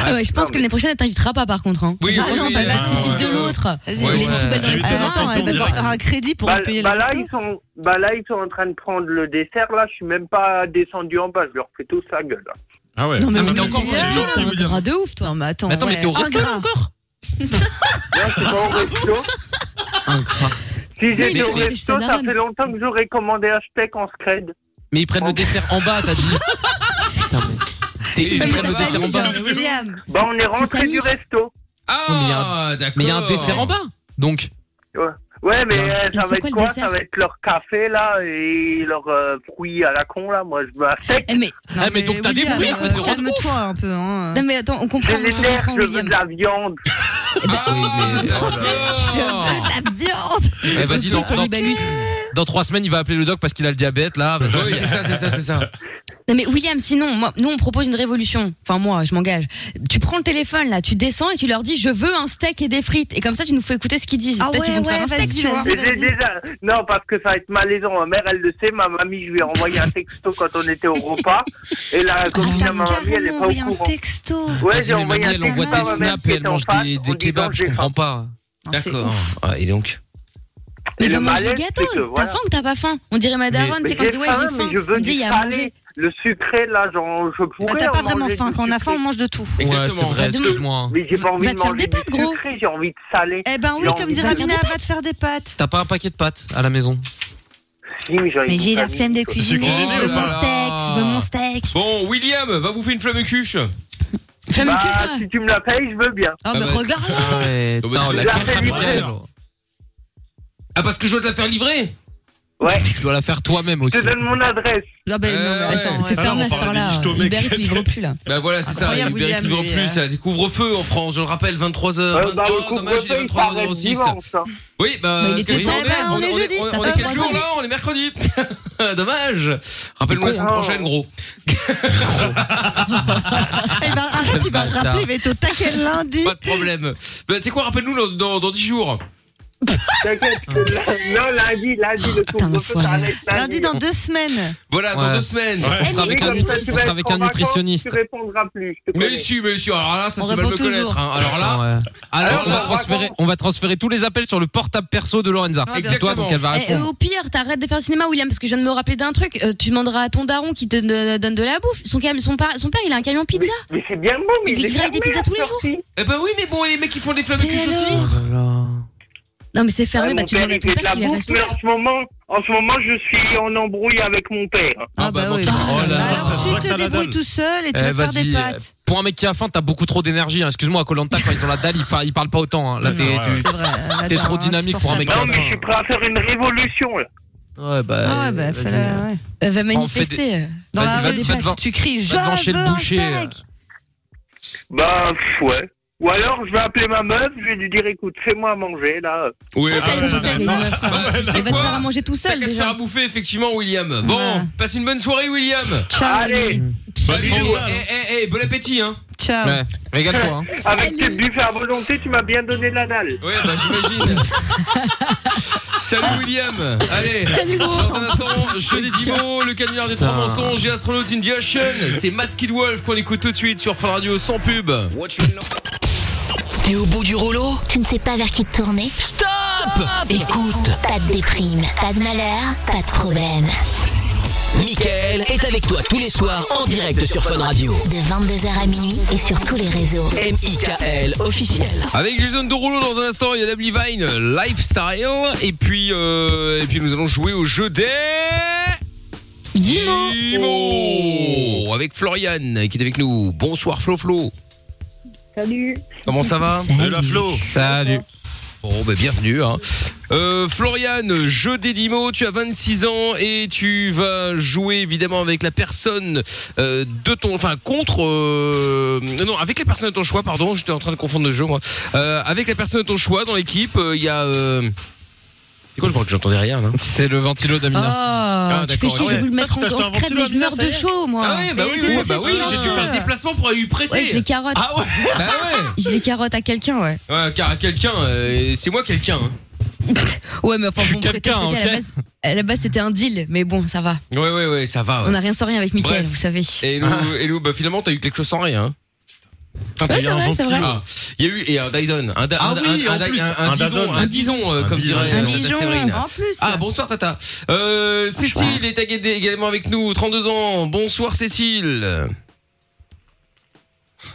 S3: Ah ouais, je pense
S9: Non,
S3: que l'année prochaine, elle t'invitera pas, par contre. Hein.
S2: Oui,
S3: Genre,
S2: oui,
S3: ah non,
S2: oui,
S3: t'as
S2: oui,
S3: la petite
S8: oui,
S3: fille
S8: oui.
S3: de l'autre.
S2: Ouais,
S7: Vas-y,
S3: Il est
S2: ouais.
S3: une
S8: J'ai
S3: poubelle dans les
S8: eu tes
S3: toilettes.
S7: Attends,
S8: intentions
S7: elle va devoir
S8: directes.
S7: faire euh, un crédit pour
S9: Bah,
S7: payer
S9: bah
S7: le
S9: là,
S7: resto.
S9: ils sont, bah là, ils sont en train de prendre le dessert. Là, je suis même pas descendu en bas. Je leur fais tous la gueule.
S8: Ah ouais.
S7: Non, mais
S2: Ah, mais
S7: on
S2: t'es encore
S7: est-
S2: au resto,
S3: T'es un
S8: William.
S3: gras de ouf, toi.
S7: Non, mais attends.
S2: Mais attends, mais
S7: ouais.
S2: t'es au
S7: Un
S2: resto
S7: gras.
S2: là, encore
S9: Là, je suis pas au resto. Si
S3: Mais
S9: j'étais
S3: il
S9: au
S3: est riche,
S9: resto,
S3: c'est
S9: ça
S3: daronne.
S9: fait longtemps que j'aurais commandé un steak en scred.
S2: Mais ils prennent le dessert en bas, t'as dit. Putain, mais. T'es- Ils
S3: Mais
S2: prennent
S3: ça
S2: le
S3: va,
S2: dessert en
S3: lui,
S2: bas.
S3: genre.
S7: William.
S9: Bah, on est rentré
S3: Samy.
S9: du resto.
S4: Ah,
S2: mais il y a
S4: d'accord.
S2: Mais il y a un dessert en bas. Donc,
S9: Ouais, mais
S2: Non.
S9: euh,
S3: Mais
S9: ça
S3: c'est
S9: va
S3: quoi
S9: être
S3: le
S9: quoi
S3: dessert
S9: Ça va être leur café, là, et leur euh, fruits à la con, là. Moi, je veux un steak.
S3: Eh, mais,
S7: Non,
S2: Ah, mais donc, t'as des
S7: William,
S2: bruits,
S7: euh,
S2: quoi, t'es rendu
S7: Calme-toi un peu. hein.
S3: non, mais attends, on
S9: Je
S3: comprend. Moi, je te
S9: l'énerve,
S3: comprends,
S9: je veux de
S3: William.
S9: la viande.
S2: Ah,
S4: Oui, mais-
S2: d'accord.
S7: La viande.
S2: Eh, vas-y, dans, dans,
S3: Canibalus.
S2: dans trois semaines, il va appeler le doc parce qu'il a le diabète, là.
S4: Oui, c'est ça, c'est ça, c'est ça.
S3: Non mais William, sinon, moi, nous on propose une révolution. Enfin moi, je m'engage. Tu prends le téléphone là, tu descends et tu leur dis je veux un steak et des frites. Et comme ça, tu nous fais écouter ce qu'ils disent.
S7: Ah
S3: Peut-être qu'ils
S7: ouais,
S3: vont te
S7: ouais,
S3: faire un steak,
S7: vas-y,
S3: tu vois.
S7: vas-y.
S9: Et j'ai déjà... Non, parce que ça va être malaisant. Ma mère, elle le sait. Ma mamie, je lui ai envoyé un texto quand on était au repas. Et
S3: Ah,
S9: la copine
S7: T'as
S9: à ma mamie, elle est pas
S7: carrément
S9: au
S7: envoyé un
S9: courant.
S7: texto.
S9: Ouais,
S2: Vas-y,
S9: j'ai
S2: Ah, mais mamie,
S9: envoyé un
S2: elle envoie
S9: texto
S2: des
S9: à ma mère
S2: snaps
S9: qui
S2: et
S9: est
S2: elle
S9: en
S2: mange
S9: face
S2: des, des
S9: en disant,
S2: kebabs, je
S9: j'ai faim.
S2: comprends pas.
S7: Non, c'est
S4: D'accord.
S7: ouf.
S2: Ah, et donc
S3: Mais
S9: Et
S3: va
S9: le
S3: manger le
S9: malaise,
S3: gâteau.
S9: c'est que,
S3: T'as
S9: voilà.
S3: faim ou t'as pas faim On dirait madame,
S2: Mais-
S3: tu sais quand je dis ouais
S9: faim,
S3: j'ai
S9: mais
S3: faim,
S9: je veux
S3: on me dit
S9: du
S3: il y a à
S9: salé.
S3: manger. Ah,
S9: Le sucré, là, j'en, je pourrais.
S7: Bah, t'as
S9: en
S7: pas vraiment
S9: manger
S7: faim.
S9: du
S7: Quand on a
S9: sucré.
S7: faim, on mange de tout.
S2: Ouais, c'est
S4: Exactement.
S2: vrai,
S3: Bah, demain-
S2: excuse-moi.
S9: Mais j'ai pas envie
S3: Va
S9: de
S3: te faire
S9: manger
S3: des
S9: du
S3: pâtes, gros.
S9: sucré, j'ai envie de salé.
S7: Eh ben oui,
S9: Non,
S7: comme
S9: mais-
S7: dirait
S3: Bah, viens
S7: Amina,
S3: des
S7: va te faire des pâtes.
S2: T'as pas un paquet de pâtes à la maison
S9: Oui, mais j'en ai
S7: Mais j'ai
S9: pour
S7: la
S9: famille.
S7: flemme de
S8: cuisiner,
S7: cuisiner. Je veux
S2: oh là
S7: mon
S2: là.
S7: steak. Je veux mon steak.
S4: Bon, William, va vous faire une flamme cuche.
S3: Flamme
S9: Bah,
S3: cul, ça.
S9: si tu me la payes, je veux bien.
S7: Oh,
S4: Ah
S7: mais
S4: bah,
S7: regarde-la.
S2: Ouais,
S4: Non, mais
S2: putain,
S4: c'est
S2: la
S9: la
S2: crêpe
S9: famille.
S2: amicale.
S4: Ah, parce que je dois te la faire livrer
S9: Ouais,
S2: Tu dois la faire toi-même
S9: je
S2: aussi.
S9: te donne mon adresse.
S7: Ah, ben non,
S4: Euh,
S7: mais attends.
S3: C'est
S7: ouais.
S8: Alors, on
S3: fermé à cette
S8: parlait
S3: heure-là.
S8: des michetots, mec.
S3: Libéré, tu livres plus là.
S5: Euh,
S4: Bah voilà, c'est ça.
S7: Incroyable,
S4: Libéré qui
S7: William,
S4: en
S7: lui,
S4: plus,
S7: euh.
S4: c'est couvre-feu en France, je le rappelle, 23h.
S9: Ouais, bah, le
S4: oh, dommage, il
S9: couvre-feu,
S4: est
S9: il s'arrête
S4: 23h06.
S9: dimanche. hein.
S4: Oui, bah,
S3: Mais il était
S4: qu'est-ce
S3: temps,
S4: qu'on
S7: ben, on est
S4: on est,
S7: jeudi,
S4: on-
S3: ça
S4: on
S3: fait
S4: est quel
S3: trois
S4: jour
S3: ans.
S4: là On est mercredi.
S2: Dommage. Rappelle-moi la
S9: con,
S2: semaine
S9: hein.
S2: prochaine, gros.
S7: Il va- Eh ben, arrête, il va te
S2: Ah, Bâtard.
S7: rappeler, il va être au taquet le lundi.
S2: Pas de problème. Bah, tu sais quoi, rappelle-nous dans, dans, dans 10 jours.
S9: T'inquiète, que- non, lundi, lundi, le
S3: Putain,
S9: couvre-feu
S3: d'enfoiré.
S9: s'arrête
S7: Lundi dans deux semaines.
S2: Voilà, dans
S4: Ouais.
S2: deux semaines.
S8: Ouais.
S4: On sera
S9: Oui,
S4: avec un,
S9: Eh, comme ça,
S4: nutri-
S9: tu
S4: on
S9: vas
S4: sera
S9: être
S4: avec
S9: en
S4: un
S9: vacances,
S4: nutritionniste.
S9: Tu répondras plus, je te
S2: Mais
S9: connais.
S2: si, mais si, alors là, ça
S7: On
S2: c'est mal
S7: répond
S2: me connaître.
S7: toujours.
S2: hein. Alors là,
S4: Ah Ouais.
S2: alors
S4: on, va
S2: là,
S4: transférer, on va transférer tous les appels sur le portable perso de Lorenza.
S7: Ouais, Ah, bien
S2: sûr.
S4: Toi, donc elle va
S3: Eh, euh,
S4: répondre.
S3: au pire, t'arrêtes de faire le cinéma, William, parce que je viens de me rappeler d'un truc. Euh, tu demanderas à ton daron qui te donne donne de la bouffe. Son, cam- son, pa- son père, il a un camion pizza.
S9: Mais c'est bien bon, mais
S3: Il
S9: est
S3: grille des
S9: fermé,
S3: pizzas
S9: la
S3: tous les jours.
S9: sortie.
S2: eh ben oui, mais bon, les mecs ils font des flambecuches aussi.
S3: Non, mais c'est fermé,
S9: Ouais,
S3: bah
S9: Eh, mon
S3: tu
S9: père,
S3: demandes à
S9: il
S3: ton
S9: fait de
S3: père
S9: la
S3: qu'il
S9: bouffe,
S3: reste
S9: mais
S3: ouvert.
S9: en ce moment, en ce moment, je suis en embrouille avec mon père.
S7: Ah, bah
S4: Oh là
S7: oui.
S4: là.
S7: Alors
S8: C'est vrai
S7: tu
S8: que
S7: te
S8: t'as la
S7: débrouilles
S8: dalle.
S7: tout seul et tu
S4: Eh,
S7: vas faire des
S4: vas-y.
S7: pâtes.
S4: Pour un mec qui a faim, t'as beaucoup trop d'énergie. hein. Excuse-moi, à Colanta, quand ils ont la dalle, ils, par- ils parlent pas autant. hein. Là,
S8: Ouais,
S4: t'es,
S8: c'est vrai,
S4: tu-
S8: ouais.
S7: C'est vrai, euh,
S4: T'es
S7: là-dedans,
S4: trop
S7: hein,
S4: dynamique pour un mec
S9: Non,
S4: Enfin.
S9: mais je suis prêt à faire une révolution, là.
S4: Ouais, bah.
S7: Ah ouais, bah,
S4: vas-y.
S7: fallait- ouais.
S3: Euh, Va
S4: On fait
S3: manifester. euh.
S7: Dans la
S4: Vas-y, va-
S7: rue,
S4: va
S7: tu-
S4: devant-
S7: tu cries Je
S4: va devant chez
S7: veux
S4: le
S7: un
S4: boucher,
S7: steak.
S9: Bah, pff, ouais. Ou alors, je vais appeler ma meuf, je vais lui dire, écoute, fais-moi à manger, là.
S2: Oui,
S8: Ah,
S2: bah,
S8: ouais,
S3: T'as
S8: non,
S3: une
S8: non.
S3: meuf, hein.
S8: Ouais,
S2: c'est
S3: Il va te
S2: quoi
S3: faire à manger tout
S2: T'as
S3: seul
S2: qu'à te faire à
S3: déjà.
S2: bouffer, effectivement, William. Bon,
S7: Ouais.
S2: passe une bonne soirée, William.
S7: Ciao.
S9: Allez,
S8: Bah,
S2: Eh,
S8: bisous, hein.
S2: eh, eh, bon appétit, hein.
S7: Ciao.
S4: Ouais, régale-toi. hein.
S9: avec tes
S3: Salut.
S9: buffets à volonté, tu m'as bien donné de la dalle.
S2: Ouais, bah j'imagine. Salut William. Allez, dans un instant, je dis 10 mots, le canular des trois
S4: Putain.
S2: mensonges et Astronaut in the Ocean. C'est Masked Wolf qu'on écoute tout de suite sur Fun Radio sans pub.
S1: T'es au bout du rouleau
S6: Tu ne sais pas vers qui te tourner
S1: Stop Écoute,
S6: Pas de déprime, pas de malheur, pas de problème.
S1: Michael est avec toi tous les soirs en direct sur Fun Radio.
S6: De 22h à minuit et sur tous les réseaux.
S1: M.I.K.L. officiel.
S2: Avec Jason Derulo dans un instant, il y a Dame Levine, Lifestyle. Et puis, euh, et puis nous allons jouer au jeu des...
S3: Dis-moi.
S2: mots Avec Florian qui est avec nous. Bonsoir Flo Flo.
S5: Salut.
S2: Comment ça va
S8: Allez, la Flo.
S4: Salut.
S2: Bon, bah, bienvenue. Hein. Euh, Floriane, je des dix mots, tu as 26 ans et tu vas jouer évidemment avec la personne euh, de ton... Enfin, contre... euh, non, avec la personne de ton choix, pardon, j'étais en train de confondre le jeu, moi. Euh, avec la personne de ton choix dans l'équipe, euh, il y a... euh, c'est quoi le bruit que j'entendais rien là Ah,
S4: C'est le ventilo d'Amina.
S3: Oh, tu fais
S2: d'accord,
S3: chier, je
S2: ouais.
S3: vais vous le mettre en
S8: Toi, tu t'achètes
S3: en
S8: un
S3: secret, mais je
S8: ventilo,
S3: meurs de
S8: Amina,
S3: chaud, moi.
S2: Ah ouais, bah
S7: Et
S2: oui,
S7: des
S2: oui, bah oui,
S7: associations.
S2: j'ai dû faire le déplacement pour aller lui prêter.
S3: Ouais, je les carotte.
S8: Ah ouais
S2: bah ouais,
S3: Je les carotte à quelqu'un, ouais.
S2: ouais car quelqu'un, euh, c'est moi quelqu'un. hein.
S3: Ouais, mais enfin,
S4: Je suis
S3: bon, prêter,
S4: quelqu'un,
S3: prêter, à
S4: ok.
S3: la base, à la base, c'était un deal, mais bon, ça va.
S2: Ouais, ouais, ouais, ça va. ouais.
S3: On n'a rien sans rien avec Mickaël,
S2: Bref.
S3: vous savez. Ah.
S2: Et nous, et nous, bah finalement, t'as eu quelque chose sans rien. hein.
S3: Ouais, c'est vrai, c'est vrai.
S2: Ah, Il y a eu et un Dyson, un, da-
S8: Ah
S2: un,
S8: oui,
S2: un,
S8: en
S2: un-
S8: plus.
S2: un, un
S8: Un
S2: Dyson,
S8: Dyson.
S2: un Dyson, euh,
S8: Un
S2: comme
S8: Dyson.
S2: dirait
S3: Un
S2: euh,
S3: Dyson. Ah,
S2: la Séverine.
S7: En plus.
S2: Ah bonsoir Tata. Euh, Cécile est taguée également avec nous, 32 ans. Bonsoir Cécile.
S4: En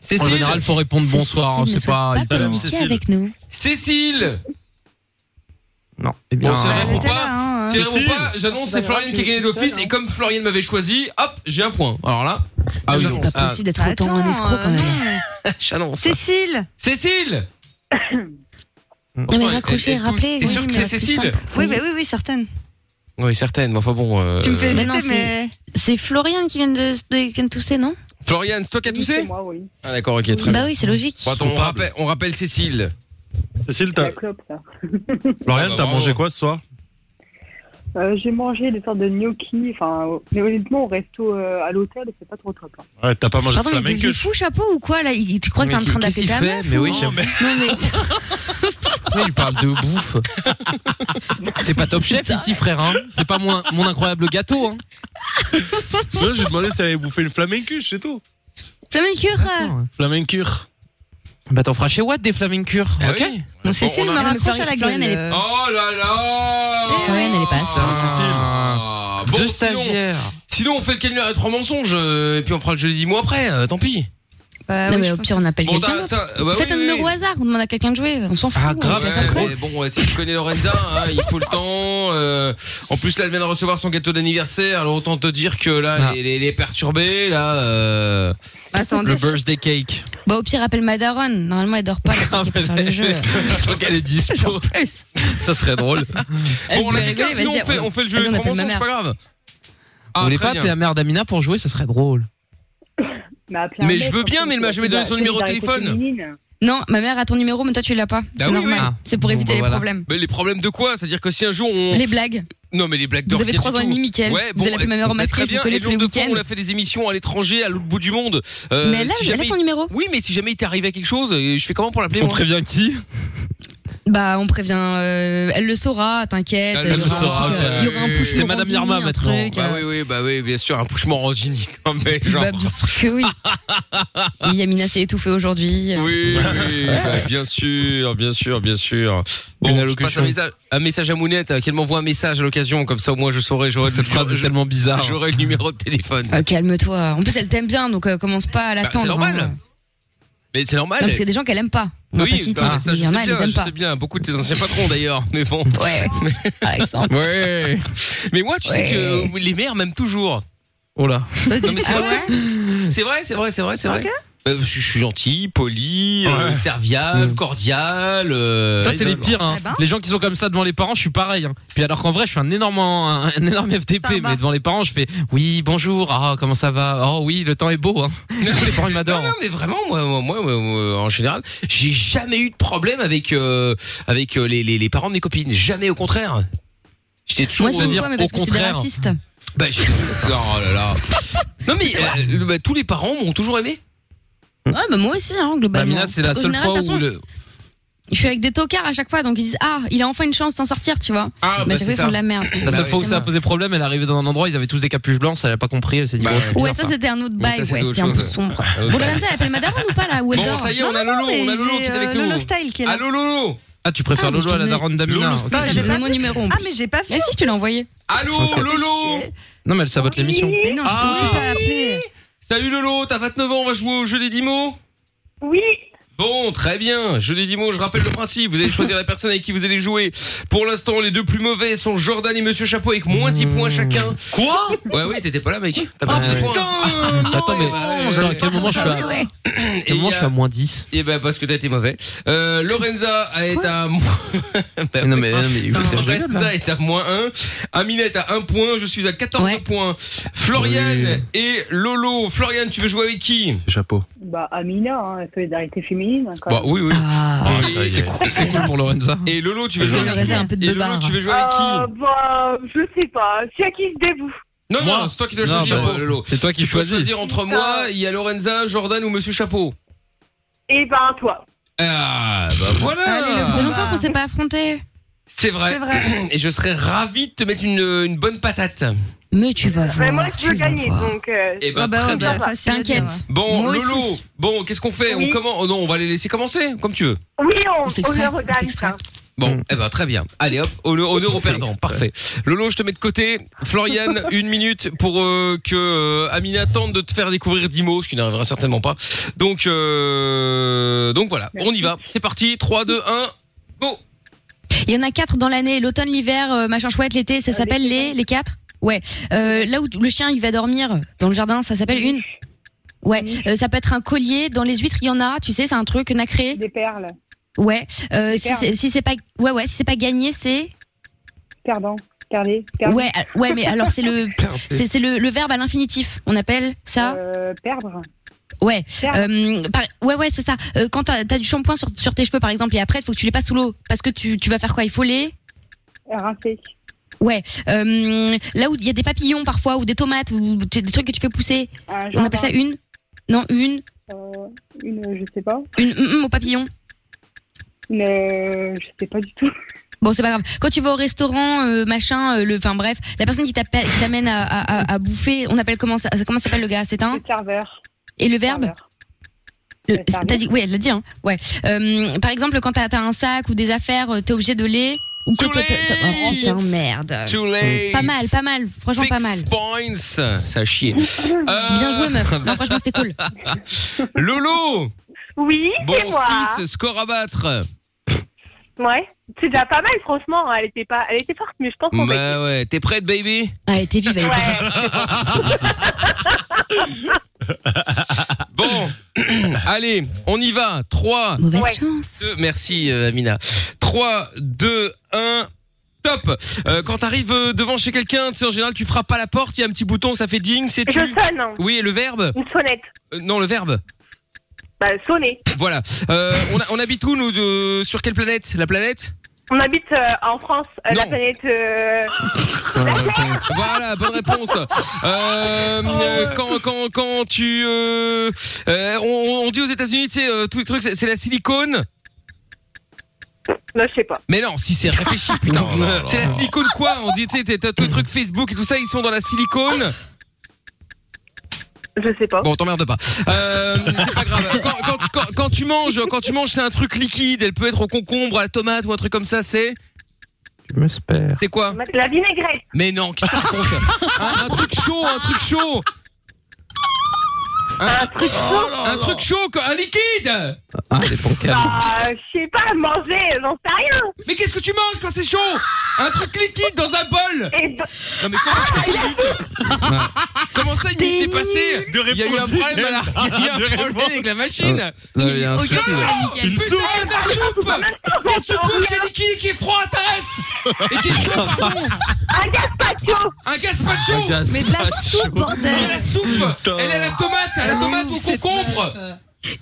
S2: Cécile.
S4: général, faut répondre bonsoir. hein,
S3: Cécile ne
S4: C'est pas.
S3: souhaite
S8: Salut,
S3: communiquer
S8: Cécile.
S3: avec nous.
S2: Cécile.
S4: Non, eh
S2: Bon, c'est
S7: Bah,
S2: vrai.
S7: elle
S2: ou
S7: était
S2: pas
S7: là, hein,
S2: Si elle
S8: Cécile.
S2: répond pas, j'annonce c'est
S5: Bah,
S2: Florian
S5: grave,
S2: qui a gagné
S5: je suis
S2: d'office
S5: seule,
S2: et
S5: hein.
S2: comme Florian m'avait choisi, hop, j'ai un point. Alors là, ah oui,
S3: Non,
S2: non,
S3: c'est pas
S2: ah,
S3: possible d'être autant
S7: Attends,
S3: un escroc quand même.
S7: euh,
S2: j'annonce.
S7: Cécile
S2: Cécile
S3: Non, mais raccrochez, rappelez.
S2: T'es
S3: oui,
S2: sûr que
S3: mais
S2: c'est
S3: plus
S2: Cécile
S3: simple.
S7: Oui, bah oui, oui, certaine.
S2: Oui, certaine, mais enfin bon. euh,
S7: Tu me fais
S3: Mais non,
S7: hésiter, mais.
S3: C'est Florian qui vient de, de- qui vient de tousser, non
S2: Florian, c'est toi qui as
S5: Oui, c'est
S2: toussé
S5: moi, oui.
S2: Ah d'accord, ok, très
S3: Bah
S2: bien.
S3: oui, c'est logique.
S2: Bon, attends, on,
S8: Coupable.
S2: rappelle, on rappelle Cécile.
S8: Cécile,
S5: La
S8: t'as.
S5: clope, ça.
S2: Ah bah,
S8: Florian, t'as
S2: bravo.
S8: mangé quoi ce soir
S5: Euh, J'ai mangé des sortes de gnocchi. Enfin, euh, mais honnêtement, au resto euh, à l'hôtel, c'est pas trop top. hein.
S8: Ouais, t'as pas mangé de
S3: Pardon, mais il est
S8: flamenco.
S3: devenu fou, chapeau ou quoi là Il- Tu crois que t'es en train
S2: Qu'est-ce
S3: d'appeler
S2: qu'il
S3: ta
S2: fait
S3: meuf
S2: Mais
S3: ou-
S2: oui,
S8: Non, mais-
S3: Non mais
S4: Pourquoi il parle de bouffe C'est pas top chef ici, frère. Hein c'est pas mon, mon incroyable gâteau. Hein
S8: Moi, j'ai demandé si elle allait bouffer une flamencuche, c'est tout.
S3: Flamencure
S2: Ah
S3: euh,
S8: Flamencure.
S4: bah t'en feras chez Watt des flamencures.
S2: Ah
S4: ok.
S2: oui.
S7: Bon,
S2: on
S7: Cécile me
S2: a-
S7: raccroche
S3: Florian-
S7: à la
S3: Florian,
S7: gueule.
S3: elle est-
S7: euh.
S2: Oh là là
S3: Florian, elle est pas astreinte.
S2: Ah, Bon,
S4: de
S2: sinon,
S4: stagiaire.
S2: sinon, on fait le calculateur à trois mensonges euh, et puis on fera le jeu dix mois après, euh, tant pis.
S7: Bah
S3: Non
S7: oui,
S3: mais
S7: je
S3: au
S7: pense
S3: pire
S7: que
S3: on appelle
S2: Bon,
S3: quelqu'un
S2: t'as-
S3: d'autre.
S2: t'as- bah
S3: Faites
S2: oui,
S3: un
S2: oui,
S3: numéro au
S2: oui.
S3: hasard, on demande à quelqu'un de jouer, on s'en fout.
S4: Ah,
S3: on
S4: grave,
S2: Ouais,
S3: s'en fout.
S2: mais bon, ouais, tu tu connais Lorenza, hein, il faut le temps. euh, en plus, là, elle vient de recevoir son gâteau d'anniversaire. Alors autant te dire que là,
S4: Ah.
S2: elle, est- elle est perturbée. Là, euh,
S7: c'est- Attendez.
S4: Le birthday cake.
S3: Bah au pire appelle Madaron, normalement elle dort pas, elle est pour faire le jeu.
S4: Je crois qu'elle est dispo.
S3: Plus.
S4: Ça serait drôle.
S2: Bon, on a
S3: Elle
S2: quelqu'un.
S3: rigole,
S2: Sinon,
S3: vas-y,
S2: on fait, on fait le jeu.
S3: vas-y,
S2: des
S3: on
S2: trois
S3: appelle ma
S2: mensonges, c'est
S3: mère.
S2: pas grave.
S4: Vous
S2: Ah,
S4: voulez
S2: très
S4: pas
S2: bien.
S4: appeler la mère d'Amina pour jouer Ça serait drôle.
S5: Mais, appeler un
S2: Mais je
S5: mec,
S2: veux bien,
S5: surtout,
S2: mais elle m'a
S5: c'est
S2: jamais donné son numéro de
S5: solidarité
S2: téléphone.
S5: féminine.
S3: Non, ma mère a ton numéro, mais toi tu l'as pas.
S2: Bah
S3: c'est
S2: oui,
S3: normal.
S2: oui.
S3: C'est pour
S2: Bon,
S3: éviter
S2: bah
S3: les
S2: voilà.
S3: problèmes.
S2: Mais les problèmes de quoi C'est-à-dire que si un jour on.
S3: Les blagues.
S2: Non, mais les blagues
S3: Vous
S2: d'or,
S3: avez
S2: rien
S3: trois
S2: du
S3: ans et
S2: tout.
S3: demi, Mickaël.
S2: Ouais,
S3: Vous
S2: bon,
S3: avez appelé ma mère au
S2: bah,
S3: masque,
S2: très
S3: vous
S2: bien. Et
S3: connaissez
S2: le
S3: les
S2: nombre de fois,
S3: week-ends.
S2: on a fait des émissions à l'étranger, à l'autre bout du monde. Euh,
S3: mais là,
S2: si
S3: elle
S2: jamais-
S3: a ton numéro.
S2: Oui, mais si jamais il t'est arrivé quelque chose, et je fais comment pour l'appeler moi
S4: prévient qui
S3: Bah, on prévient. euh, elle le saura, t'inquiète.
S2: Elle le
S3: Il y aura un
S2: saura,
S3: truc, euh, Il y aura un
S2: ok.
S3: push
S2: C'est
S3: pour
S4: Madame
S3: Andy,
S4: Irma
S3: un
S4: maintenant.
S3: truc,
S2: Bah
S3: euh,
S2: oui, oui, bah oui, bien sûr, un pushman rangini. Non, mais genre.
S3: Bah, bien sûr que oui. Oui, Yamina s'est étouffée aujourd'hui.
S2: Oui, oui, bah, bien sûr, bien sûr, bien sûr.
S4: Une
S2: Bon, je
S4: allocution.
S2: passe un message, un message à Mounette, euh, qu'elle m'envoie un message à l'occasion, comme ça au moins je saurai, j'aurai
S4: Cette
S2: le-
S4: phrase est
S2: j'aurai-
S4: tellement bizarre.
S2: j'aurai le numéro de téléphone.
S3: Euh, Calme-toi. En plus, elle t'aime bien, donc euh, commence pas à
S2: Bah,
S3: l'attendre.
S2: c'est normal.
S3: hein.
S2: Mais c'est normal.
S3: Non, parce qu'il y a des gens qu'elle aime pas. On va pas
S2: Oui,
S3: citer,
S2: bah,
S3: mais
S2: ça,
S3: il
S2: je
S3: y en a,
S2: sais
S3: elle les
S2: bien,
S3: aime
S2: je
S3: pas.
S2: sais bien. Beaucoup de tes anciens patrons d'ailleurs, mais bon.
S3: Ouais, ouais. Par exemple.
S4: Ouais.
S2: Mais moi, tu sais
S3: Ouais.
S2: que euh, les mères m'aiment toujours.
S4: Oh là.
S7: Bah, dites-
S2: Non, mais c'est
S3: Ah
S2: vrai. C'est vrai, c'est vrai, c'est vrai, c'est vrai.
S7: Ok.
S2: Euh, je, suis- je suis gentil, poli, euh,
S3: Mm.
S2: serviable, cordial. euh,
S4: Ça c'est les
S2: raisonnable.
S4: pires. hein.
S7: Eh ben.
S4: Les gens qui sont comme ça devant les parents, je suis pareil. hein. Puis alors qu'en vrai, je suis un énorme un, un énorme
S7: Ça
S4: FDP,
S7: va.
S4: mais devant les parents, je fais oui bonjour. Ah comment ça va Oh oui, le temps est beau. hein. Les parents ils
S2: Non,
S4: m'adorent.
S2: non, mais vraiment, moi, moi, moi, moi, moi, en général, j'ai jamais eu de problème avec euh, avec euh, les, les, les parents de mes copines. Jamais, au contraire. J'étais toujours. euh,
S3: Moi, c'est une
S4: dire,
S3: fois, mais
S4: au
S3: parce que c'est des
S4: contraire.
S3: racistes.
S2: bah, j'étais- non, oh là là. Non mais euh, le- bah, tous les parents m'ont toujours aimé.
S3: Ouais, bah, moi aussi, hein,
S4: Bah,
S3: globalement.
S4: Mina, c'est la
S3: Parce qu'en
S4: seule
S3: général,
S4: fois
S3: de toute
S4: où
S3: façon,
S4: le.
S3: Je suis avec des tocards à chaque fois, donc ils disent Ah, il a enfin une chance d'en sortir, tu vois. Bah,
S2: Ah
S3: mais à chaque fois, ils font de la merde.
S4: La seule fois
S2: Bah oui,
S4: où
S2: c'est
S4: ça a
S2: moi.
S4: posé problème, elle est arrivée dans un endroit, ils avaient tous des capuches blanches, elle a pas compris, elle s'est dit
S2: Bah,
S4: oh, c'est
S3: Ouais,
S4: bizarre,
S3: ça,
S4: ça.
S3: c'était un autre
S2: Mais ça,
S3: bail,
S2: c'est
S3: ouais,
S2: autre
S3: c'était un peu
S2: chose.
S3: sombre. Bon, Lorenza, elle appelle madame ou pas là Où elle
S2: Bon,
S3: dort
S2: ça y est,
S7: Non,
S2: on a
S7: non,
S2: Lolo,
S7: mais
S2: on a Lolo qui
S7: j'ai,
S2: est
S7: euh,
S2: avec
S7: Lolo
S2: nous.
S7: Style qui est là.
S2: Allô Lolo
S4: Ah tu préfères
S3: Ah, mais je
S4: Lolo à la
S3: t'en ai-
S4: daronne d'Amina
S2: Lolo
S4: ok.
S2: Star.
S7: Ah,
S3: Elle
S7: j'ai
S3: me
S7: pas
S3: donne mon
S7: vu.
S3: numéro. en
S7: Ah,
S3: plus.
S7: mais j'ai pas vu.
S3: Mais si, je te l'ai envoyé.
S2: Allô
S7: Ça fait
S2: hein. Lolo
S7: chier.
S4: Non mais elle sabote l'émission.
S7: Mais non, je
S2: Ah.
S7: t'aurais pas appelé.
S2: Salut Lolo, t'as 29 ans, on va jouer au jeu des 10 mots
S5: Oui,
S2: Bon, très bien. Je l'ai dit mot, je rappelle le principe. Vous allez choisir la personne avec qui vous allez jouer. Pour l'instant, les deux plus mauvais sont Jordan et Monsieur Chapeau avec moins 10 points chacun. Quoi Ouais, ouais, t'étais pas là, mec. T'as pas
S4: Ah,
S2: de points.
S4: Attends mais
S2: ouais,
S4: genre, à quel moment je suis à à
S2: Et
S4: quel moment
S2: il y
S4: je
S2: a-
S4: suis à moins 10
S2: Eh ben, parce que t'as été mauvais. Euh, Lorenza est à moins... Ben,
S4: Non mais non mais putain, je rigole, là.
S2: Lorenza est à moins 1. Aminette à 1 point. Je suis à 14
S3: Ouais.
S2: points. Florian
S4: Oui.
S2: et Lolo. Florian, tu veux jouer avec qui
S8: C'est chapeau.
S5: bah Amina, hein, solidarité féminine. hein, quand
S2: Bah,
S5: même.
S2: oui, oui.
S3: Ah,
S2: Et-
S4: C'est cool pour Lorenza.
S2: Et Lolo, tu veux
S3: Parce que
S2: jouer avec
S3: Lorenza a un peu de
S2: qui Et Lolo,
S3: beubard.
S2: tu veux jouer avec
S5: Euh,
S2: qui
S5: bah, je sais pas. C'est à qui se dévoue
S2: Non,
S4: Moi
S2: non, c'est toi qui dois
S4: Non,
S2: choisir,
S4: bah,
S2: euh, Lolo.
S4: C'est toi qui
S2: Tu peux
S4: choisis.
S2: choisir entre moi, il y a Lorenza, Jordan ou Monsieur Chapeau.
S5: Eh ben, toi.
S2: Ah, bah
S7: Allez,
S3: ça
S2: voilà.
S7: Lorenza.
S3: fait longtemps qu'on s'est pas affronté.
S2: C'est vrai.
S7: C'est vrai.
S2: Et je serais ravi de te mettre une, une bonne patate.
S3: Mais tu vas voir.
S5: Bah, moi, je
S3: tu
S5: veux
S3: vas
S5: gagner,
S3: voir.
S5: donc. euh,
S2: Et
S7: Ah,
S2: bah,
S7: bah
S2: très
S7: ouais,
S2: bien.
S7: bah, facile à dire,
S3: T'inquiète.
S7: ouais.
S2: Bon,
S3: Moi aussi.
S2: Lolo. Bon, qu'est-ce qu'on fait
S5: Oui.
S2: On commence oh, Non, on va les laisser commencer, comme tu veux.
S5: Oui, on,
S3: On fait
S5: on
S3: exprès,
S5: le
S3: on fait
S5: regagne,
S3: exprès.
S5: ça.
S2: Bon,
S4: Mm.
S2: eh ben très bien. Allez hop, honneur, honneur au perdant, parfait. Lolo, je te mets de côté. Florian, une minute pour euh, que euh, Amina tente de te faire découvrir 10 mots, ce qui n'arrivera certainement pas. Donc, euh, donc voilà, on y va. C'est parti, 3, 2, 1, go
S3: Il y en a quatre dans l'année, l'automne, l'hiver, euh, machin chouette, l'été, ça s'appelle les les quatre. Ouais. Euh, là où le chien il va dormir dans le jardin, ça s'appelle une. Ouais. Euh, ça peut être un collier. Dans les huîtres, il y en a. Tu sais, c'est un truc nacré.
S5: Des perles.
S3: Ouais. Euh, si
S5: Super.
S3: c'est si c'est pas ouais ouais si c'est pas gagné, c'est
S5: Perdant. Perlé.
S3: ouais euh, ouais mais alors c'est le c'est c'est le, le verbe à l'infinitif. On appelle ça.
S5: Euh, perdre.
S3: Ouais.
S5: Perdre.
S3: Euh, par- ouais ouais c'est ça. Euh, quand t'as as du shampoing sur, sur tes cheveux par exemple et après il faut que tu les passes sous l'eau parce que tu tu vas faire quoi Il faut les
S5: Rincer.
S3: Ouais, euh, là où il y a des papillons parfois, ou des tomates, ou des des trucs que tu fais pousser,
S5: Ah,
S3: on appelle ça une Non, une,
S5: euh, une, je sais pas.
S3: une, mm, mm, au papillon.
S5: Une, je sais pas du tout.
S3: Bon, c'est pas grave. Quand tu vas au restaurant, euh, machin, euh, le, enfin bref, la personne qui t'appelle- qui t'amène à, à, à- à bouffer, on appelle comment ça Comment s'appelle le gars C'est un
S5: serveur.
S3: Et le verbe Le-
S5: Le service.
S3: T'as dit Oui, elle l'a dit. Hein. Ouais. Euh, par exemple, quand t'as t'as un sac ou des affaires, euh, t'es obligé de les. Ou que
S2: Too
S3: t'as- t'as- t'as- oh,
S2: late.
S3: putain, merde. Mm.
S2: Too late.
S3: Pas mal, pas mal. Franchement,
S2: Six
S3: pas mal.
S2: points. Ça a chié. Euh,
S3: Bien joué, meuf. Non, franchement, c'était cool.
S2: Lolo.
S5: Oui,
S2: Bon,
S5: c'est moi.
S2: 6, score à battre.
S5: Ouais. C'est déjà pas mal, franchement. hein, Elle était pas, elle était forte, mais je pense qu'on va.
S2: Bah ouais, t'es prête, baby
S3: Allez, t'es vive, Ah, elle était
S5: Ouais.
S2: Bon, allez, on y va. 3,
S3: Mauvaise
S5: Ouais.
S3: chance.
S2: Deux, merci euh, Amina. 3, 2, 1. Top. Euh, quand t'arrives euh, devant chez quelqu'un, tu sais en général tu frappes pas la porte, il y a un petit bouton, ça fait ding, c'est
S5: Je
S2: tu.
S5: sonne. hein.
S2: Oui, et le verbe
S5: Une sonnette.
S2: Euh, Non, le verbe.
S5: Bah, sonner.
S2: Voilà. Euh, on, a- on habite où, nous de- Sur quelle planète La planète
S5: On habite euh, en France, euh, la
S2: Non.
S5: planète. euh,
S2: Voilà, bonne réponse. Euh, euh, quand, quand, quand tu... euh, euh, on, on dit aux États-Unis, tu sais, euh, tous les trucs, c'est c'est la silicone.
S5: Non, je sais pas.
S2: Mais non, si c'est réfléchi, putain. C'est la silicone quoi On dit, tu sais, t'as- t'as tous les trucs Facebook et tout ça, ils sont dans la silicone.
S5: Je sais pas.
S2: Bon, t'emmerde pas. Euh, c'est pas grave. Quand, quand, quand, quand tu manges, quand tu manges, c'est un truc liquide. Elle peut être au concombre, à la tomate ou un truc comme ça. C'est.
S10: Je m'espère.
S2: C'est quoi
S5: La vinaigrette.
S2: Mais non, qu'est-ce que tu racontes un, un truc chaud, un truc chaud. Un, truc chaud, un truc chaud, quoi, un liquide.
S10: Ah, les pancartes.
S5: Bah, je sais pas, manger, j'en sais rien.
S2: Mais qu'est-ce que tu manges quand c'est chaud Un truc liquide dans un bol.
S5: Et ben- do-
S2: Non mais comment ça minute Comment ça une minute est passée
S8: De
S2: Il y a eu un
S8: réponse
S2: problème à la- il y a eu
S8: De
S2: un problème
S8: réponse.
S2: avec la machine.
S10: Là, Euh, il y a un
S3: Ok,
S10: souci, là.
S3: c'est nickel.
S2: Putain, la soupe La soupe qui est liquide, qui est froid, Thérèse Et qui est chaud, pardon
S5: un gazpacho.
S2: Un gazpacho
S7: Mais de la soupe,
S2: Et
S7: bordel
S2: la soupe
S8: Putain.
S2: Elle est à la tomate, à la tomate au concombre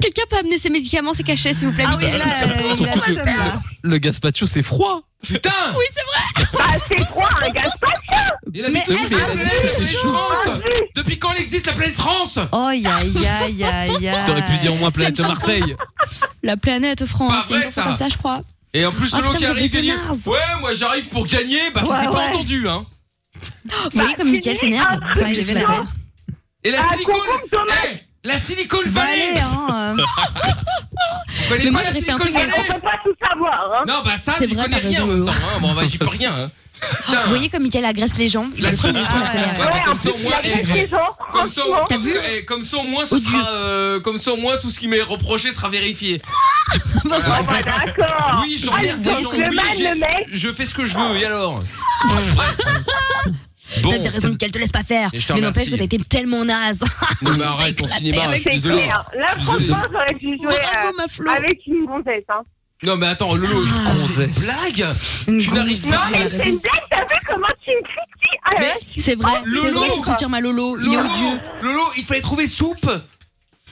S3: Quelqu'un peut amener ses médicaments, c'est caché, s'il vous plaît.
S7: Ah oui,
S3: Mickaël.
S7: là, euh, il a
S4: Surtout
S7: la
S4: que-
S7: somme, là.
S4: Le gazpacho, c'est froid.
S2: Putain
S3: Oui, c'est vrai.
S5: Bah, c'est froid, un gazpacho.
S2: Il a
S7: Mais
S2: dit-
S7: elle,
S2: il a
S7: elle
S2: dit-
S7: fait
S2: la planète
S3: Ah,
S2: France.
S5: zut.
S2: Euh, Depuis quand elle existe la planète France
S7: Oh, aïe, aïe, aïe, aïe.
S4: T'aurais pu dire au moins planète
S3: Ça me
S4: Marseille.
S3: La planète
S2: Pas
S3: France, il y
S2: vrai,
S3: a une chanson
S2: ça.
S3: comme ça, je crois.
S2: Et en plus,
S3: Ah,
S2: l'eau
S3: putain,
S2: qui
S3: vous
S2: arrive,
S3: êtes
S2: il dit
S3: connards.
S2: Ouais, moi j'arrive pour gagner, bah ça
S7: Ouais,
S2: c'est pas
S7: ouais.
S2: entendu, hein
S3: Vous voyez comme Mickaël s'énerve.
S5: un
S3: Plein
S7: truc
S3: de choses
S7: chiant.
S3: à faire.
S2: Et la
S5: Ah,
S2: silicone
S5: concombre, tomate.
S2: Eh, La silicone
S7: Bah, allez,
S2: vallée
S7: hein. euh,
S2: Vous connaissez
S3: Mais moi,
S2: pas la
S3: j'aurais fait
S2: silicone
S3: un truc
S2: vallée
S3: avec-
S5: On peut pas tout savoir, hein.
S2: Non, bah ça,
S3: C'est
S2: tu
S3: vrai,
S2: connais
S3: t'as
S2: rien en
S3: raison,
S2: même temps.
S3: Lolo.
S2: Hein. Bon, bah, j'y peux rien. Hein.
S3: Vous voyez comme Mickaël agresse les gens. Il
S2: La
S3: est trop
S2: soupe.
S3: dans la colère.
S2: Ouais, bah,
S5: Ouais,
S2: comme
S5: en
S2: ça, au
S5: plus,
S2: moins,
S5: la
S2: eh,
S5: vie des gens,
S2: Comme ça, au-
S5: franchement.
S3: T'as vu
S2: eh, comme ça, au moins, ce
S3: Odieux.
S2: sera, euh, comme ça, au moins, tout ce qui m'est reproché sera vérifié.
S5: Ah, bah, d'accord. Ah,
S2: Oui, j'emmerde des gens.
S5: Le
S2: Oui,
S5: mal,
S2: j'ai-
S5: le mec.
S2: je fais ce que je veux. Et alors Bref. Bon,
S3: T'as bien raison, Mickaël, te laisse pas faire.
S2: Et je te
S3: Mais n'empêche
S2: remercie.
S3: que t'as été tellement naze.
S2: non, mais arrête ton cinéma. Je suis
S5: Bah, C'est
S2: désolé. hein.
S5: clair. Là,
S2: Je suis désolé.
S5: franchement, j'aurais dû jouer
S3: Bravo,
S5: euh,
S3: ma Flo.
S5: avec une gonzesse. Hein.
S2: Non, mais attends, Lolo, tu
S3: Ah.
S2: une blague Tu n'arrives
S5: Non,
S2: pas
S5: mais
S3: raison.
S5: c'est une blague, t'as vu comment tu me critiques Ah,
S2: Mais-
S5: ouais,
S3: C'est vrai, c'est
S2: Lolo.
S3: vrai, je soutiens ma Lolo. Il est
S2: Lolo,
S3: odieux.
S2: Lolo, il fallait trouver soupe.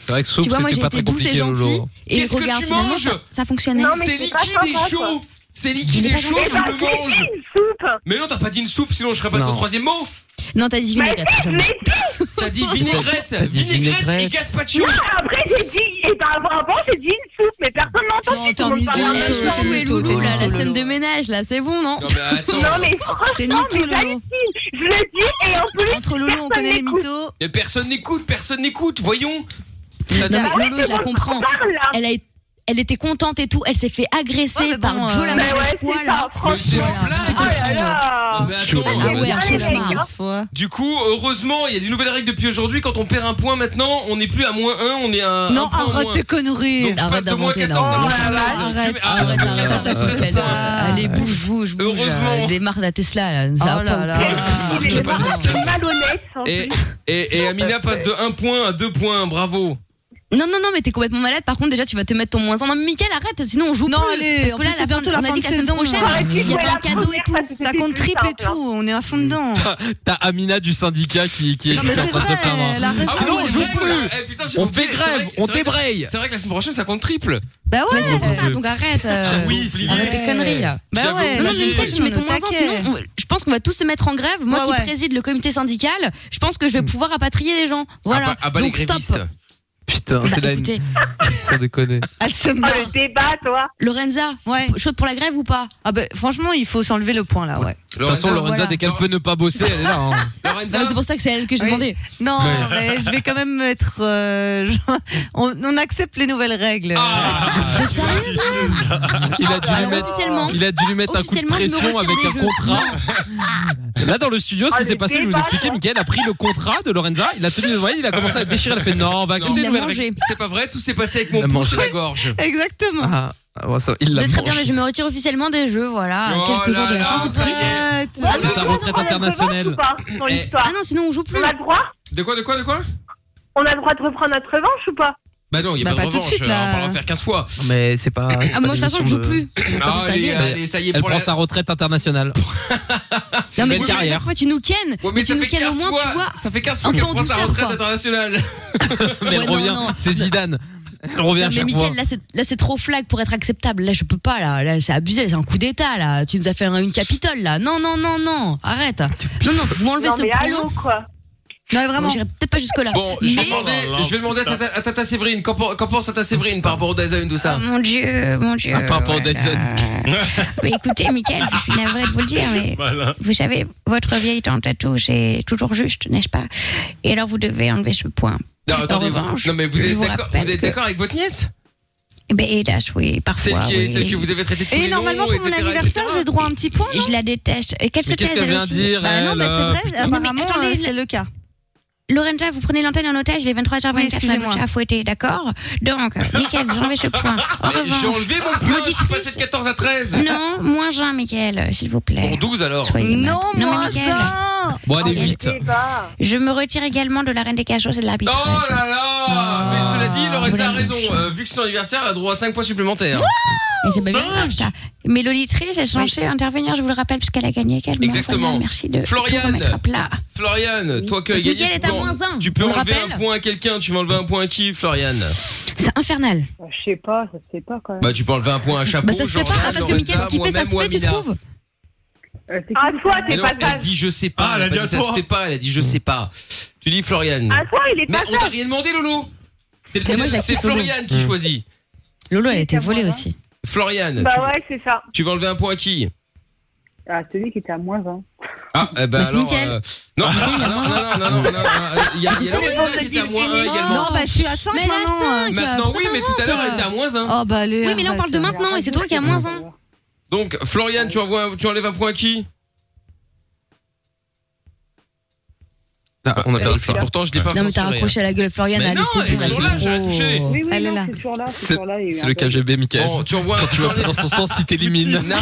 S10: C'est vrai que soupe,
S3: Tu vois, moi
S10: c'était
S3: j'ai
S10: pas très
S3: été douce
S10: compliqué,
S3: et gentille.
S10: Lolo.
S3: Et
S2: Qu'est-ce que
S3: regarde,
S2: tu
S3: finalement,
S2: manges
S3: ça- Ça fonctionnait.
S5: Non, mais
S2: C'est
S5: c'est pas
S2: liquide
S5: sympa,
S2: et chaud.
S5: quoi.
S2: C'est liquide et
S3: Mais
S2: chaud,
S5: Eh
S2: tu
S5: ben,
S2: le
S5: c'est
S2: manges.
S5: une soupe.
S2: Mais non, t'as pas dit une soupe, sinon je serais passé au
S10: Non.
S2: troisième mot.
S3: Non, t'as dit
S5: Mais
S3: vinaigrette.
S5: si,
S3: j'avoue.
S5: mais si.
S2: T'as dit vinaigrette,
S10: T'as dit
S2: vinaigrette, et
S10: vinaigrette.
S2: gazpacho.
S5: Après, j'ai dit, et ben avant, j'ai dit une soupe, mais personne n'a
S7: Non,
S5: entendu.
S7: t'es
S5: tout le
S7: un
S5: monde parlait
S7: mytho,
S5: en
S3: Eh,
S5: même
S7: t'es
S5: temps.
S3: Chouchou et Loulou,
S7: Lolo,
S3: là, la
S7: Lolo.
S3: scène de ménage, là, c'est bon, non
S2: Non, mais attends.
S5: Non, mais
S7: T'es
S5: franchement,
S7: mytho,
S5: mais
S7: Lolo.
S5: t'hallucines. Je le dis, et en plus,
S7: Entre Lolo, on
S5: personne
S7: connaît les
S5: n'écoute.
S7: mythos. Bah
S2: Mais personne n'écoute, personne n'écoute, voyons.
S3: Non, mais
S5: Ah ouais,
S3: Lolo,
S5: c'est
S3: je la
S5: bon,
S3: comprends.
S5: on parle, là.
S3: Elle, a, été- elle était contente et tout. Elle s'est fait agresser
S7: Ouais, mais bon,
S3: par Joe
S7: euh,
S3: la
S5: Mais ouais,
S3: mauvaise
S5: c'est
S3: foi,
S5: ça,
S3: là.
S2: Mais c'est
S5: franchement.
S2: une
S5: Oh
S2: blague.
S5: là là.
S2: Mais
S10: Chaud,
S2: Bah, attends.
S10: la
S3: Ah ouais,
S10: mauvaise
S3: un
S5: foi.
S3: cauchemar.
S2: Du coup, heureusement, il y a des nouvelles règles depuis aujourd'hui. Quand on perd un point maintenant, on n'est plus à moins 1, on est à.
S7: Non,
S2: Ah, un point en
S7: arrête
S2: moins.
S7: tes conneries.
S2: Donc je passe de moins
S3: d'inventer,
S2: 14 à
S3: non.
S2: moins
S7: Oh,
S2: 13.
S7: arrête,
S3: Ah,
S2: Tu-
S7: arrête,
S2: moins
S7: arrête,
S2: 14, ça
S7: arrête,
S2: fait
S7: arrête.
S2: ça.
S3: euh, Allez, bouge, bouge, bouge.
S2: Heureusement.
S3: euh, Démarre la Tesla, là. Ça
S7: Oh
S3: va pas
S7: là
S3: ou
S7: là.
S3: quoi
S5: Il est
S2: pas
S5: marrant,
S2: de système.
S5: malhonnête. en
S2: Et,
S5: plus.
S2: et, et Amina passe de 1 point à 2 points, bravo.
S3: Non, non, non, mais t'es complètement malade. Par contre, déjà, tu vas te mettre ton moins 1. Non, mais Mickaël, arrête, sinon on joue
S7: Non,
S3: plus.
S7: allez,
S3: parce
S7: en
S3: que là,
S7: plus, c'est bientôt la
S3: on a
S7: fin
S3: dit
S7: de
S3: que la semaine
S7: saison,
S3: prochaine,
S7: là.
S5: J'aurais dû
S3: il y
S5: jouer
S3: avait
S5: la
S3: un cadeau et
S5: première,
S3: tout.
S5: parce que
S7: Ça
S5: c'était
S7: compte
S5: plus
S7: triple et
S5: simple, hein.
S7: tout, on est à fond dedans.
S4: T'as Amina du syndicat qui, qui est
S7: Non, mais
S4: qui est en
S7: c'est
S4: train de se
S7: vrai,
S4: plaindre.
S7: la raison.
S2: Ah
S4: Ah
S2: oui,
S4: non,
S2: on
S4: je
S2: joue
S4: joue plus.
S2: Eh, putain, j'ai
S4: On
S2: oublié,
S4: fait
S2: c'est
S4: grève,
S2: vrai que-
S4: on
S2: c'est vrai que-
S4: débraye.
S2: C'est vrai que la semaine prochaine, ça compte triple.
S7: Bah ouais,
S3: C'est pour ça, donc arrête. euh,
S2: J'avoue,
S3: Arrête tes conneries, là.
S7: bah
S2: j'avoue.
S7: ouais.
S3: Non, non,
S7: la
S3: mais Mickaël,
S2: Ah
S7: semaine
S3: tu mets ton moins
S7: prochaine,
S3: 1,
S7: on est au
S3: sinon
S7: taquet.
S3: on- je pense qu'on va tous se mettre en grève. Moi
S7: Ouais,
S3: qui
S7: ouais.
S3: préside le comité syndical, je pense que je vais pouvoir rapatrier les gens. Voilà.
S2: Mm. Ah bah, ah bah, les
S3: Donc stop.
S2: grévistes.
S10: Putain,
S3: Bah,
S10: c'est la
S3: écoutez,
S10: sans déconner.
S7: Elle se
S5: Ah,
S7: marre.
S5: Le débat, toi.
S3: Lorenza,
S7: Ouais.
S3: chaude pour la grève ou pas
S7: Ah bah, franchement, il faut s'enlever le point là, ouais.
S10: De toute façon,
S3: Ah,
S10: Lorenza,
S3: voilà.
S10: dès qu'elle peut ne pas bosser, elle est là. hein.
S3: Non,
S2: Lorenza,
S3: mais C'est pour ça que c'est elle que j'ai
S7: Oui.
S3: demandé.
S7: Non, mais je vais quand même être. euh, je- on, on accepte les nouvelles règles.
S2: Ah,
S3: T'es sérieux
S4: Il a dû lui
S3: Alors,
S4: mettre,
S3: officiellement.
S4: hein. il a dû lui mettre un coup de
S3: Officiellement, je me
S4: pression
S3: retire
S4: avec
S3: des
S4: un
S3: jeux.
S4: contrat. Là, dans le studio, ce
S5: Ah,
S4: qui s'est
S5: mais
S4: passé, je vais vous
S5: déballe.
S4: expliquer. Miguel a pris le contrat de Lorenza, il a tenu devant elle, il a commencé à le déchirer. Elle a fait non, on va accepter
S3: Il
S4: les
S3: l'a
S4: nouvelles
S3: mangé.
S4: règles.
S2: c'est pas vrai, tout s'est passé avec mon
S4: La
S2: pouce
S4: manger.
S2: et la gorge.
S7: Exactement.
S10: Ah, ah, bon, ça, il
S3: Bah,
S10: l'a
S3: Très bien,
S10: mangé.
S3: mais je me retire officiellement des jeux, voilà. à
S2: Oh
S3: Quelques jours de
S2: là
S3: la
S2: là, Ah,
S3: fin, c'est triste.
S7: Arrête.
S2: c'est sa
S4: retraite internationale.
S5: internationale. Dans
S2: Eh.
S5: l'histoire.
S3: Ah non, sinon on joue plus.
S5: Euh, On a le droit
S2: De quoi, de quoi, de quoi
S5: On a le droit de reprendre notre revanche ou pas
S2: Bah non, il y a
S7: Bah,
S2: pas de
S7: pas tout de
S2: revanche,
S7: suite,
S2: euh,
S7: là.
S2: on va le faire 15 fois.
S10: Mais c'est pas. c'est
S3: Ah,
S10: pas
S3: moi, de toute façon, je
S10: l'émission
S3: joue
S10: de-
S3: plus.
S2: Ah,
S3: Comme ça,
S2: allez,
S3: gueule.
S2: allez, ça y est,
S4: Elle
S2: pour
S4: prend
S2: la...
S4: sa retraite internationale.
S3: Non, mais
S4: Belle
S3: Mickaël,
S4: carrière.
S3: Parfois, tu nous kennes.
S2: Ouais, mais
S3: tu
S2: ça
S3: nous
S2: fait
S3: kennes au
S2: 15
S3: moins, tu
S2: fois,
S3: vois.
S2: ça fait 15 fois
S3: Un peu
S2: qu'elle
S3: en
S2: prend sa
S3: douceur,
S2: retraite
S3: quoi.
S2: internationale.
S4: Mais elle
S3: Ouais, non,
S4: revient,
S3: non.
S4: c'est Zidane.
S10: Elle revient
S3: Non,
S10: à
S3: mais
S10: chaque
S3: Mickaël,
S10: fois.
S3: là c'est là c'est trop flag pour être acceptable. Là je peux pas là, là c'est abusé, là, c'est un coup d'état là. Tu nous as fait un- une capitole là. Non non non non, arrête. Non non, vous m'enlevez
S5: Non,
S3: ce
S5: mais
S3: prénom.
S5: allô, quoi.
S7: Non
S3: vraiment. J'irai peut-être pas jusque là.
S2: Bon, je vais demander, je vais demander à, tata, à Tata Séverine, qu'en pen- qu'en pense Tata Séverine par rapport au Dyson, tout ça
S3: Ah, Mon dieu, mon dieu.
S2: Ah, Par rapport au Dyson.
S3: Mais écoutez, Michael, je suis navrée de vous le dire, mais vous savez, votre vieille tante à tout, c'est toujours juste, n'est-ce pas Et alors, vous devez enlever ce point.
S2: Non,
S3: En
S2: attendez, vous-
S3: revanche,
S2: non, mais vous
S3: je
S2: êtes
S3: vous
S2: d'accord
S3: rappelle
S2: vous êtes
S3: que-
S2: d'accord avec votre nièce
S3: Eh ben, hélas, oui,
S2: Celle,
S3: parfois.
S2: qui est-
S3: oui.
S2: celle que vous avez traitée de tous
S7: Et
S2: les
S7: normalement,
S2: noms,
S7: pour mon
S2: etc.,
S7: anniversaire,
S2: etc.
S7: j'ai droit à un petit point, non
S3: Je la déteste. Et qu'elle se
S2: Mais qu'est-ce
S3: taise,
S2: qu'elle
S3: elle
S2: vient
S3: aussi.
S2: dire, Bah non, elle, bah, c'est
S7: vrai, apparemment, euh, c'est
S3: le cas. Lorenza, vous prenez l'antenne en otage, il est 23h24, on a
S7: excusez-moi.
S3: d'autres chats à fouetter, d'accord Donc, Michael, vous enlevez ce point. En
S2: Mais
S3: revanche,
S2: J'ai enlevé mon point, je suis passé de 14 à 13.
S3: Non, moins 1, Michael, s'il vous plaît.
S2: Bon, 12 alors.
S3: Non,
S7: moins
S2: Bon, allez, vite.
S3: Je me retire également de la reine des cachots et de l'arbitre.
S2: Oh là
S3: Ah,
S2: là Mais cela dit, Lorenza a raison. Euh, vu que c'est son anniversaire, elle a droit à 5 points supplémentaires. Hein
S3: Mais c'est pas bien comme ça. Mais l'auditrice est censée intervenir, je vous le rappelle, puisqu'elle a gagné également.
S2: Exactement.
S3: Voilà, merci de
S2: Floriane.
S3: tout remettre à plat.
S2: Floriane, toi qui as
S3: Mais
S2: gagné,
S3: Miguel
S2: tu
S3: est
S2: peux,
S3: à moins un,
S2: tu peux
S3: on le
S2: enlever
S3: rappelle.
S2: un point à quelqu'un. Tu vas enlever un point à qui, Floriane
S3: C'est infernal.
S5: Bah, Je sais pas, ça se fait pas quand même.
S2: Bah, tu peux enlever un point à Chapeau.
S3: Bah, ça se fait pas,
S2: Jordan,
S3: parce que
S2: Lorenza,
S3: Mickaël, ce qu'il fait, ça
S2: moi-même
S3: se
S2: ou
S3: fait, tu
S2: Amina.
S3: trouves
S8: Euh,
S5: à toi,
S2: Mais
S5: t'es
S2: non,
S5: pas
S2: elle
S5: sage.
S2: dit je sais pas.
S8: Ah, elle a
S2: elle
S8: dit
S2: a
S8: à
S2: dit ça
S8: toi.
S2: se fait pas. Elle a dit je sais pas. Tu dis Floriane.
S5: À toi, il est
S2: Mais
S5: pas
S2: on t'a
S5: sage.
S2: rien demandé, Lolo. C'est-
S3: Mais moi, je la
S2: C'est c'est
S3: kiffe, Lolo.
S2: Floriane qui choisit.
S3: Lolo, elle a été volée aussi.
S2: Floriane, tu,
S5: Bah ouais, c'est ça.
S2: tu vas enlever
S3: Bah
S2: un point à qui
S5: Ah, celui qui était à moins 20.
S2: Ah, eh ben
S3: Bah, c'est
S2: alors.
S3: Mickaël.
S2: euh, Non, non, non, non, non, non, non, non, non, Il y a il y a
S5: C'est le
S2: Lorenza
S5: monde
S2: qui était à
S5: du
S2: moins 1
S5: cinéma.
S2: également.
S7: Non, bah je suis à 5
S3: Mais elle a
S7: maintenant. hein.
S3: cinq.
S2: Maintenant, oui,
S3: Pourquoi
S2: mais tout à l'heure, elle était à moins 1.
S7: Oh bah allez.
S3: Oui, mais là, on
S7: arrête.
S3: parle de maintenant, et c'est toi qui as moins 1.
S2: Donc, Floriane, tu, envoies, tu enlèves un point à qui
S10: Ah, on a perdu
S2: Enfin,
S10: Florian.
S2: Pourtant, je l'ai pas
S3: Euh, Non, mais
S2: censuré, hein.
S3: t'as raccroché à la gueule Floriane,
S2: Mais
S3: allez,
S2: non,
S3: c'est
S2: elle est
S3: tout,
S2: toujours
S3: vas-y,
S2: là, je l'ai
S3: trop.
S2: touchée.
S5: Oui, oui,
S7: Elle est
S5: non,
S7: là.
S5: c'est toujours là,
S10: C'est-
S5: c'est toujours là. il y a eu
S10: C'est
S5: un
S10: le
S5: bug.
S10: KGB, Michael.
S2: Bon, tu envoies,
S10: tu
S2: tu
S10: vas pas
S2: enlèves,
S10: dans son sens, il t'élimine.
S2: Non,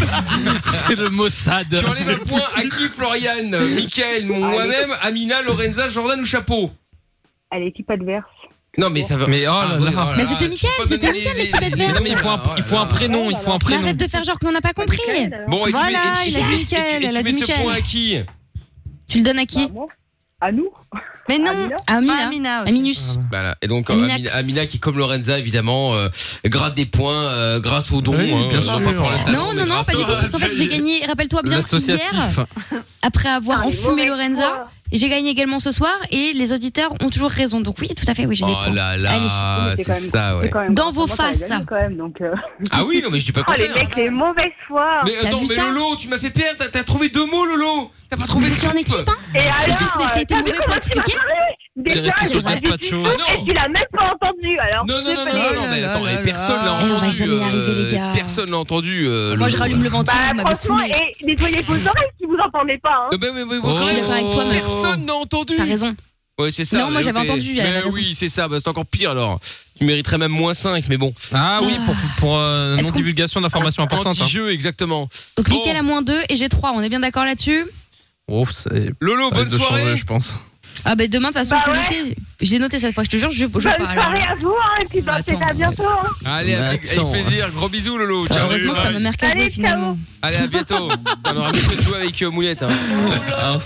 S10: C'est le Mossad.
S2: tu enlèves un point à qui, Floriane euh, Mickaël, moi-même, Amina, Lorenza, Jordan ou Chapeau
S5: À l'équipe adverse.
S2: Non, mais ça veut.
S10: Mais oh là là.
S3: Mais c'était Mickaël, c'était Mickaël, l'équipe adverse.
S10: Non, mais il faut un, il faut un prénom, il faut un
S3: Mais
S10: prénom.
S3: arrête de faire genre qu'on n'a pas compris.
S2: Bon, et tu mets-
S7: Voilà,
S2: et
S7: il
S2: tu
S7: a dit
S2: mets-
S7: Mickaël,
S2: et tu- et
S7: elle a
S2: tu mets
S7: dit
S2: ce
S7: Mickaël.
S2: point à qui
S3: Tu le donnes à qui
S5: Bah, moi. À nous
S7: Mais non,
S5: Amina.
S3: À
S7: Ah,
S3: Amina.
S7: Amina.
S3: À
S7: ouais.
S3: Minus.
S2: Bah là, et donc euh,
S3: Aminax.
S2: Amina, Amina qui comme Lorenza évidemment euh, gratte des points euh, grâce aux dons.
S10: Oui,
S2: hein,
S10: bien
S2: euh,
S10: sûr.
S2: non, pas pour la tâche,
S3: Non,
S2: mais
S3: non, non,
S2: grâce
S3: pas du
S2: aux-
S3: tout, parce qu'en fait, j'ai gagné, rappelle-toi bien, hier,
S10: L'associatif.
S3: après avoir
S5: Ah, les
S3: enfumé
S5: mauvais
S3: Lorenza,
S5: poids.
S3: j'ai gagné également ce soir, et les auditeurs ont toujours raison. Donc oui, tout à fait, oui, j'ai des
S2: Oh
S3: points.
S2: là
S3: Allez.
S2: là,
S5: Mais
S2: c'est
S5: c'est quand même-
S2: ça, ouais.
S5: C'est quand même
S3: Dans
S5: grâce à
S3: vos
S5: moi qu'on a
S3: faces.
S5: gagné Quand même, donc, euh.
S2: Ah oui, non, mais je dis pas
S5: Oh,
S2: quoi.
S5: les mecs, les mauvaises fois.
S2: Mais
S3: T'as
S2: attends,
S3: vu
S2: mais
S3: ça
S2: Lolo, tu m'as fait perdre, t'as- t'as trouvé deux mots, Lolo T'as pas trouvé
S3: Vous
S2: de
S3: étiez en
S2: scoop.
S3: équipe, hein
S5: Et
S3: Et tu-
S5: alors
S3: t'as été
S5: euh,
S3: mauvais
S5: t'as
S3: pour
S5: vu
S3: expliquer
S5: Des
S10: T'es resté
S5: fois,
S10: sur
S5: j'ai dit
S10: Gazpacho.
S5: tout
S2: Non.
S5: Et tu l'as même pas entendu. Alors,
S2: Non, non,
S5: c'est
S2: non,
S5: pas
S2: non, non,
S5: grave.
S2: non, mais
S7: là
S2: attends,
S7: là
S10: Ah
S2: mais
S7: là
S2: personne l'a
S7: là.
S3: Eh, on va
S2: entendu.
S3: jamais y
S2: euh,
S3: arriver, les gars.
S2: Personne n'a entendu. euh,
S3: Moi,
S2: Lolo.
S3: je rallume le ventilo,
S5: Bah,
S3: vous m'avez
S5: franchement,
S3: saoulé.
S5: et nettoyez vos oreilles si vous entendez pas. Hein.
S2: Euh, ben, mais- mais- mais-
S10: Oh.
S3: Je suis d'accord avec toi, Max.
S2: Personne n'a entendu.
S3: T'as raison.
S2: Ouais, c'est ça.
S3: Non, moi,
S2: mais
S3: j'avais
S2: ok.
S3: entendu, elle avait
S2: Mais
S3: raison.
S2: oui, c'est ça, bah, c'est encore pire alors. Tu mériterais même moins 5, mais bon.
S10: Ah oui, pour, pour euh,
S3: Est-ce qu'on-
S10: non-divulgation d'informations importantes. hein.
S2: Anti-jeu, exactement.
S3: Donc
S2: Bon.
S3: Mickaël a moins 2 et j'ai 3, on est bien d'accord là-dessus
S10: Oh, c'est-
S2: Lolo,
S10: ça
S2: bonne
S10: risque de changer,
S2: soirée.
S10: je pense.
S3: Ah bah demain de toute façon
S5: Bah
S3: je l'ai
S5: ouais.
S3: noté. Je l'ai noté cette fois, je te jure, je, je
S5: Bonne
S3: parle.
S5: soirée à vous, hein, et puis bah,
S3: Attends,
S5: c'est à bientôt. hein.
S2: Allez,
S10: Mais
S2: avec, avec
S10: attends.
S2: plaisir. Gros bisous, Lolo.
S3: Enfin,
S2: Ciao.
S3: heureusement que c'est pas ma mère qui a joué
S5: Allez,
S3: finalement.
S2: Allez, à bientôt. On aura bien fait de jouer avec euh, Moulette. hein.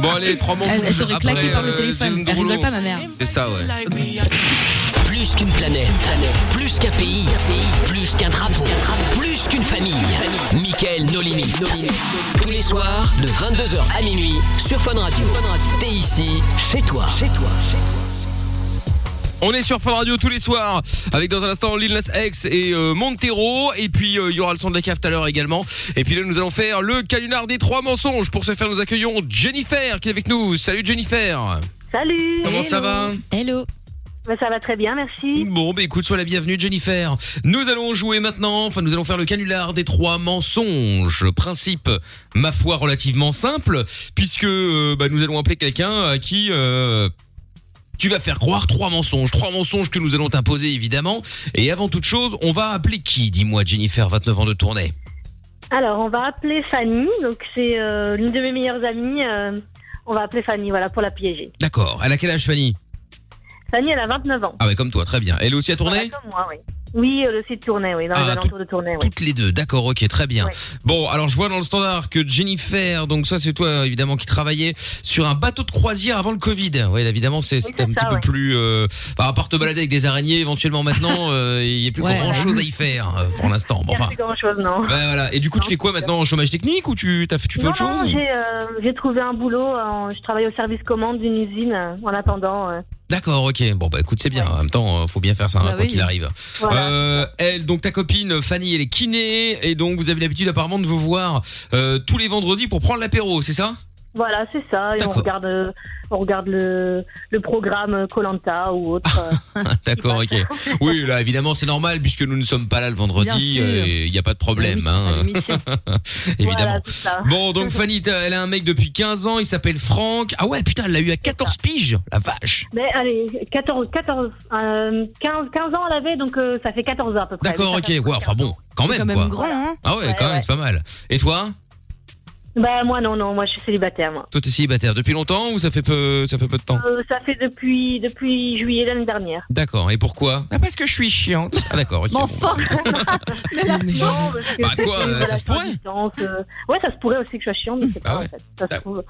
S2: Bon, allez, trois mensonges.
S3: Elle, elle t'aurait
S2: après,
S3: claqué par le
S2: euh,
S3: téléphone,
S2: Jason
S3: elle rigole
S2: Derulo.
S3: pas ma mère.
S2: C'est ça, ouais.
S1: Plus qu'une planète, plus qu'un pays, plus qu'un drapeau, plus qu'une famille. Michael No Limites. Tous les soirs, de 22h à minuit, sur Fun Radio. T'es ici, chez toi. Chez toi.
S2: On est sur Fun Radio tous les soirs avec dans un instant Lil Nas X et euh, Montero et puis euh, il y aura le son de la cave tout à l'heure également et puis là nous allons faire le canular des trois mensonges pour ce faire nous accueillons Jennifer qui est avec nous salut Jennifer
S11: Salut
S2: comment ça va
S3: Hello
S11: Ben, Ça va très bien, merci.
S2: bon bah écoute sois la bienvenue Jennifer nous allons jouer maintenant enfin nous allons faire le canular des trois mensonges principe ma foi relativement simple puisque euh, bah, nous allons appeler quelqu'un à qui euh, tu vas faire croire trois mensonges, trois mensonges que nous allons t'imposer évidemment. Et avant toute chose, on va appeler qui Dis-moi Jennifer, 29 ans de tournée.
S11: Alors, on va appeler Fanny, donc c'est euh, l'une de mes meilleures amies. euh, on va appeler Fanny, voilà, pour la piéger.
S2: D'accord. Elle a quel âge Fanny
S11: Fanny, elle a 29 ans.
S2: Ah ouais, comme toi, très bien. Elle est aussi à tourner
S11: Voilà, comme moi, oui. Oui, euh, le site Tournai, oui, dans les
S2: Ah,
S11: alentours de Tournai, oui.
S2: Toutes les deux, d'accord, ok, très bien. Bon, alors je vois dans le standard que Jennifer, donc ça c'est toi évidemment qui travaillais sur un bateau de croisière avant le Covid. Oui, évidemment c'est c'était un
S11: ça,
S2: petit peu
S11: ouais.
S2: plus... Euh, bah, à part te balader avec des araignées éventuellement maintenant, euh, il n'y a plus
S11: Ouais.
S2: grand chose à y faire euh, pour l'instant. Bon,
S11: Il y a
S2: enfin...
S11: plus grand-chose, non.
S2: Ouais, voilà. Et du coup tu fais quoi maintenant en chômage technique ou tu, t'as fait- tu fais
S11: Non,
S2: autre
S11: non,
S2: chose
S11: j'ai, euh, j'ai trouvé un boulot. en- je travaille au service commande d'une usine euh, en attendant. euh.
S2: D'accord, ok. Bon, bah écoute, c'est bien. En même temps, euh, faut bien faire ça, hein,
S11: Bah
S2: quoi
S11: oui.
S2: qu'il arrive.
S11: Voilà.
S2: Euh, elle, donc ta copine Fanny, elle est kiné, et donc vous avez l'habitude apparemment de vous voir euh, tous les vendredis pour prendre l'apéro, c'est ça
S11: Voilà, c'est ça. Et on regarde, euh, on regarde le, le programme Colanta ou autre. euh.
S2: Ah, D'accord, ok. Oui, là, évidemment, c'est normal puisque nous ne sommes pas là le vendredi,
S11: Bien sûr.
S2: euh, et il n'y a pas de problème.
S11: Oui,
S2: hein.
S11: à l'émission.
S2: évidemment.
S11: Voilà, c'est ça.
S2: Bon, donc Fanny, t'as- elle a un mec depuis 15 ans, il s'appelle Franck. Ah ouais, putain, elle l'a eu à 14 piges, la vache.
S11: Mais Ben, allez, 14, 14, euh, 15, 15 ans, elle avait, donc euh, ça fait 14 ans à peu près.
S2: D'accord, ok. Ouais, enfin bon, quand même,
S11: quand même
S2: quoi.
S11: grand, hein.
S2: Ah ouais, quand même, c'est pas mal. Et toi
S11: Bah, moi, non, non, moi, je suis célibataire, moi.
S2: Toi, t'es célibataire depuis longtemps ou ça fait peu, ça fait peu de temps
S11: Euh, ça fait depuis, depuis juillet l'année dernière.
S2: D'accord. Et pourquoi Ah, parce que je suis chiante. Ah, d'accord. ok. bon,
S11: Enfin Non, parce que
S2: Bah quoi,
S11: c'est une
S2: euh, ça se Bah
S11: relation à distance, euh, Ouais, ça se pourrait aussi que je sois chiante, mais c'est pas en fait. Ça se trouve,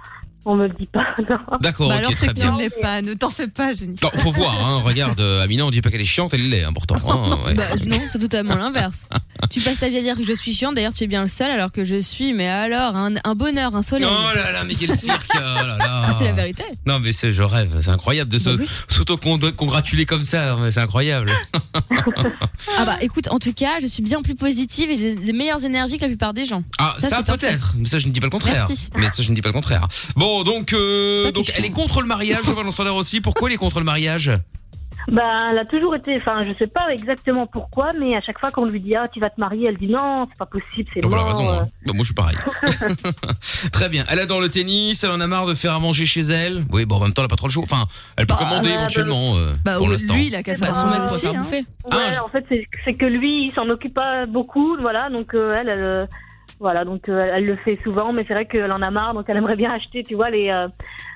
S11: on me le dit pas, non.
S2: D'accord,
S7: Bah
S2: ok,
S7: alors,
S2: très
S7: c'est que tu
S2: bien.
S7: ne l'es pas, ne t'en fais pas, Jenny.
S2: Non, faut voir, hein, regarde, euh, Amina, on dit pas qu'elle est chiante, elle l'est, hein, pourtant. hein, ouais.
S3: Bah, non, c'est totalement l'inverse. tu passes ta vie à dire que je suis chiant, d'ailleurs tu es bien le seul alors que je suis, mais alors, un, un bonheur, un soleil.
S2: Oh là là, mais quel cirque Oh là là.
S3: C'est la vérité. Bah
S2: Non, mais c'est, je rêve, c'est incroyable de se, s'auto-congratuler comme ça, mais c'est incroyable.
S3: Ah bah écoute, en tout cas, je suis bien plus positive et j'ai les meilleures énergies que la plupart des gens.
S2: Ah, ça, peut-être, mais ça, je ne dis pas le contraire.
S3: Merci.
S2: Mais ça, je ne dis pas le contraire. Bon, donc, euh, donc elle est contre le mariage, Jovan Lansandère aussi. Pourquoi elle est contre le mariage
S11: Bah, elle a toujours été, enfin, je sais pas exactement pourquoi, mais à chaque fois qu'on lui dit, ah, tu vas te marier, elle dit non, c'est pas possible, c'est
S2: Donc, elle a
S11: mort.
S2: raison,
S11: euh.
S2: hein. Bah, moi, je suis pareil. Très bien. Elle adore le tennis, elle en a marre de faire à manger chez elle. Oui, bon, en même temps, elle n'a pas trop le choix. Enfin, elle peut
S11: Bah,
S2: commander
S11: bah,
S2: éventuellement, euh, pour l'instant. Ah,
S7: il a qu'à
S11: faire
S3: Bah, son
S11: un
S3: mec quoi
S11: aussi,
S3: faire
S11: hein.
S3: bouffer.
S11: Ouais, en fait, c'est- c'est que lui, il s'en occupe pas beaucoup, voilà, donc euh, elle, elle, euh, voilà, donc euh, elle, elle le fait souvent, mais c'est vrai qu'elle en a marre, donc elle aimerait bien acheter, tu vois, les, euh,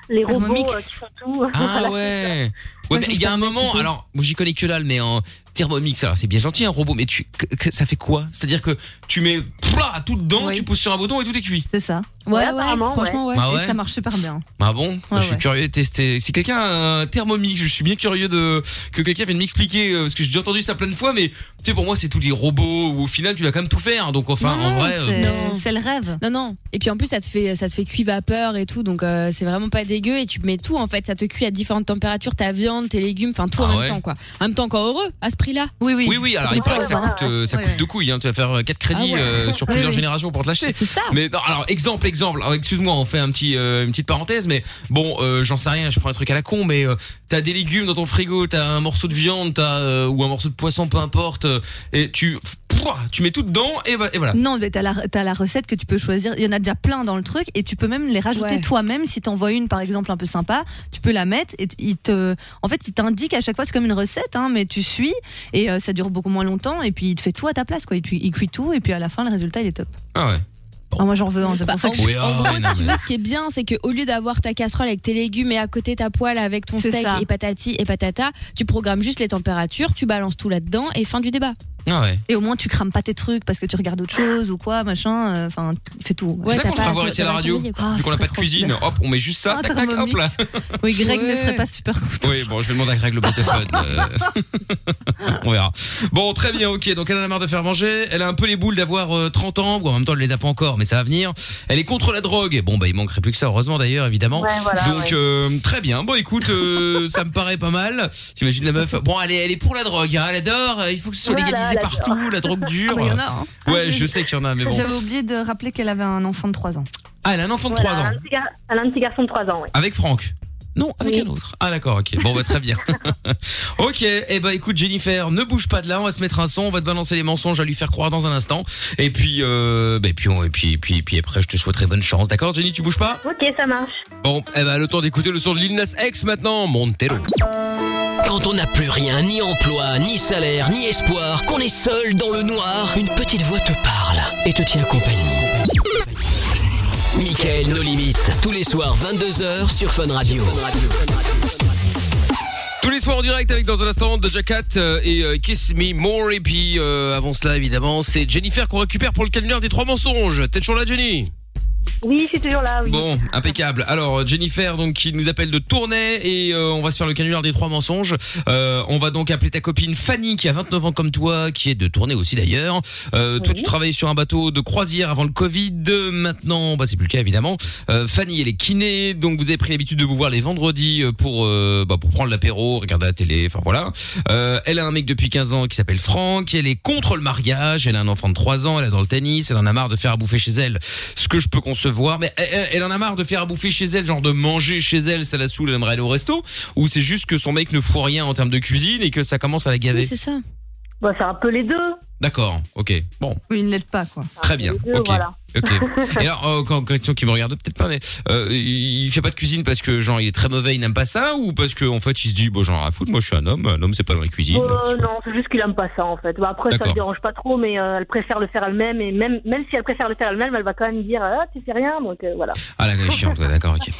S11: les
S3: Ah,
S11: robots euh, qui font tout.
S2: Ah
S11: Voilà.
S2: ouais. Ouais, mais il y a un moment, alors, moi j'y connais que dalle, mais en Thermomix, alors c'est bien gentil un robot, mais tu, que- que- ça fait quoi C'est-à-dire que tu mets plah, tout dedans, tu pousses sur un bouton et tout est cuit.
S7: C'est ça.
S3: Ouais, ouais, franchement,
S2: ouais. Ah ouais
S7: Et ça marche super bien.
S2: Ah bon
S7: Ouais,
S2: Je suis
S7: ouais.
S2: curieux de tester. Si quelqu'un a un Thermomix, je suis bien curieux de que quelqu'un vienne m'expliquer, euh, parce que j'ai déjà entendu ça plein de fois, mais tu sais, pour moi c'est tous les robots où au final tu dois quand même tout faire, donc enfin en vrai. euh,
S7: c'est le rêve.
S3: Mm. Non non. Et puis en plus ça te fait ça te fait cuire vapeur et tout, donc euh, c'est vraiment pas dégueu et tu mets tout en fait, ça te cuit à différentes températures, ta viande, tes légumes, enfin tout
S2: Ah
S3: en
S2: ouais.
S3: même temps quoi. En même temps encore heureux à ce prix-là.
S7: oui.
S2: Oui, oui, alors il paraît que ça coûte, euh, ça
S3: Ouais,
S2: coûte
S3: ouais.
S2: deux couilles, hein. tu vas faire euh, quatre crédits
S3: Ah ouais.
S2: euh, sur
S3: Oui,
S2: plusieurs
S3: oui.
S2: générations pour te lâcher.
S3: C'est ça.
S2: Mais non, alors exemple, exemple, alors, excuse-moi, on fait un petit, euh, une petite parenthèse, mais bon, euh, j'en sais rien, je prends un truc à la con, mais euh, t'as des légumes dans ton frigo, t'as un morceau de viande, t'as euh, ou un morceau de poisson, peu importe, euh, et tu, pouah, tu mets tout dedans et, va- et voilà.
S7: Non, mais t'as la, t'as la recette que tu peux choisir. Il y en a déjà plein dans le truc et tu peux même les rajouter
S3: Ouais.
S7: toi-même. Si t'en vois une, par exemple, un peu sympa, tu peux la mettre et t- il te, en fait, il t'indique à chaque fois. C'est comme une recette, hein, mais tu suis et euh, ça dure beaucoup moins longtemps. Et puis il te fait tout à ta place, quoi. Il, tu- il cuit tout et puis à la fin, le résultat, il est top.
S2: Ah ouais.
S7: Ah, moi, j'en veux un. C'est
S3: Bah,
S7: pour ça
S3: en,
S7: que je-
S2: Oui, ah
S3: en
S2: ouais,
S3: gros, si
S2: non,
S3: tu
S2: mais-
S3: veux, ce qui est bien, c'est que au lieu d'avoir ta casserole avec tes légumes et à côté ta poêle avec ton
S7: C'est
S3: steak
S7: ça.
S3: et patati et patata, tu programmes juste les températures, tu balances tout là-dedans et fin du débat.
S2: Ah ouais.
S7: Et au moins, tu crames pas tes trucs parce que tu regardes autre chose ou quoi, machin. euh, Enfin, il fait tout.
S2: c'est ça qu'on devrait voir ici à la radio, vu
S3: Ah,
S2: qu'on n'a pas de cuisine, hop, on met juste ça, tac tac, hop là.
S7: Oui, Greg
S3: Ouais.
S7: ne serait pas super.
S2: Oui, bon, je vais demander à Greg le téléphone. on verra. Bon, très bien, ok. Donc, elle en a marre de faire manger. Elle a un peu les boules d'avoir euh, 30 ans. Bon, en même temps, elle les a pas encore, mais ça va venir. Elle est contre la drogue. Bon, bah, il manquerait plus que ça, heureusement d'ailleurs, évidemment.
S12: Ouais, voilà,
S2: Donc,
S12: ouais.
S2: euh, très bien. Bon, écoute, euh, ça me paraît pas mal. T'imagines la meuf. Bon, elle est, elle est pour la drogue, hein, elle adore. Il faut que ce soit
S7: Voilà,
S2: légalisé
S7: elle adore.
S2: partout, la drogue dure.
S7: Ah bah, il y en a, hein.
S2: Ouais, je sais qu'il y en a, mais bon.
S7: J'avais oublié de rappeler qu'elle avait un enfant de 3 ans.
S2: Ah, elle a un enfant de 3 ans.
S11: Un petit gar- Elle a un petit garçon de 3 ans, ouais.
S2: Avec Franck Non, avec un autre. Ah d'accord, ok. Bon, bah très bien. ok, eh ben écoute Jennifer, ne bouge pas de là, on va se mettre un son, on va te balancer les mensonges à lui faire croire dans un instant. Et puis, euh, bah, et puis, on- et puis, et puis, et puis après, je te souhaiterais bonne chance, d'accord Jenny, tu bouges pas
S11: Ok, ça marche.
S2: Bon, eh ben le temps d'écouter le son de Lil Nas X maintenant, Montero.
S1: Quand on n'a plus rien, ni emploi, ni salaire, ni espoir, qu'on est seul dans le noir, une petite voix te parle et te tient compagnie. Michael, nos limites, tous les soirs 22h sur Fun Radio.
S2: Tous les soirs en direct avec dans un instant Doja Cat euh, et euh, Kiss Me More et puis euh, avant cela évidemment c'est Jennifer qu'on récupère pour le calendrier des trois mensonges. T'es toujours là Jenny
S11: Oui, je suis toujours là, Ah oui.
S2: Bon, impeccable. Alors Jennifer donc qui nous appelle de Tournai et euh, on va se faire le canular des trois mensonges. Euh, on va donc appeler ta copine Fanny qui a 29 ans comme toi, qui est de Tournai aussi d'ailleurs. Euh, Toi tu travailles sur un bateau de croisière avant le Covid. Euh, Maintenant bah c'est plus le cas évidemment. Euh, Fanny elle est kiné donc vous avez pris l'habitude de vous voir les vendredis euh, pour euh, bah, pour prendre l'apéro, regarder la télé, enfin voilà. Euh, elle a un mec depuis 15 ans qui s'appelle Franck, elle est contre le mariage, elle a un enfant de 3 ans, elle adore le tennis, elle en a marre de faire à bouffer chez elle, ce que je peux concevoir, mais elle- elle, elle en a marre de faire à bouffer chez elle, genre de manger chez elle, ça la saoule, elle aimerait aller au resto, ou c'est juste que son mec ne fout rien en termes de cuisine et que ça commence à la gaver
S3: ça.
S11: Bah, c'est un peu les deux.
S2: D'accord, ok, bon,
S7: Oui, ils ne l'aident pas, quoi.
S2: très bien,
S11: les deux,
S2: ok.
S11: voilà.
S2: Ok. Et alors, euh, quand question qui me regarde peut-être pas, mais euh, il fait pas de cuisine parce que genre il est très mauvais, il n'aime pas ça, ou parce que en fait il se dit bon genre à foutre, moi je suis un homme, un homme c'est pas dans la cuisine.
S11: Euh, non, c'est juste qu'il aime pas ça en fait. Bah, après, ça
S2: D'accord.
S11: le dérange pas trop, mais euh, elle préfère le faire elle-même. Et même, même si elle préfère le faire elle-même, elle va quand même dire Ah, tu fais rien, donc euh, voilà.
S2: Ah la est chiante, ouais, d'accord, ok.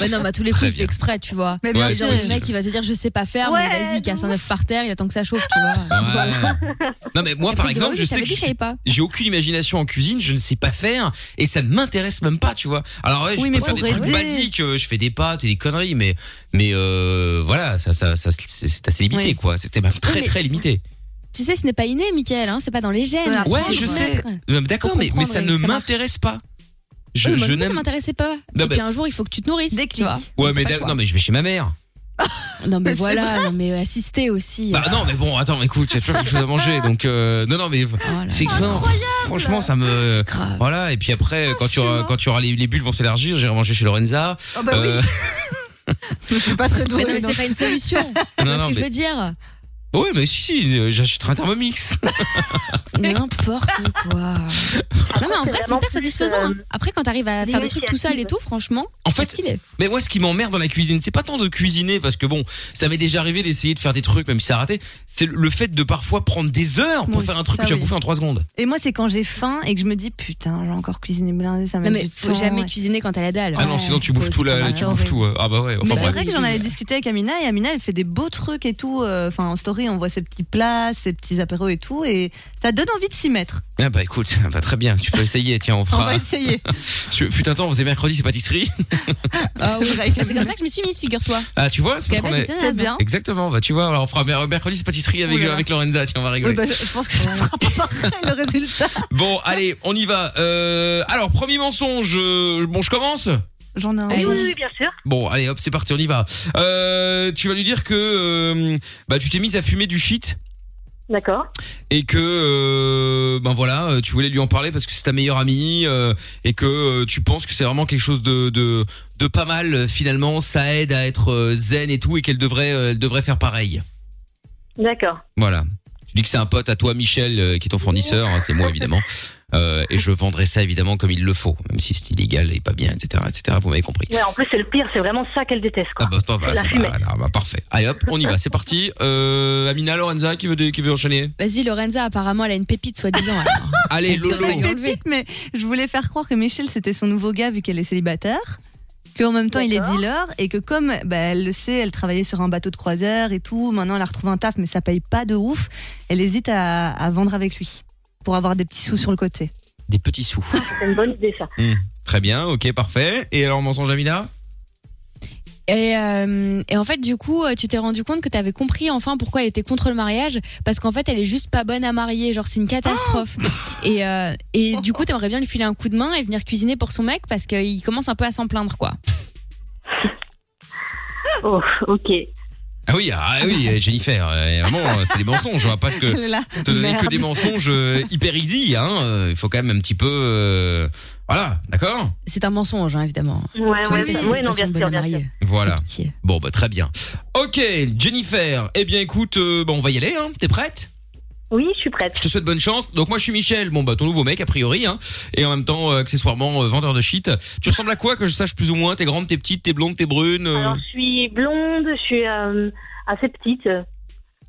S3: Bah non, bah tous les coups, il fait exprès, tu vois.
S2: Mais bien
S3: Et
S2: sûr.
S3: genre, le mec, il va se dire, je sais pas faire, mais vas-y, casse un œuf par terre, il attend que ça chauffe, tu vois.
S2: Ouais. Non mais moi par
S3: Après, il dit,
S2: exemple,
S3: oui,
S2: je
S3: ça
S2: sais
S3: veut
S2: que
S3: dire
S2: je-
S3: qu'il savait pas.
S2: j'ai aucune imagination en cuisine, je ne sais pas faire et ça ne m'intéresse même pas, tu vois. Alors ouais, je
S3: Oui,
S2: peux
S3: mais
S2: faire des
S3: pour
S2: trucs
S3: aider.
S2: basiques, euh, je fais des pâtes et des conneries mais mais euh, voilà, ça ça, ça c'est c'est assez limité
S3: Oui.
S2: quoi, c'était même très
S3: Oui, mais-
S2: très limité.
S3: Tu sais, ce n'est pas inné, Michael, hein, c'est pas dans les gènes.
S2: Ouais,
S3: Apprendre,
S2: je
S3: faut
S2: sais.
S3: apprendre.
S2: Non, mais D'accord,
S3: Faut
S2: mais, mais ça
S3: comprendre et
S2: ne
S3: que ça marche.
S2: m'intéresse pas. Je,
S3: Oui,
S2: je
S3: moi non plus, ça
S2: n'aime.
S3: m'intéressait pas.
S2: Non,
S3: et
S2: mais-
S3: puis un jour, il faut que tu te nourrisses. tu vois.
S2: Ouais, mais
S3: pas le
S2: d'ac-
S3: choix.
S2: non, mais je vais chez ma mère.
S3: Non, mais
S7: c'est
S3: voilà, non, mais assister aussi.
S2: Bah non, mais bon, attends, écoute, il y a toujours quelque chose à manger, donc euh, non, non,
S7: Oh
S2: mais c'est que non, franchement, ça me voilà. Et puis
S7: Ah,
S2: après, quand tu auras, quand tu auras les, les bulles vont s'élargir, j'irai manger chez Lorenza. Euh,
S3: Oh, bah oui.
S7: Je suis pas très
S3: Mais
S7: douée.
S3: non, mais c'est
S7: donc.
S3: pas une solution.
S2: Non,
S3: Tu vois ce
S2: non,
S3: que je
S2: mais-
S3: veux dire.
S2: ouais, mais si, si, euh, j'achèterai un thermomix.
S13: Ah,
S3: N'importe quoi. Non, mais en vrai, c'est
S11: vraiment
S3: hyper
S13: euh,
S11: plus, euh,
S3: satisfaisant. hein. Après, quand t'arrives à faire des trucs tout seul et tout, franchement.
S2: En fait, mais moi, ce qui m'emmerde dans la cuisine, c'est pas tant de cuisiner, parce que bon, ça m'est déjà arrivé d'essayer de faire des trucs, même si ça a raté. C'est le fait de parfois prendre des heures pour
S7: Oui,
S2: faire un truc
S7: ça,
S2: que tu vas
S7: oui.
S2: bouffer en 3 secondes.
S7: Et moi, c'est quand j'ai faim et que je me dis putain, j'ai encore cuisiné blindé, ça m'a
S3: Non,
S7: mis
S3: mais
S7: du
S3: faut
S7: temps,
S3: jamais
S7: ouais.
S3: cuisiner quand t'as la dalle.
S2: Ah non, sinon tu bouffes tout là, tu bouffes tout. euh, Ah bah ouais, enfin
S7: mais c'est
S2: bref.
S7: vrai que j'en avais discuté avec Amina et Amina elle fait des beaux trucs et tout. euh, Enfin en story on voit ses petits plats, ses petits apéros et tout et ça donne envie de s'y mettre.
S2: Ah bah écoute, bah très bien, tu peux essayer, tiens, on fera.
S7: On va essayer.
S2: Je- Fut un temps, on faisait mercredi, c'est pâtisserie.
S3: Ah oui, bah, c'est comme ça que je me suis mise, figure-toi.
S2: Ah, tu vois, c'est parce
S3: Parce
S2: qu'on est.
S3: qu'à la base, j'étais naze. Bien.
S2: Exactement, bah tu vois, alors on fera mer- mercredi, c'est pâtisserie avec,
S7: Ouh là là.
S2: avec Lorenza, tiens, on va rigoler.
S7: Oui, bah, je pense que ça sera pas pareil le résultat.
S2: Bon, allez, on y va. Euh, alors, premier mensonge, euh, bon, je commence
S7: J'en ai un.
S11: Oui, oui, oui, bien sûr.
S2: Bon, allez, hop, c'est parti, on y va. Euh, tu vas lui dire que euh, bah, tu t'es mise à fumer du shit.
S11: D'accord.
S2: et que euh, ben voilà euh, tu voulais lui en parler parce que c'est ta meilleure amie euh, et que euh, tu penses que c'est vraiment quelque chose de de, de pas mal euh, finalement ça aide à être euh, zen et tout et qu'elle devrait euh, elle devrait faire pareil
S11: D'accord.
S2: voilà tu dis que c'est un pote à toi Michel euh, qui est ton fournisseur hein, c'est moi évidemment Euh, et je vendrai ça évidemment comme il le faut même si c'est illégal et pas bien etc etc vous m'avez compris
S11: Ouais, en plus, c'est le pire, c'est vraiment ça qu'elle déteste.
S2: ah bah, attends, bah,
S11: La
S2: c'est
S11: fumée.
S2: pas- alors, bah, parfait allez hop on y va c'est parti euh, Amina Lorenza qui veut qui veut enchaîner
S3: Vas-y, Lorenza, apparemment, elle a une pépite, soi-disant. alors.
S2: allez Lolo
S7: Pas une pépite, mais je voulais faire croire que Michel c'était son nouveau gars vu qu'elle est célibataire, qu'en même temps il est dealer et que comme bah, elle le sait, elle travaillait sur un bateau de croisière et tout, maintenant elle a retrouvé un taf mais ça paye pas de ouf, elle hésite à, à vendre avec lui pour avoir des petits sous sur le côté.
S2: des petits sous
S11: C'est une bonne idée, ça.
S2: Hmm, Très bien, ok, parfait. Et alors, mensonge Amina
S3: Et, euh, et en fait, du coup, euh, tu t'es rendu compte que t'avais compris enfin pourquoi elle était contre le mariage, parce qu'en fait, elle est juste pas bonne à marier, genre c'est une catastrophe. et euh, et du coup, t'aimerais bien lui filer un coup de main et venir cuisiner pour son mec, parce qu'il commence un peu à s'en plaindre, quoi.
S11: Oh, ok.
S2: Ah oui, ah oui, euh, Jennifer, euh, vraiment, euh, c'est des mensonges. On va pas que,
S11: Elle est là.
S2: te donner que
S11: Merde.
S2: des mensonges euh, hyper easy, hein. euh, Il faut quand même un petit peu. euh, voilà, d'accord
S3: C'est un mensonge, hein, évidemment.
S11: Ouais,
S3: Je
S11: ouais,
S3: déteste
S11: ouais,
S3: cette
S11: non,
S3: expression
S11: bien
S3: bonne
S11: sûr,
S3: à
S11: bien
S3: marier.
S11: sûr.
S2: Voilà.
S3: Pitié.
S2: Bon, bah, très bien. Ok, Jennifer, eh bien, écoute, euh, bah, on va y aller, hein. T'es prête
S11: Oui, je suis prête.
S2: Je te souhaite bonne chance. Donc, moi, je suis Michel, bon, bah, ton nouveau mec, a priori, hein. Et en même temps, euh, accessoirement, euh, vendeur de shit. Tu ressembles à quoi que je sache plus ou moins T'es grande, t'es petite, t'es blonde, t'es brune euh,
S11: Alors, je suis blonde, je suis euh, assez petite.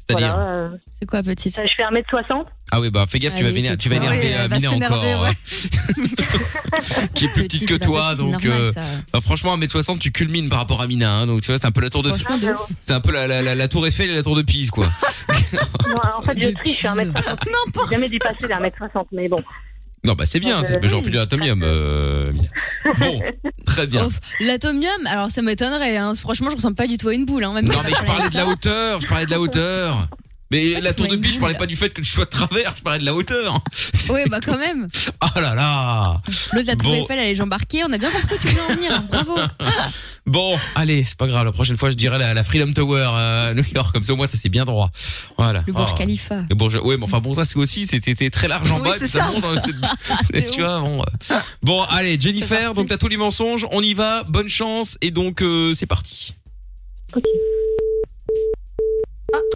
S2: C'est-à-dire
S11: Voilà, euh,
S3: C'est quoi petite
S11: Je fais 1m60.
S2: Ah oui, bah fais gaffe, tu vas
S11: Allez,
S2: vénérer- tu
S11: tu
S2: vas
S11: vois.
S2: énerver
S11: Ouais,
S2: euh,
S11: elle va
S2: Mina encore.
S11: s'énerver, ouais.
S2: ouais. qui est plus petite que
S11: la
S2: toi,
S11: petite, c'est
S2: donc
S11: normal,
S2: euh,
S11: ça.
S2: bah, franchement 1m60 tu culmines par rapport à Mina, hein, donc tu vois c'est un peu la tour de
S11: Franchement, de ouf.
S2: c'est un peu la, la, la, la tour Eiffel et la tour de Pise quoi.
S11: Non, en fait, je triche, je suis 1m60. J'ai jamais dépassé les 1m60, mais bon.
S2: Non bah c'est bien,
S11: Ouais,
S2: c'est
S11: ouais.
S2: genre plus de l'atomium. euh, Mina. bon, très bien.
S3: L'atomium, alors ça m'étonnerait. hein. Franchement, je ressemble pas du tout à une boule. Hein, même si
S2: Non
S3: ça
S2: mais je
S3: paraît
S2: parlais de
S3: ça.
S2: la hauteur, je parlais de la hauteur. Mais la tour de Pise, je parlais pas du fait que tu sois de travers, je parlais de la hauteur.
S3: Ouais, bah quand même.
S2: Oh là là.
S3: L'autre, la tour
S2: Bon.
S3: Eiffel, elle a les jambes arquées. On a bien compris où tu voulais en venir. hein, Bravo.
S2: Bon, allez, c'est pas grave. La prochaine fois, je dirai la, la Freedom Tower euh, à New York. Comme ça, au moins, ça c'est bien droit. Voilà.
S3: Le Burj
S2: Ah.
S3: Khalifa.
S2: Le Burj. Ouais, mais enfin, bon, ça c'est aussi, c'était c'était très large en
S3: Oui,
S2: bas.
S3: c'est
S2: puis ça
S3: ça.
S2: monte, hein,
S9: Ah,
S2: c'est-
S3: C'est
S2: tu vois, bon. euh. Bon, allez, Jennifer. Donc, t'as tous les mensonges. On y va. Bonne chance. Et donc, euh, c'est parti.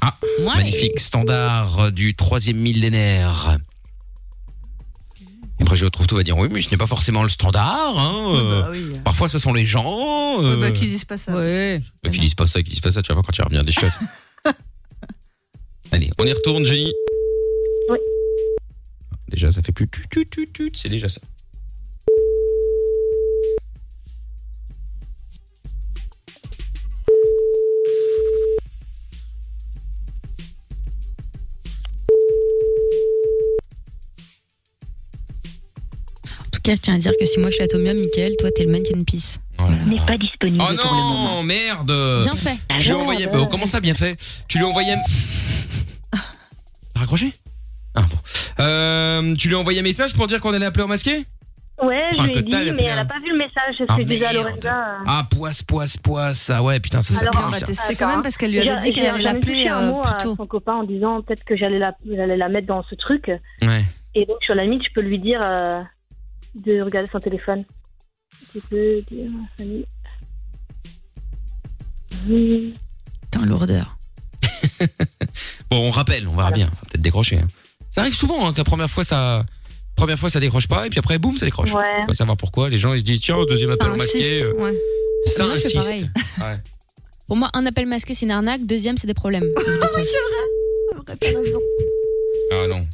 S2: Ah, magnifique standard du troisième millénaire. Et Après, je retrouve tout va dire oui, mais je n'ai pas forcément le standard. hein, euh, Parfois, ce sont les gens. euh,
S7: qui disent pas ça.
S2: bah, qu'ils disent pas ça, qu'ils disent pas ça, tu vas voir quand tu reviens des choses. Allez, on y retourne, Jenny.
S11: Oui.
S2: Déjà, ça fait plus tut tut tut tut, c'est déjà ça.
S3: En tout cas, je tiens à dire que si moi je suis atomium, Michael, toi t'es le mannequin piece.
S2: N'est
S3: pas disponible.
S2: Oh non, merde
S3: Bien fait. Ah
S2: Tu lui as envoyé...
S3: Merde.
S2: bah, comment ça, bien fait Tu lui as envoyé... T'as raccroché Ah bon. Euh, tu lui as envoyé un message pour dire qu'on allait appeler en masqué
S11: Ouais,
S2: Enfin,
S11: je lui ai
S2: que t'as
S11: dit,
S2: la
S11: mais elle a
S2: plainte.
S11: pas vu le message. C'est ce
S2: Ah,
S11: que je disais à
S2: merde.
S11: Lorenza. euh,
S2: Ah, poisse, poisse, poisse. Ah ouais, putain, ça, ça
S11: Alors,
S2: pue,
S11: on va
S2: ça.
S11: tester.
S7: C'est quand même parce qu'elle lui
S11: Et
S7: avait
S11: j'ai-
S7: dit
S11: j'ai-
S7: qu'elle allait
S11: j'ai même
S7: l'appeler
S11: touché un
S7: euh,
S11: mot
S7: plus
S11: à
S7: tôt.
S11: son copain en disant peut-être que j'allais la, j'allais la mettre dans ce truc.
S2: Ouais.
S11: Et donc, sur la limite, je peux lui dire euh, de regarder son téléphone. Tu peux dire à Fanny. Oui.
S3: Putain, lourdeur.
S2: Bon, on rappelle, on verra bien. On va peut-être décrocher. hein. Ça arrive souvent hein, que la première fois, ça... Première fois, ça décroche pas, et puis après, boum, ça décroche.
S7: Ouais.
S2: On va savoir pourquoi. Les gens, ils se disent, tiens, deuxième appel en masqué. euh, Ça
S3: Moi, je fais
S2: insiste.
S3: pareil.
S2: Ouais.
S3: Pour moi, un appel masqué, c'est une arnaque. Deuxième, c'est des problèmes.
S2: Ah non.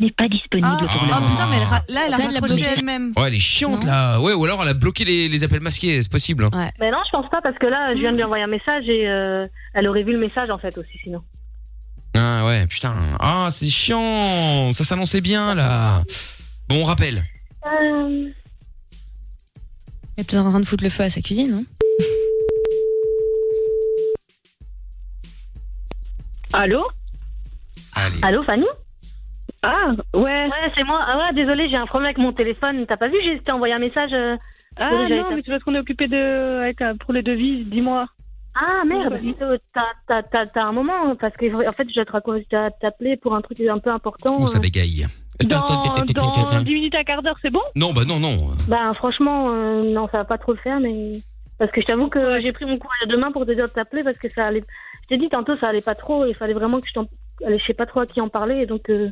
S3: N'est pas disponible
S2: pour le Ah. moment. putain, mais elle ra-
S7: là, elle a raccroché elle-même.
S2: Ouais, elle est chiante là. Ouais, ou alors elle a bloqué les, les appels masqués, c'est possible. hein.
S11: Mais non, je pense pas parce que là, je viens de lui envoyer un message et euh, elle aurait vu le message en fait aussi sinon.
S2: Ah ouais, putain. Ah, c'est chiant. Ça s'annonçait bien là. Bon, on rappelle.
S11: Euh,
S3: Ah. Elle est peut-être en train de foutre le feu à sa cuisine, hein. non
S11: Allô
S2: Allez.
S11: Allô, Fanny Ah, ouais. Ouais, c'est moi. Ah ouais, désolé, j'ai un problème avec mon téléphone. T'as pas vu, j'ai t'ai envoyé un message. euh,
S12: Ah
S11: désolé, j'avais
S12: non,
S11: pas-
S12: mais c'est parce qu'on est occupé de... avec, euh, pour les devises, dis-moi.
S11: Ah merde,
S12: Oui.
S11: euh, t'as- t'as- t'as t'as un moment hein, parce que en fait, je dois te raccro- je dois t'appeler pour un truc un peu important.
S2: Ouh, ça
S11: euh.
S2: bégaye.
S11: Dans- dans dix
S12: minutes à quart d'heure, c'est bon
S2: Non, bah non, non.
S11: Bah franchement, euh, non, ça va pas trop le faire, mais parce que je t'avoue que j'ai pris mon courage à deux mains pour te dire de t'appeler parce que ça allait. Je t'ai dit tantôt, ça allait pas trop. Il fallait vraiment que je t'en. Allez, Je sais pas trop à qui en parler, et donc euh,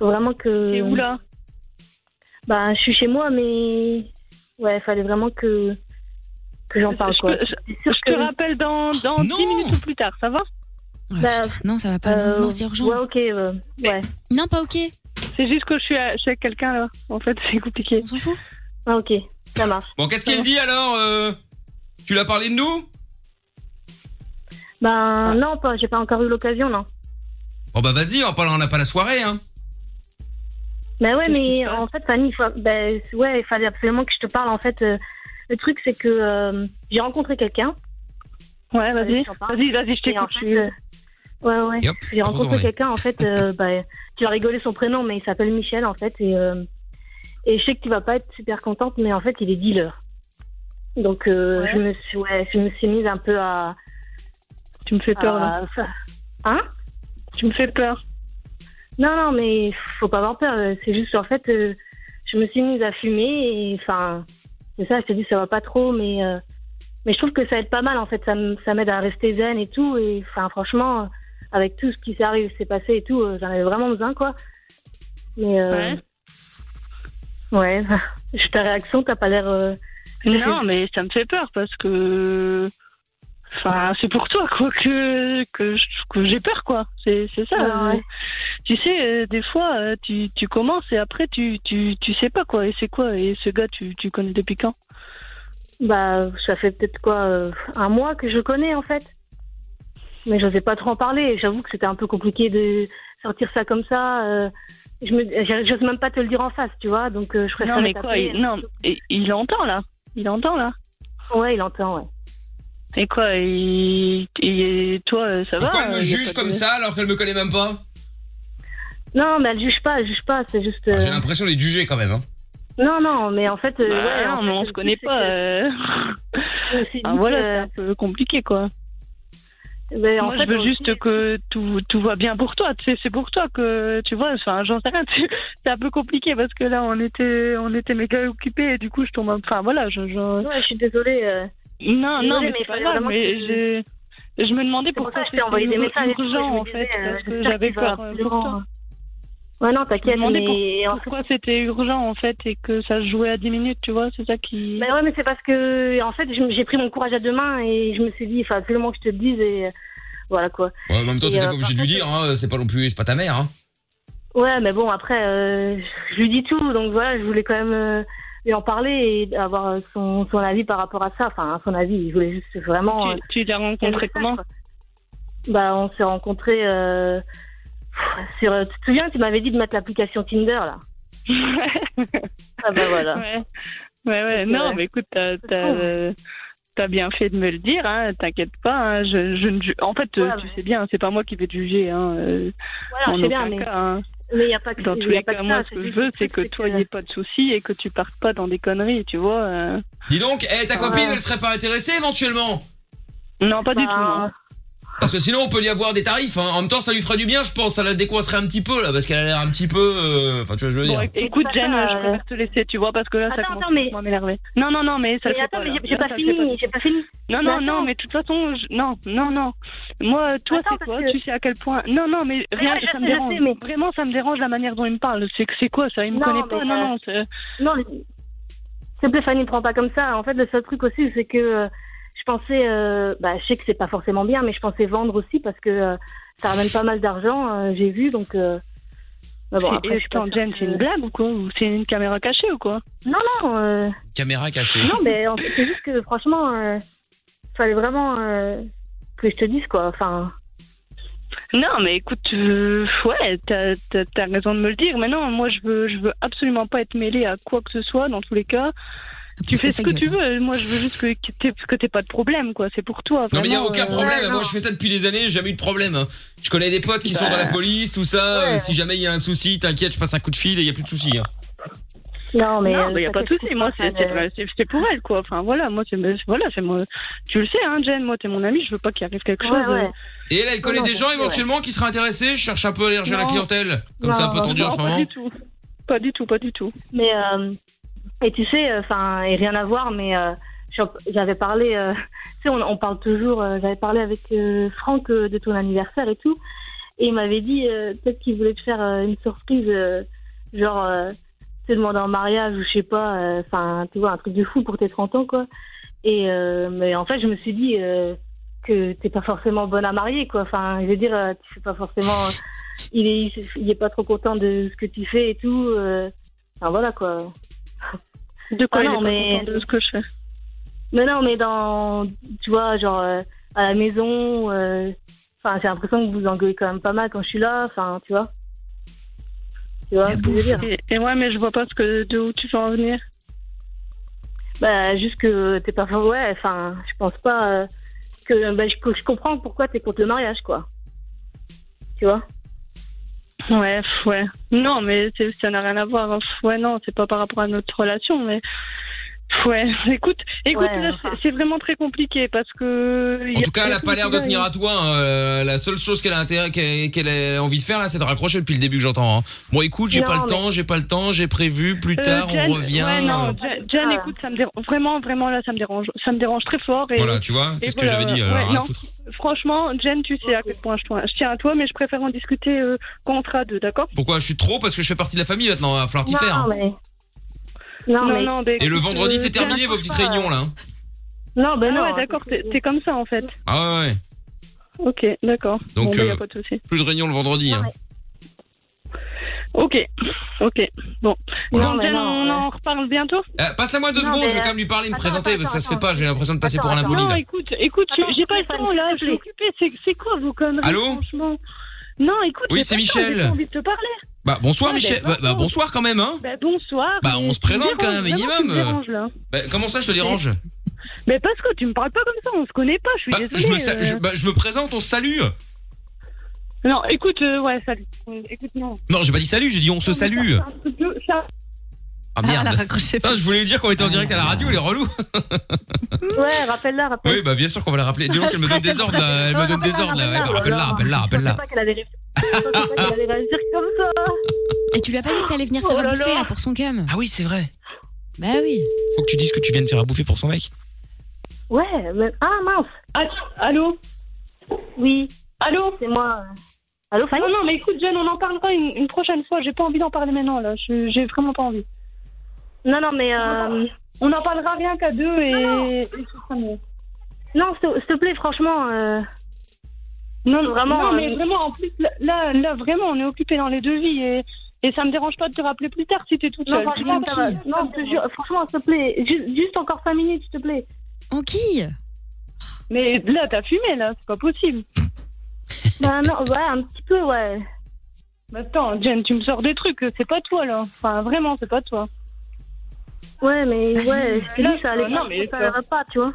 S11: faut vraiment que.
S12: T'es où, là
S11: Bah, je suis chez moi, mais ouais, il fallait vraiment que que j'en parle
S12: Je-
S11: quoi.
S12: je-
S11: sûr
S12: Je te
S11: que-
S12: rappelle dans, dans 10 minutes ou plus tard, ça va
S3: non, ça va pas. non, non, c'est urgent.
S11: Ouais, ok, euh, ouais.
S3: Non, pas ok.
S12: C'est juste que je suis, à- je suis avec quelqu'un là. En fait, c'est compliqué.
S3: On s'en fout.
S11: Ah, ok, ça marche.
S2: Bon, qu'est-ce qu'elle dit alors euh, Tu l'as parlé de nous
S11: Ben non, pas. J'ai pas encore eu l'occasion, non.
S2: Bon bah vas-y, on parle- on n'a pas la soirée hein.
S11: Bah ouais, mais en fait, Fanny, il faut- ben, ouais, il fallait absolument que je te parle. En fait, euh, le truc, c'est que euh, j'ai rencontré quelqu'un. Euh,
S12: Ouais, vas-y. Vas-y, vas-y, je
S11: t'écoute. euh, ouais, ouais.
S12: Yep,
S11: j'ai rencontré
S12: retourne.
S11: quelqu'un, en fait, euh, ben, tu vas rigoler son prénom, mais il s'appelle Michel, en fait. Et, euh, et je sais que tu vas pas être super contente, mais en fait, il est dealer. Donc, euh, je, me suis, ouais, je me suis mise un peu à.
S12: Tu me fais peur,
S11: à-
S5: Ah.
S12: là.
S11: Hein
S12: Tu me fais peur.
S11: Non, non, mais faut pas avoir peur. euh, C'est juste en fait, euh, je me suis mise à fumer et enfin, c'est ça. Je te dis, ça va pas trop, mais euh, mais je trouve que ça aide pas mal en fait. Ça m- ça m'aide à rester zen et tout. Et enfin, franchement, euh, avec tout ce qui s'est arrivé, s'est passé et tout, euh, j'en avais vraiment besoin quoi. Mais euh, ouais, je ta réaction, t'as pas l'air. euh,
S12: Non, mais ça me fait peur parce que Enfin, c'est pour toi, quoi, que, que, je- que j'ai peur, quoi. C'est c'est ça.
S11: Ah Ouais, ouais.
S12: Tu sais, euh, des fois, euh, tu, tu commences et après, tu, tu, tu sais pas, quoi. Et c'est quoi Et ce gars, tu, tu connais depuis quand
S11: Bah, ça fait peut-être quoi euh, Un mois que je connais, en fait. Mais j'osais pas trop en parler. et J'avoue que c'était un peu compliqué de sortir ça comme ça. euh, je me, j'ose même pas te le dire en face, tu vois. Donc, euh, je préfère.
S12: Non, mais
S11: taper.
S12: quoi il, Non, et- il entend, là. Il entend, là.
S11: Ouais, il entend, ouais.
S12: Et quoi il, et toi, euh, ça
S2: Pourquoi
S12: va
S2: elle me
S12: euh, y a
S2: juge
S12: pas de-
S2: comme ça alors qu'elle me connaît même pas
S11: Non, mais elle juge pas, elle juge pas. C'est juste.
S2: J'ai
S11: euh,
S2: l'impression d'être jugé quand même. Hein.
S11: Non, non, mais en fait. euh,
S12: Bah,
S11: ouais,
S12: non,
S11: en
S12: mais
S11: fait,
S12: on
S11: le
S12: se connaît
S11: truc,
S12: pas.
S11: c'est
S12: euh.
S11: que-
S12: Ah, voilà, c'est un peu compliqué, quoi.
S11: Mais en
S12: Moi,
S11: fait,
S12: je veux
S11: on-
S12: juste que tout, tout va bien pour toi. Tu sais, c'est pour toi que tu vois. Enfin, j'en sais rien. tu- C'est un peu compliqué parce que là, on était, on était méga occupés et du coup, je tombe. un- Enfin, voilà. Je, je...
S11: Ouais, je suis désolée. euh,
S12: Non, non,
S11: désolée,
S12: mais,
S11: mais
S12: c'est pas
S11: fallait
S12: grave,
S11: vraiment
S12: mais
S11: que tu-
S12: j'ai- je me demandais
S11: C'est pour ça
S12: pourquoi
S11: que je t'ai envoyé des
S12: ur-
S11: messages et tout,
S12: urgent,
S11: je me
S12: en fait,
S11: disais, euh,
S12: parce que
S11: j'espère
S12: j'avais
S11: qu'il va
S12: peur
S11: plus
S12: pour
S11: grand.
S12: toi.
S11: Ouais, non,
S12: Je me
S11: t'inquiète,
S12: demandais
S11: mais.
S12: pour- pourquoi c'était urgent en fait et que ça se jouait à 10 minutes, tu vois, c'est ça qui.
S11: Mais Bah ouais, mais c'est parce que, en fait, je me- j'ai pris mon courage à deux mains et je me suis dit, il faut absolument que je te le dise et euh, voilà quoi.
S2: Ouais, en même temps,
S11: Et,
S2: t'es
S11: euh,
S2: pas obligé de lui dire, hein, c'est pas non plus, c'est pas ta mère. Hein.
S11: Ouais, mais bon, après, euh, je lui dis tout, donc voilà, je voulais quand même euh, lui en parler et avoir euh, son, son avis par rapport à ça. Enfin, son avis, je voulais juste vraiment.
S12: Tu- tu l'as rencontré comment
S11: Bah, on s'est rencontrés euh, pff, sur. Tu te souviens, tu m'avais dit de mettre l'application Tinder là. ah bah voilà.
S12: Ouais, ouais, ouais.
S11: Donc,
S12: non,
S11: euh,
S12: mais écoute, t'as,
S11: trouve.
S12: t'as, t'as bien fait de me le dire, hein, t'inquiète pas. hein, je, je ne ju- En fait, euh,
S11: Ouais,
S12: tu sais bien, c'est pas moi qui vais te juger. Hein, euh,
S11: Voilà,
S12: en
S11: je sais bien,
S12: aucun
S11: mais-
S12: cas, hein.
S11: Mais il n'y a pas que
S12: Dans
S11: y
S12: tous
S11: a
S12: les
S11: pas
S12: cas,
S11: que ça,
S12: moi, ce
S11: c'est
S12: que je
S11: juste
S12: veux,
S11: le
S12: c'est que
S11: truc,
S12: toi, il
S11: euh,
S12: n'y ait pas de soucis et que tu partes pas dans des conneries, tu vois. euh.
S2: Dis donc, eh, ta
S12: Ah.
S2: copine, elle serait pas intéressée éventuellement
S12: Non, pas du tout. non.
S2: Parce que sinon, on peut y avoir des tarifs. Hein. En même temps, ça lui ferait du bien, je pense. Ça la décoincerait un petit peu, là, parce qu'elle a l'air un petit peu. euh, Enfin, tu vois, je veux dire.
S12: Bon, écoute,
S11: C'est pas
S12: Jeanne,
S11: ça,
S12: je
S11: euh.
S12: préfère te laisser, tu vois, parce que là, ça
S11: Attends,
S12: commence
S11: attends, mais-
S12: à m'énerver. Non, non, non, mais
S11: Mais
S12: ça le fait
S11: attends,
S12: pas,
S11: mais
S12: là.
S11: j'ai- j'ai
S12: Là,
S11: pas
S12: ça le fait
S11: fini,
S12: pas.
S11: j'ai pas fini.
S12: Non,
S11: Mais
S12: non, non,
S11: attends.
S12: mais de toute façon, je- non, non, non. Moi, toi, c'est toi, tu sais à quel point. Non, non, mais
S11: Mais
S12: rien,
S11: ouais, je
S12: ça me
S11: sais, je
S12: dérange.
S11: sais, mais-
S12: Vraiment, ça me dérange la manière dont il me parle. C'est que c'est quoi ça Il me
S11: Non,
S12: connaît
S11: mais
S12: pas.
S11: ça-
S12: Non, non, c'est-
S11: Non, mais- s'il te plaît, Fanny, prends pas comme ça. En fait, le seul truc aussi, c'est que euh, je pensais, euh, bah, je sais que c'est pas forcément bien, mais je pensais vendre aussi parce que euh, ça ramène pas mal d'argent, euh, j'ai vu, donc. euh, bah bon,
S12: Et-
S11: après,
S12: et
S11: je suis pas
S12: attends,
S11: sûre
S12: Jen,
S11: que-
S12: c'est une blague ou quoi Ou c'est une caméra cachée ou quoi
S11: Non, non, euh,
S2: Caméra cachée.
S11: non, mais en fait, c'est juste que franchement, euh, fallait vraiment euh, que je te dise quoi. Enfin,
S12: Non, mais écoute, euh, ouais, t'as t'as- t'as raison de me le dire. Mais non, moi, je veux, je veux absolument pas être mêlée à quoi que ce soit, dans tous les cas. Tu fais ce que tu veux. Moi, je veux juste que que t'aies que t'aies pas de problème, quoi. C'est pour toi.
S2: Non mais il y a
S12: vraiment,
S2: aucun
S12: euh,
S2: problème. Moi je fais ça depuis des années, j'ai jamais eu de problème. hein. Je connais des potes qui sont
S12: Bah.
S2: dans la police, tout ça. euh, Si jamais il y a un souci, t'inquiète, je passe un coup de fil et il y a plus de souci. hein.
S11: non, mais.
S12: Non,
S11: euh,
S12: mais y a
S11: ça
S12: pas de
S11: fait-
S12: souci. Moi, c'est
S11: ça,
S12: c'est
S11: mais-
S12: vrai, c'est- c'est pour elle, quoi. Enfin, voilà, moi, c'est voilà, c'est moi. Tu le sais, hein, Jen. Moi, t'es mon amie. Je veux pas qu'il arrive quelque
S11: Ouais,
S12: chose. euh,
S11: ouais.
S2: Et elle, elle connaît
S12: Non,
S2: des
S12: non,
S2: gens
S12: ouais.
S2: éventuellement qui seraient intéressés. Je cherche un peu à élargir la
S12: Non.
S2: clientèle. Comme ça un peu
S12: Non,
S2: tendu en
S12: non,
S2: ce
S12: pas
S2: moment.
S12: du tout. Pas du tout, pas du tout.
S11: Mais euh, et tu sais, euh, enfin, et rien à voir, mais euh, j'en- j'avais parlé, euh, tu sais, on, on parle toujours. euh, j'avais parlé avec euh, Franck euh, de ton anniversaire et tout, et il m'avait dit euh, peut-être qu'il voulait te faire euh, une surprise, euh, genre euh, te demander en mariage ou je sais pas, euh, enfin, tu vois, un truc de fou pour tes 30 ans, quoi. Et euh, mais en fait, je me suis dit. euh, que t'es pas forcément bonne à marier quoi enfin je veux dire euh, tu fais pas forcément il est il est pas trop content de ce que tu fais et tout euh, Enfin voilà quoi.
S12: De quoi
S11: Ah
S12: il
S11: non,
S12: est pas
S11: mais-
S12: content de ce que je fais.
S11: Mais non, mais dans, tu vois, genre euh, à la maison, euh, enfin j'ai l'impression que vous engueulez quand même pas mal quand je suis là, enfin tu vois. Tu vois ce que je veux dire
S12: Et, et ouais, mais je vois pas ce que de où tu veux en venir.
S11: Bah juste que t'es pas, ouais, enfin je pense pas euh, que, bah, je, que je comprends pourquoi t'es contre le mariage quoi. Tu vois
S12: Ouais, pff, ouais. Non, mais c'est- ça n'a rien à voir. hein. Pff, Ouais, non, c'est pas par rapport à notre relation, mais. pff, Ouais, écoute, écoute,
S11: Ouais,
S12: là, c'est- c'est vraiment très compliqué parce que.
S2: En tout cas, elle a pas l'air de tenir à toi. hein. Euh, La seule chose qu'elle a intérêt, qu'elle qu'elle a envie de faire là, c'est de raccrocher depuis le début que j'entends. hein. Bon, écoute, j'ai
S12: Non,
S2: pas le
S12: mais-
S2: temps, j'ai pas le temps, j'ai prévu. Plus
S12: Euh,
S2: tard,
S12: Jen,
S2: on revient.
S12: Ouais, non,
S2: Euh,
S12: Jen, Jen, écoute, ça me dérange. Vraiment, vraiment, là, ça me dérange. Ça me dérange très fort. Et,
S2: Voilà, tu vois, c'est
S12: et
S2: ce que j'avais dit, alors,
S12: ouais,
S2: rien à
S12: non.
S2: foutre.
S12: Franchement, Jen, tu sais à quel point je, tiens- je tiens à toi, mais je préfère en discuter euh, quand on sera deux, d'accord
S2: Pourquoi je suis trop Parce que je fais partie de la famille maintenant. Il va falloir t'y faire. hein.
S11: Non, mais-
S12: non, mais
S2: Et le
S12: écoute,
S2: vendredi,
S12: euh,
S2: c'est terminé
S12: Jen,
S2: vos petites réunions là. hein.
S12: Non, ben non, ouais, d'accord, t'es t'es comme ça en fait.
S2: Ah ouais, ouais.
S12: Ok, d'accord.
S2: Donc,
S12: bon, ben, y
S2: euh,
S12: a pas de souci.
S2: Plus de réunion le vendredi. hein.
S12: Ok, ok. Bon.
S2: Voilà.
S12: Non,
S2: Non, mais
S12: Jen,
S2: non,
S12: on en reparle bientôt.
S2: Euh, Passe-la-moi deux secondes, je vais quand même lui
S12: euh,
S2: parler, me présenter, parce que ça se fait pas, j'ai l'impression de passer pour un aboli.
S12: Non,
S2: là.
S12: écoute, écoute, j'ai pas le temps là, je l'ai occupé. C'est- C'est quoi vos conneries
S2: Allô
S12: Franchement. Non, écoute.
S2: Oui,
S12: j'ai
S2: c'est
S12: pas le temps,
S2: Michel.
S12: J'ai pas envie de te parler.
S2: Bah bonsoir
S12: Ouais,
S2: Michel,
S12: ben,
S2: bah, bah, bonsoir quand même, hein
S12: Bah, bonsoir.
S2: Bah,
S12: mais
S2: on se
S12: tu me
S2: présente quand même,
S12: déranges,
S2: minimum.
S12: vraiment, tu me déranges, là.
S2: Bah, Comment ça je te dérange
S12: Mais parce que tu me parles pas comme ça, on se connaît pas, je suis
S2: Bah,
S12: désolée.
S2: je, me sa-
S12: euh.
S2: je- bah, je me présente, on se salue
S12: Non, écoute, euh, ouais, salut. Écoute, non.
S2: Non, j'ai pas dit salut, j'ai dit on se salue
S12: Ça-
S2: Ah merde Ah, Je voulais lui dire qu'on était en direct à la radio, elle est relou
S12: Ouais, rappelle-la, rappelle-la.
S2: Oui, bah bien sûr qu'on va la rappeler. Dis donc, elle me donne des ordres, là. Elle me donne des ordres, là. Ouais, bah, rappelle-la, rappelle-la, rappelle-la.
S12: pas qu'elle allait réussir. Je pensais pas qu'elle allait réussir comme ça.
S3: Et tu lui as pas dit que t'allais venir faire
S12: Oh
S3: un
S12: là
S3: buffet
S12: là.
S3: là pour son cum
S2: Ah oui, c'est vrai.
S3: Bah oui.
S2: Faut que tu dises que tu viens de faire à bouffer pour son mec.
S12: Ouais, mais... ah mince. Allô, allô Oui. Allô C'est moi. Allô, Fanny Non, non, mais écoute, Jeanne, on en parlera une, une prochaine fois. J'ai pas envie d'en parler maintenant, là. Je- J'ai vraiment pas envie. Non, non, mais. euh, On en parlera rien qu'à deux et. et ce sera mieux.
S11: Non, s'il s'il te plaît, franchement. euh,
S12: Non,
S11: Vraiment,
S12: Non, mais
S11: euh,
S12: vraiment, en plus, là- là, là, vraiment, on est occupé dans les devis et, et ça me dérange pas de te rappeler plus tard si t'es toute
S11: Non,
S12: seule.
S11: franchement, ça va. Non, je te jure, franchement, s'il te plaît, ju- juste encore 5 minutes, s'il te plaît.
S3: En qui
S12: Mais là, t'as fumé, là, c'est pas possible.
S11: Bah non, ouais, un petit peu, ouais.
S12: Attends, Jen, tu me sors des trucs, c'est pas toi, là. Enfin, vraiment, c'est pas toi. Bah,
S11: Ouais, mais ouais, je te
S12: Là,
S11: dis, ça allait
S12: non,
S11: pas,
S12: mais
S11: ça
S12: ça-
S11: allait pas, tu vois.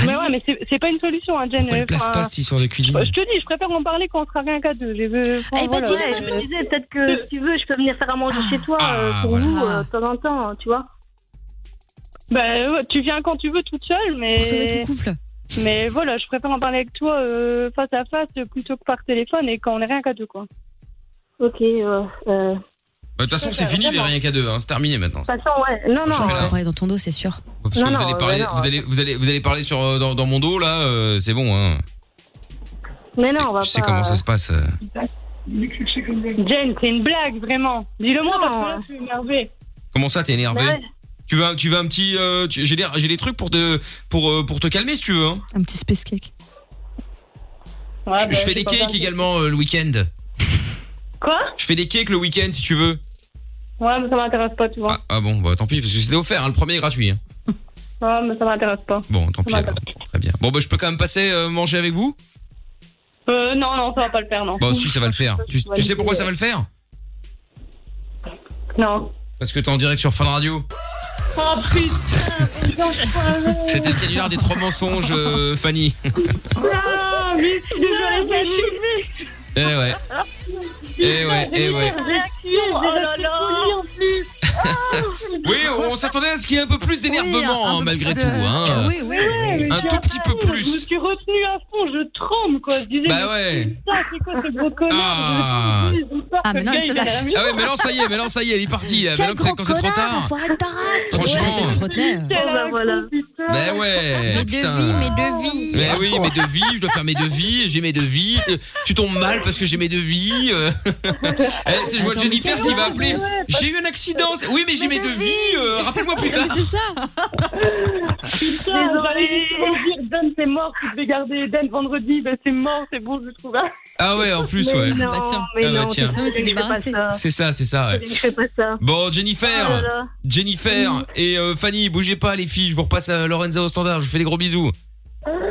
S12: mais ouais, mais c'est- c'est pas une solution, hein, Jen.
S2: Pourquoi il place
S12: Enfin,
S2: pas cette histoire de cuisine
S12: je te dis, je préfère en parler quand on sera rien qu'à deux. J'ai vu.
S11: Eh ben, dis-le maintenant. Peut-être que si tu veux, je peux venir faire à manger chez toi
S12: Ah,
S11: euh, pour
S12: voilà.
S11: nous, euh, de temps en temps, hein, tu vois.
S12: Bah, ouais, tu viens quand tu veux toute seule, mais.
S11: Pour sauver ton couple.
S12: Mais voilà, je préfère en parler avec toi euh, face à face euh, plutôt que par téléphone et quand on est rien qu'à deux, quoi.
S11: Ok, euh,
S2: Bah,
S11: euh,
S2: De toute façon, c'est fini les rien qu'à deux, hein. c'est terminé maintenant.
S11: de toute façon, ouais. Non, non.
S2: Franchement,
S11: euh,
S2: c'est pas
S3: Parler dans ton dos, c'est sûr.
S2: Parce que
S11: Non,
S2: vous
S11: non,
S2: allez parler,
S11: ouais, non,
S2: vous
S11: ouais.
S2: allez, vous allez, vous allez parler sur euh, dans, dans mon dos là, euh, c'est bon. Hein.
S12: Mais non, on va
S2: Je sais comment ça se passe. euh.
S12: Jen, c'est une blague, vraiment. Dis-le moi parce que là, je suis énervée.
S2: Comment ça, t'es énervé
S12: Ouais.
S2: Tu veux, un- tu veux un petit, euh, tu- j'ai des, j'ai des trucs pour te, pour, euh, pour te calmer si tu veux. hein.
S7: Un petit space cake.
S12: Ah
S2: je,
S12: bah,
S2: je fais des cakes également euh, le week-end.
S12: Quoi
S2: Je fais des cakes le week-end si tu veux.
S12: Ouais, mais ça m'intéresse pas, tu vois.
S2: Ah bon, bah tant pis parce que c'était offert, hein, le premier est gratuit. hein.
S12: Ouais, mais ça m'intéresse pas.
S2: Bon, tant
S12: Ça
S2: pis. alors.
S12: m'intéresse.
S2: Très bien. Bon, bah je peux quand même passer euh, manger avec vous.
S12: Euh, non, non, ça va pas le faire, non.
S2: Bah si, ça va le faire. Tu, tu sais pourquoi ça va le faire
S12: Non.
S2: Parce que t'es en direct sur Fun Radio.
S12: Oh putain,
S2: C'était le canular des trois mensonges, euh, Fanny.
S12: Ah, mais je suis désolée, mais je suis
S2: eh ouais. Eh ouais, eh ouais.
S12: Oh là là en plus
S2: Oui, on s'attendait à ce qu'il y ait un peu plus d'énervement, hein, malgré tout. Hein.
S12: Ah Oui, oui, oui.
S2: Un tout petit peu plus.
S12: Je me suis retenue à fond, je tremble quoi. Je disais,
S2: Bah
S12: mais
S2: ouais.
S12: putain, c'est quoi ce gros connard
S2: Ah.
S12: Je me suis dit, j'ai peur
S7: Ah,
S12: que
S7: mais non,
S12: le
S7: il se
S12: gars, il vienne à la
S7: lâche.
S12: maison.
S2: Ah ouais, mais non, ça y est, mais non, ça y est, elle est partie. là. Mais non, c'est- quand c'est trop tard. Franchement.
S12: bah voilà.
S2: Mais Ben ouais,
S3: Mes devis,
S2: putain.
S3: mes devis.
S2: Mais oui, mes devis, je dois faire mes devis, j'ai mes devis. euh, Tu tombes mal parce que j'ai mes devis. euh. Eh, tu sais, je vois
S13: Attends,
S2: Jennifer
S13: mais
S2: qui
S13: quel
S2: va
S13: ordre,
S2: appeler.
S13: ouais, parce-
S2: J'ai eu un accident. c'est- Oui, mais j'ai mes devis. euh, Rappelle-moi plus tard.
S12: Ah,
S3: C'est ça.
S12: Putain,
S11: Désolée.
S12: j'allais juste te dire, Dan, c'est mort, tu devais garder Eden vendredi, ben c'est mort, c'est bon, je le trouve.
S2: Ah ouais, en plus,
S12: Mais
S2: ouais.
S12: non, mais
S2: Ah bah
S12: non,
S2: tiens.
S12: c'est-
S11: je fais pas ça.
S2: C'est ça, c'est ça. ouais.
S11: Ah, Je fais pas ça.
S2: Bon, Jennifer,
S11: Oh là là.
S2: Jennifer et euh, Fanny, bougez pas les filles, je vous repasse à Lorenza au standard, je vous fais des gros bisous.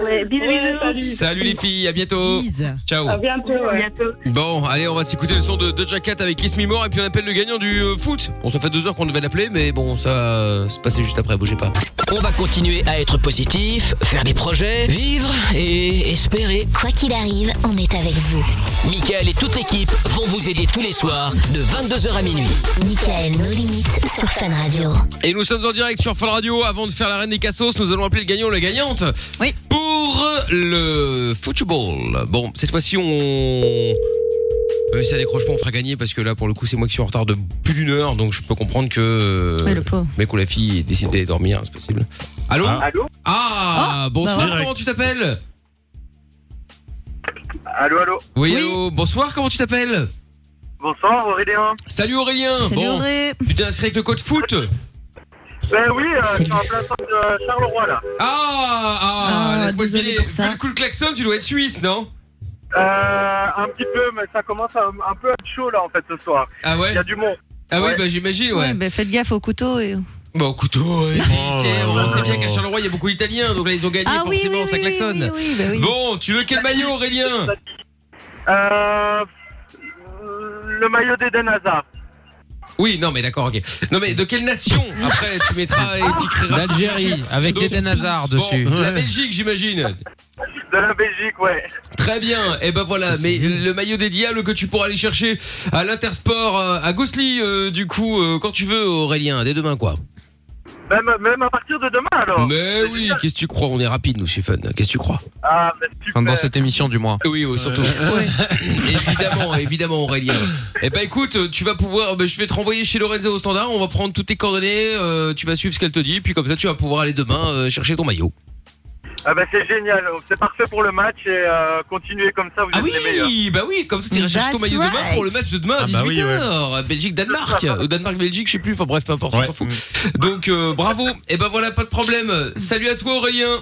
S11: Ouais, bisous,
S12: Ouais,
S11: bisous.
S2: Salut les filles, à bientôt. Ciao.
S12: À bientôt, ouais. bientôt.
S2: Bon, allez, on va s'écouter le son de Doja Cat avec Kiss Me More et puis on appelle le gagnant du euh, foot. Bon, ça fait deux heures qu'on devait l'appeler, mais bon, ça euh, se passait juste après, bougez pas.
S1: On va continuer à être positif, faire des projets, vivre et espérer.
S6: Quoi qu'il arrive, on est avec vous.
S1: Michael et toute l'équipe vont vous aider tous les soirs de 22h à minuit.
S6: Michael, nos limites sur Fun Radio.
S2: Et nous sommes en direct sur Fun Radio. Avant de faire la reine des cassos, nous allons appeler le gagnant ou la gagnante. Oui. Pour le football. Bon, cette fois-ci, on. Même si à décrochement, on fera gagner parce que là, pour le coup, c'est moi qui suis en retard de plus d'une heure, donc je peux comprendre que. euh,
S7: Ouais, le pauvre.
S2: mec ou la fille décide d'aller dormir, c'est possible. Allô
S9: Allô
S2: Ah, bonsoir,
S9: bah voilà.
S2: comment tu t'appelles
S9: Allô, allô
S2: oui, allô, bonsoir, comment tu t'appelles
S9: Bonsoir, Aurélien.
S2: Salut Aurélien
S9: Salut
S2: Bon,
S9: Auré.
S2: tu t'es inscrit avec le code foot
S9: Ben oui, euh, je suis en plein centre
S5: Euh,
S9: de Charleroi là.
S2: Ah, ah, laisse-moi deviner. Vu le coup de klaxon, tu dois être suisse, non
S9: Euh, un petit peu, mais ça commence à- un peu à être chaud là en fait ce soir.
S2: Ah ouais
S9: Il y a du monde.
S2: Ah oui, bah j'imagine, ouais.
S7: Ouais, bah, faites gaffe au couteau et.
S2: Bah au couteau, ouais, c'est-
S9: Oh,
S2: c'est-
S7: Oh
S2: on sait bien qu'à Charleroi il y a beaucoup d'Italiens, donc là ils ont gagné
S7: Ah oui,
S2: forcément,
S7: oui,
S2: ça
S7: oui,
S2: klaxonne.
S7: oui, oui, bah oui.
S2: Bon, tu veux quel maillot Aurélien
S9: Bah, Euh, le maillot d'Eden Hazard.
S2: Oui, non mais d'accord, ok. Non mais de quelle nation Après tu mettras et tu créeras... ce que tu
S10: D'Algérie,
S2: veux.
S10: avec
S2: Donc,
S10: Eden Hazard dessus.
S2: Bon, la
S10: Ouais.
S2: Belgique j'imagine.
S9: De la Belgique, ouais.
S2: Très bien, et ben voilà, mais le maillot des diables que tu pourras aller chercher à l'Intersport euh, à Gossely, euh, du coup, euh, quand tu veux Aurélien, dès demain quoi.
S9: Même, même à partir de demain alors.
S2: Mais oui, qu'est-ce que tu crois On est rapide nous chez Fun, qu'est-ce que tu crois
S9: Ah, mais super.
S10: Enfin, dans cette émission du moins. Euh,
S2: Oui, oui, surtout. évidemment, évidemment, Aurélien. Eh ben, écoute, tu vas pouvoir. ben, je vais te renvoyer chez Lorenzo au standard. On va prendre toutes tes coordonnées. euh, tu vas suivre ce qu'elle te dit. Puis comme ça, tu vas pouvoir aller demain euh, chercher ton maillot.
S9: Ah bah c'est génial, c'est parfait pour le match et euh, continuez comme ça, vous êtes les meilleurs.
S2: Ah Oui, bah oui, comme ça, tu iras chercher ton
S9: Mm, That's
S2: maillot demain
S9: right.
S2: pour le match de demain Euh, à
S9: Ah
S2: 18h.
S9: bah oui,
S2: Belgique, Danemark, ou Danemark, Belgique, Euh, je sais plus. Enfin bref, peu importe, on s'en fout. Donc euh, bravo. Et ben voilà, pas de problème. Salut à toi, Aurélien.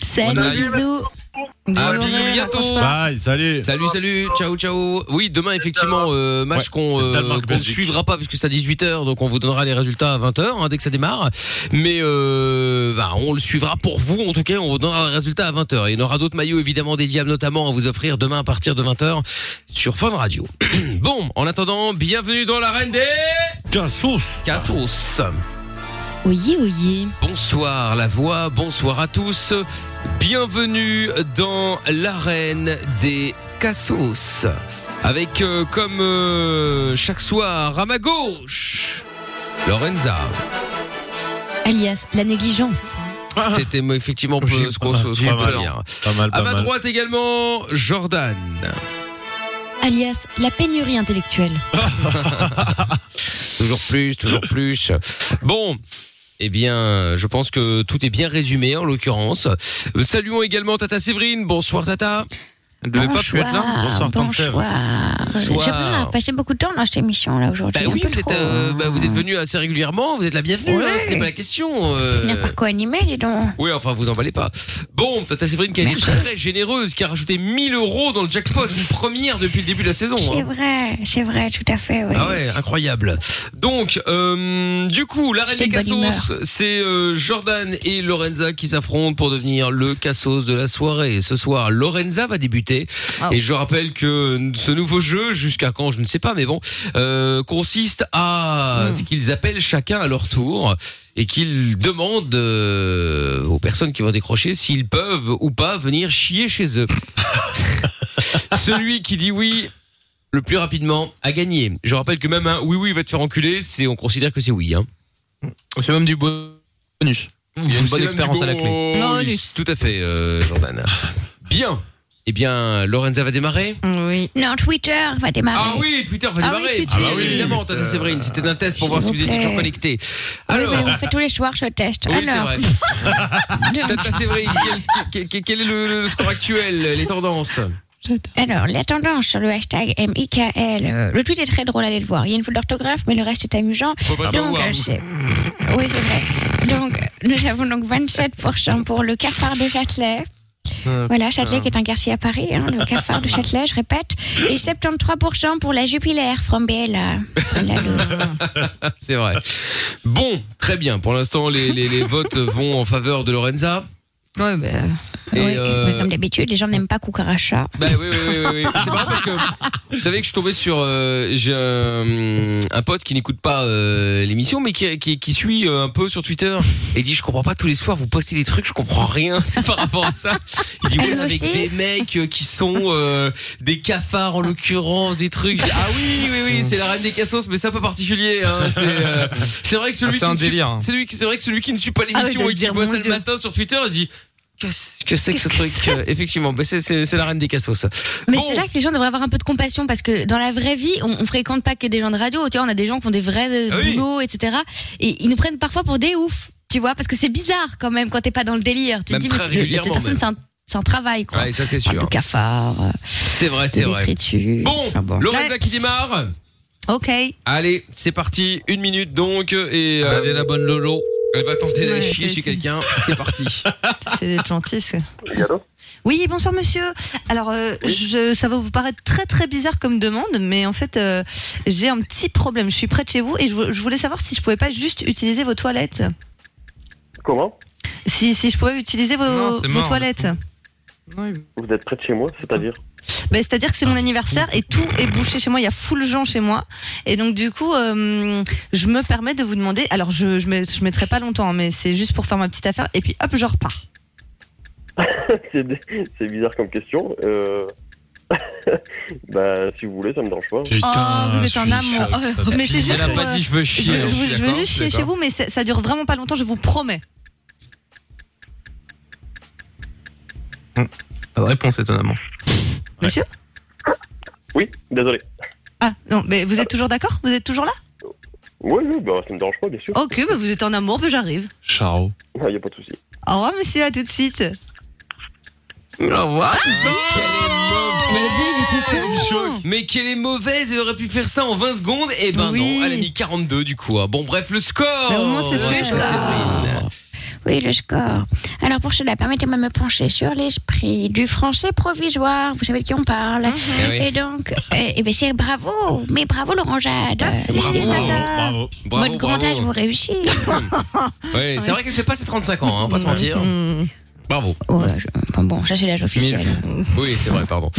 S3: Salut,
S2: Bonne
S3: bisous.
S2: À
S3: Bonne journée,
S2: bientôt.
S3: raccroche pas.
S2: salut. Salut, salut. Ciao, ciao. Oui, demain effectivement euh, match qu'on euh,
S8: Danemark,
S2: qu'on ne
S8: Belgique.
S2: suivra pas parce que c'est à 18h donc on vous donnera les résultats à 20h hein, dès que ça démarre. Mais euh, bah, on le suivra pour vous en tout cas, on vous donnera les résultats à 20h. Il y en aura d'autres maillots évidemment des diables notamment à vous offrir demain à partir de 20h sur Fun Radio. bon, en attendant, bienvenue dans l'arène des Cassos. Cassos.
S3: Oyez, oyez.
S2: Bonsoir la voix, bonsoir à tous. Bienvenue dans l'arène des Cassos. Avec euh, comme euh, chaque soir à ma gauche, Lorenza.
S3: Alias, la négligence.
S2: C'était effectivement peu- ce qu'on ce qu'on
S8: Ah. Pas
S2: peut
S8: mal,
S2: dire.
S8: pas mal, pas
S2: à ma
S8: mal.
S2: droite également, Jordan.
S3: Alias, la pénurie intellectuelle.
S2: Bah, toujours plus, toujours plus. Bon. Eh bien, je pense que tout est bien résumé en l'occurrence. Saluons également Tata Séverine. Bonsoir Tata. Elle
S3: devait pas plus être là. Bonsoir, Bonsoir, Tante Sèvres. J'ai l'impression d'avoir passé beaucoup de temps dans cette émission là
S2: Bah
S3: aujourd'hui.
S2: oui,
S3: un peu
S2: vous êtes,
S3: trop. hein.
S2: euh, bah, vous êtes venu assez régulièrement, vous êtes la bienvenue, hein, ce n'est pas la question. euh.
S3: Il n'y a pas quoi animer, les donc.
S2: Oui, enfin, vous emballez pas. Bon, Tata Séverine qui a été très généreuse, qui a rajouté 1000 euros dans le jackpot, une première depuis le début de la saison.
S3: C'est
S2: hein.
S3: vrai, c'est vrai, tout à fait. oui.
S2: Ah ouais, incroyable. Donc, euh, du coup, la reine
S3: J'étais
S2: des
S3: de bonne
S2: cassos,
S3: humeur.
S2: c'est euh, Jordan et Lorenza qui s'affrontent pour devenir le cassos de la soirée. Ce soir, Lorenza va débuter. Et je rappelle que ce nouveau jeu, jusqu'à quand, je ne sais pas, mais bon, euh, consiste à ce qu'ils appellent chacun à leur tour et qu'ils demandent euh, aux personnes qui vont décrocher s'ils peuvent ou pas venir chier chez eux. Celui qui dit oui le plus rapidement a gagné. Je rappelle que même un oui oui va te faire enculer, c'est on considère que c'est oui. Hein.
S10: C'est même du bonus. Il y a une
S2: Mm, C'est
S10: bonne
S2: même
S10: expérience
S2: du
S10: à la clé.
S2: bonus. Tout à fait, euh, Jordan. Bien. Eh bien, Lorenza va démarrer.
S3: Oui. Non, Twitter va démarrer.
S2: Ah oui, Twitter va
S3: Ah oui,
S2: démarrer.
S3: Twitter.
S2: bah évidemment, Tata Séverine, c'était un test pour voir si vous
S3: vous
S2: étiez
S3: plaît.
S2: toujours connecté.
S3: Oui,
S2: Alors,
S3: oui, on fait tous les soirs ce test.
S2: oui, c'est
S3: Alors,
S2: vrai. Tata Séverine, quel, quel- quel est le, le score actuel, les tendances
S3: alors, la tendance sur le hashtag MIKL. euh, Le tweet est très drôle, allez le voir. Il y a une faute d'orthographe, mais le reste est amusant.
S2: Faut pas te
S3: Donc,
S2: voir,
S3: euh,
S2: vous.
S3: c'est- Oui, c'est vrai. Donc, euh, nous avons donc 27% pour le cafard de Châtelet.
S13: Ah.
S3: Voilà, Châtelet qui est un quartier à Paris, hein, le cafard de Châtelet, je répète. Et 73% pour la Jupiler from Biella.
S2: C'est vrai. Bon, très bien. Pour l'instant, les, les- les votes vont en faveur de Lorenza.
S7: Ouais, bah.
S2: Et,
S3: Oui,
S2: euh,
S3: Comme d'habitude, les gens n'aiment pas Koukaracha.
S14: Ben,
S2: Bah oui, oui, oui, oui, oui. C'est marrant parce que vous savez que je suis tombé sur euh, j'ai un, un pote qui n'écoute pas euh, l'émission mais qui, qui, qui suit euh, un peu sur Twitter et il dit je comprends pas tous les soirs vous postez des trucs je comprends rien c'est par rapport à ça. Il dit ouais
S8: Elle
S2: avec
S8: aussi
S2: des mecs euh, qui sont euh, des cafards en l'occurrence des trucs. Je dis, ah oui oui oui c'est la reine des cassos mais c'est un peu particulier. Hein, c'est euh, c'est vrai que celui
S10: Ah, c'est
S2: qui
S10: un
S2: ne suit-
S10: délire, hein.
S2: c'est lui qui- c'est vrai que celui qui ne suit pas
S10: Ah oui,
S2: l'émission
S10: de
S2: et
S10: se
S2: qui
S10: dire,
S2: voit
S10: mon
S2: ça le
S10: Dieu.
S2: matin sur Twitter il se dit Qu'est-ce que c'est que ce truc Euh, Effectivement, bah, c'est c'est- c'est la reine des cassos.
S3: Mais
S2: oh.
S3: c'est là que les gens devraient avoir un peu de compassion parce que dans la vraie vie, on, on fréquente pas que des gens de radio. Tu vois, on a des gens qui ont des vrais euh,
S2: Ah oui.
S3: boulots, etc. Et ils nous prennent parfois pour des oufs, tu vois, parce que c'est bizarre quand même quand t'es pas dans le délire. Tu
S2: Même
S3: te dis,
S2: très
S3: mais c'est-
S2: régulièrement,
S3: cette personne,
S2: même.
S3: c'est un, c'est un travail, quoi.
S2: Ouais, ça c'est sûr.
S3: Le cafard.
S2: C'est vrai, c'est vrai. Ah Bon,
S1: Ah
S2: Lorenza qui démarre.
S7: Ok.
S2: Allez, c'est parti. Une minute donc et euh,
S10: la bonne Lolo.
S14: Elle va tenter d'aller
S7: Ouais,
S14: chier
S7: toi
S14: chez
S7: aussi.
S14: quelqu'un. C'est parti.
S7: C'est d'être gentil. ça. Oui, bonsoir monsieur. Alors, euh, je, ça va vous paraître très très bizarre comme demande, mais en fait, euh, j'ai un petit problème. Je suis près de chez vous et je, vou- je voulais savoir si je pouvais pas juste utiliser vos toilettes.
S9: Comment
S7: Si, si je pouvais utiliser vos,
S9: Non, c'est
S7: vos
S9: mort.
S7: toilettes.
S9: Vous êtes près de chez moi, c'est-à-dire
S7: Bah, C'est-à-dire que c'est mon anniversaire et tout est bouché chez moi. Il y a full gens chez moi. Et donc, du coup, euh, je me permets de vous demander. Alors, je, je, met- je mettrai pas longtemps, hein, mais c'est juste pour faire ma petite affaire. Et puis, hop, je repars.
S9: C'est c'est bizarre comme question. Euh... bah, si vous voulez, ça me dérange pas.
S7: oh, vous êtes un amour. Oh, mais c'est juste
S2: Elle a
S7: pour,
S2: pas
S7: euh,
S2: dit je veux chier.
S7: Je, je- je veux juste chier chez vous, mais ça, ça dure vraiment pas longtemps, je vous promets.
S2: Pas de réponse étonnamment.
S7: Monsieur
S9: Oui, désolé.
S7: Ah, non, mais vous êtes toujours d'accord Vous êtes toujours là
S9: Oui, oui, bah, ça me dérange pas, bien sûr.
S7: Ok, bah, vous êtes en amour, bah, j'arrive.
S9: Ciao. Il n'y a pas de souci.
S7: Au revoir, monsieur, à tout de suite.
S14: Au revoir. Ah,
S7: mauvaise.
S14: Mais qu'elle est mauvaise, elle aurait pu faire ça en 20 secondes. Et ben non, elle a mis 42 du coup. hein. Bon, bref, le score. Ouais, c'est Séverine.
S13: Oh. Oui, le score. Alors pour cela, permettez-moi de me pencher sur l'esprit du français provisoire. Vous savez de qui on parle.
S14: Eh oui.
S13: Et donc, eh, eh ben c'est bravo, mais bravo Laurent Jade.
S14: Bravo, bravo, bravo.
S13: Votre grand âge, vous réussissez.
S14: Ouais, c'est vrai qu'elle fait pas ses 35 ans, hein, on va pas se mentir. Bravo.
S13: bon, ça c'est l'âge officiel.
S14: Oui, c'est vrai, pardon.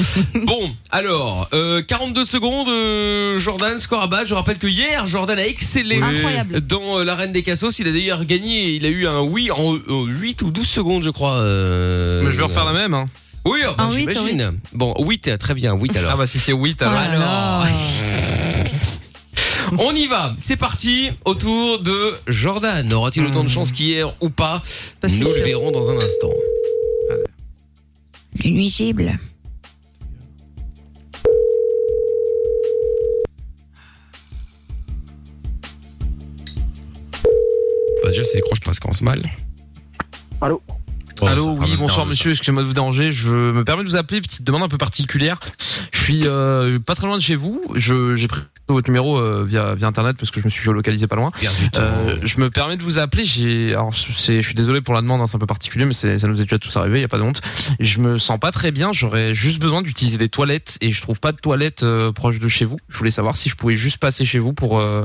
S14: bon, alors, euh, 42 secondes, euh, Jordan, score à battre. Je rappelle que hier, Jordan a excellé
S7: Incroyable.
S14: dans euh, l'arène des cassos. Il a d'ailleurs gagné, il a eu un oui en euh, 8 ou 12 secondes, je crois. euh,
S2: Mais je vais refaire la même. Hein.
S14: Oui, ah bah, j'imagine. Bon, 8, très bien, 8 alors.
S2: Ah bah si c'est 8 alors. Ah.
S14: Alors. On y va, c'est parti, autour de Jordan. Aura-t-il autant de
S2: Hmm.
S14: chance qu'hier ou pas Nous le verrons dans un instant.
S13: Le nuisible.
S14: Bah, déjà, ça décroche parce qu'on se mal.
S9: Allô
S2: Allô, oui, bonsoir monsieur, excusez-moi de vous déranger. Je me permets de vous appeler, petite demande un peu particulière. Je suis euh, pas très loin de chez vous. Je- J'ai pris votre numéro euh, via, via internet parce que je me suis géolocalisé pas loin. Euh, je me permets de vous appeler. J'ai, alors c'est, je suis désolé pour la demande, hein, c'est un peu particulier, mais c'est- ça nous est déjà tous arrivé. Il y a pas de honte. Je me sens pas très bien. J'aurais juste besoin d'utiliser des toilettes et je trouve pas de toilettes euh, proche de chez vous. Je voulais savoir si je pouvais juste passer chez vous pour euh,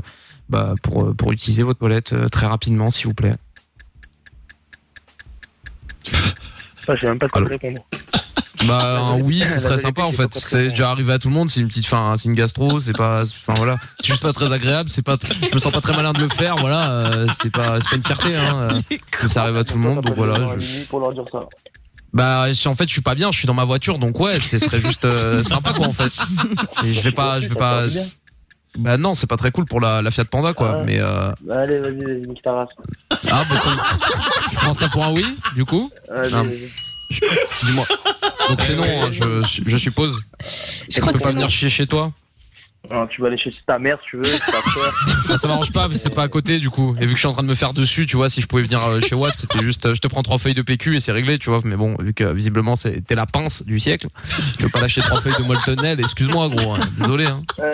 S2: bah, pour euh, pour utiliser vos toilettes euh, très rapidement, s'il vous plaît.
S9: Ah, j'ai même pas de quoi répondre.
S2: Bah un oui,
S9: La
S2: ce serait
S9: vérité,
S2: sympa en
S9: j'ai
S2: fait.
S9: pas compris.
S2: C'est déjà arrivé à tout le monde. C'est une petite, enfin, c'est une gastro. C'est pas, c'est- enfin voilà. C'est juste pas très agréable. C'est pas, je me sens pas très malin de le faire. Voilà, euh, c'est pas, c'est pas une fierté. Hein. euh, mais ça arrive à tout le monde. Donc voilà. je-
S9: Pour leur dire ça.
S2: Bah je- en fait, je suis pas bien. Je suis dans ma voiture. Donc ouais, ce serait juste euh, sympa quoi en fait. Et je vais pas, je vais pas. Bah non, c'est pas très cool pour la, la Fiat Panda quoi. Mais euh,
S9: Allez, vas-y, vas-y, nique ta race.
S2: ah bah ça- je prends ça pour un oui du coup.
S9: Allez,
S2: Non.
S9: vas-y.
S2: Dis-moi. Donc c'est non. hein, je, je suppose. Je
S9: crois
S2: peux
S9: que
S2: pas
S9: c'est
S2: venir
S9: non.
S2: chier chez toi.
S9: Alors, tu vas aller chez ta mère si tu veux, c'est pas peur.
S2: Ah, ça m'arrange pas, mais c'est pas à côté du coup. Et vu que je suis en train de me faire dessus, tu vois, si je pouvais venir euh, chez Watt, c'était juste, euh, je te prends trois feuilles de PQ et c'est réglé, tu vois. Mais bon, vu que euh, visiblement c'est- t'es la pince du siècle, je peux pas lâcher trois feuilles de Molten Ale, Excuse-moi, gros. hein. Désolé. Hein.
S9: Euh,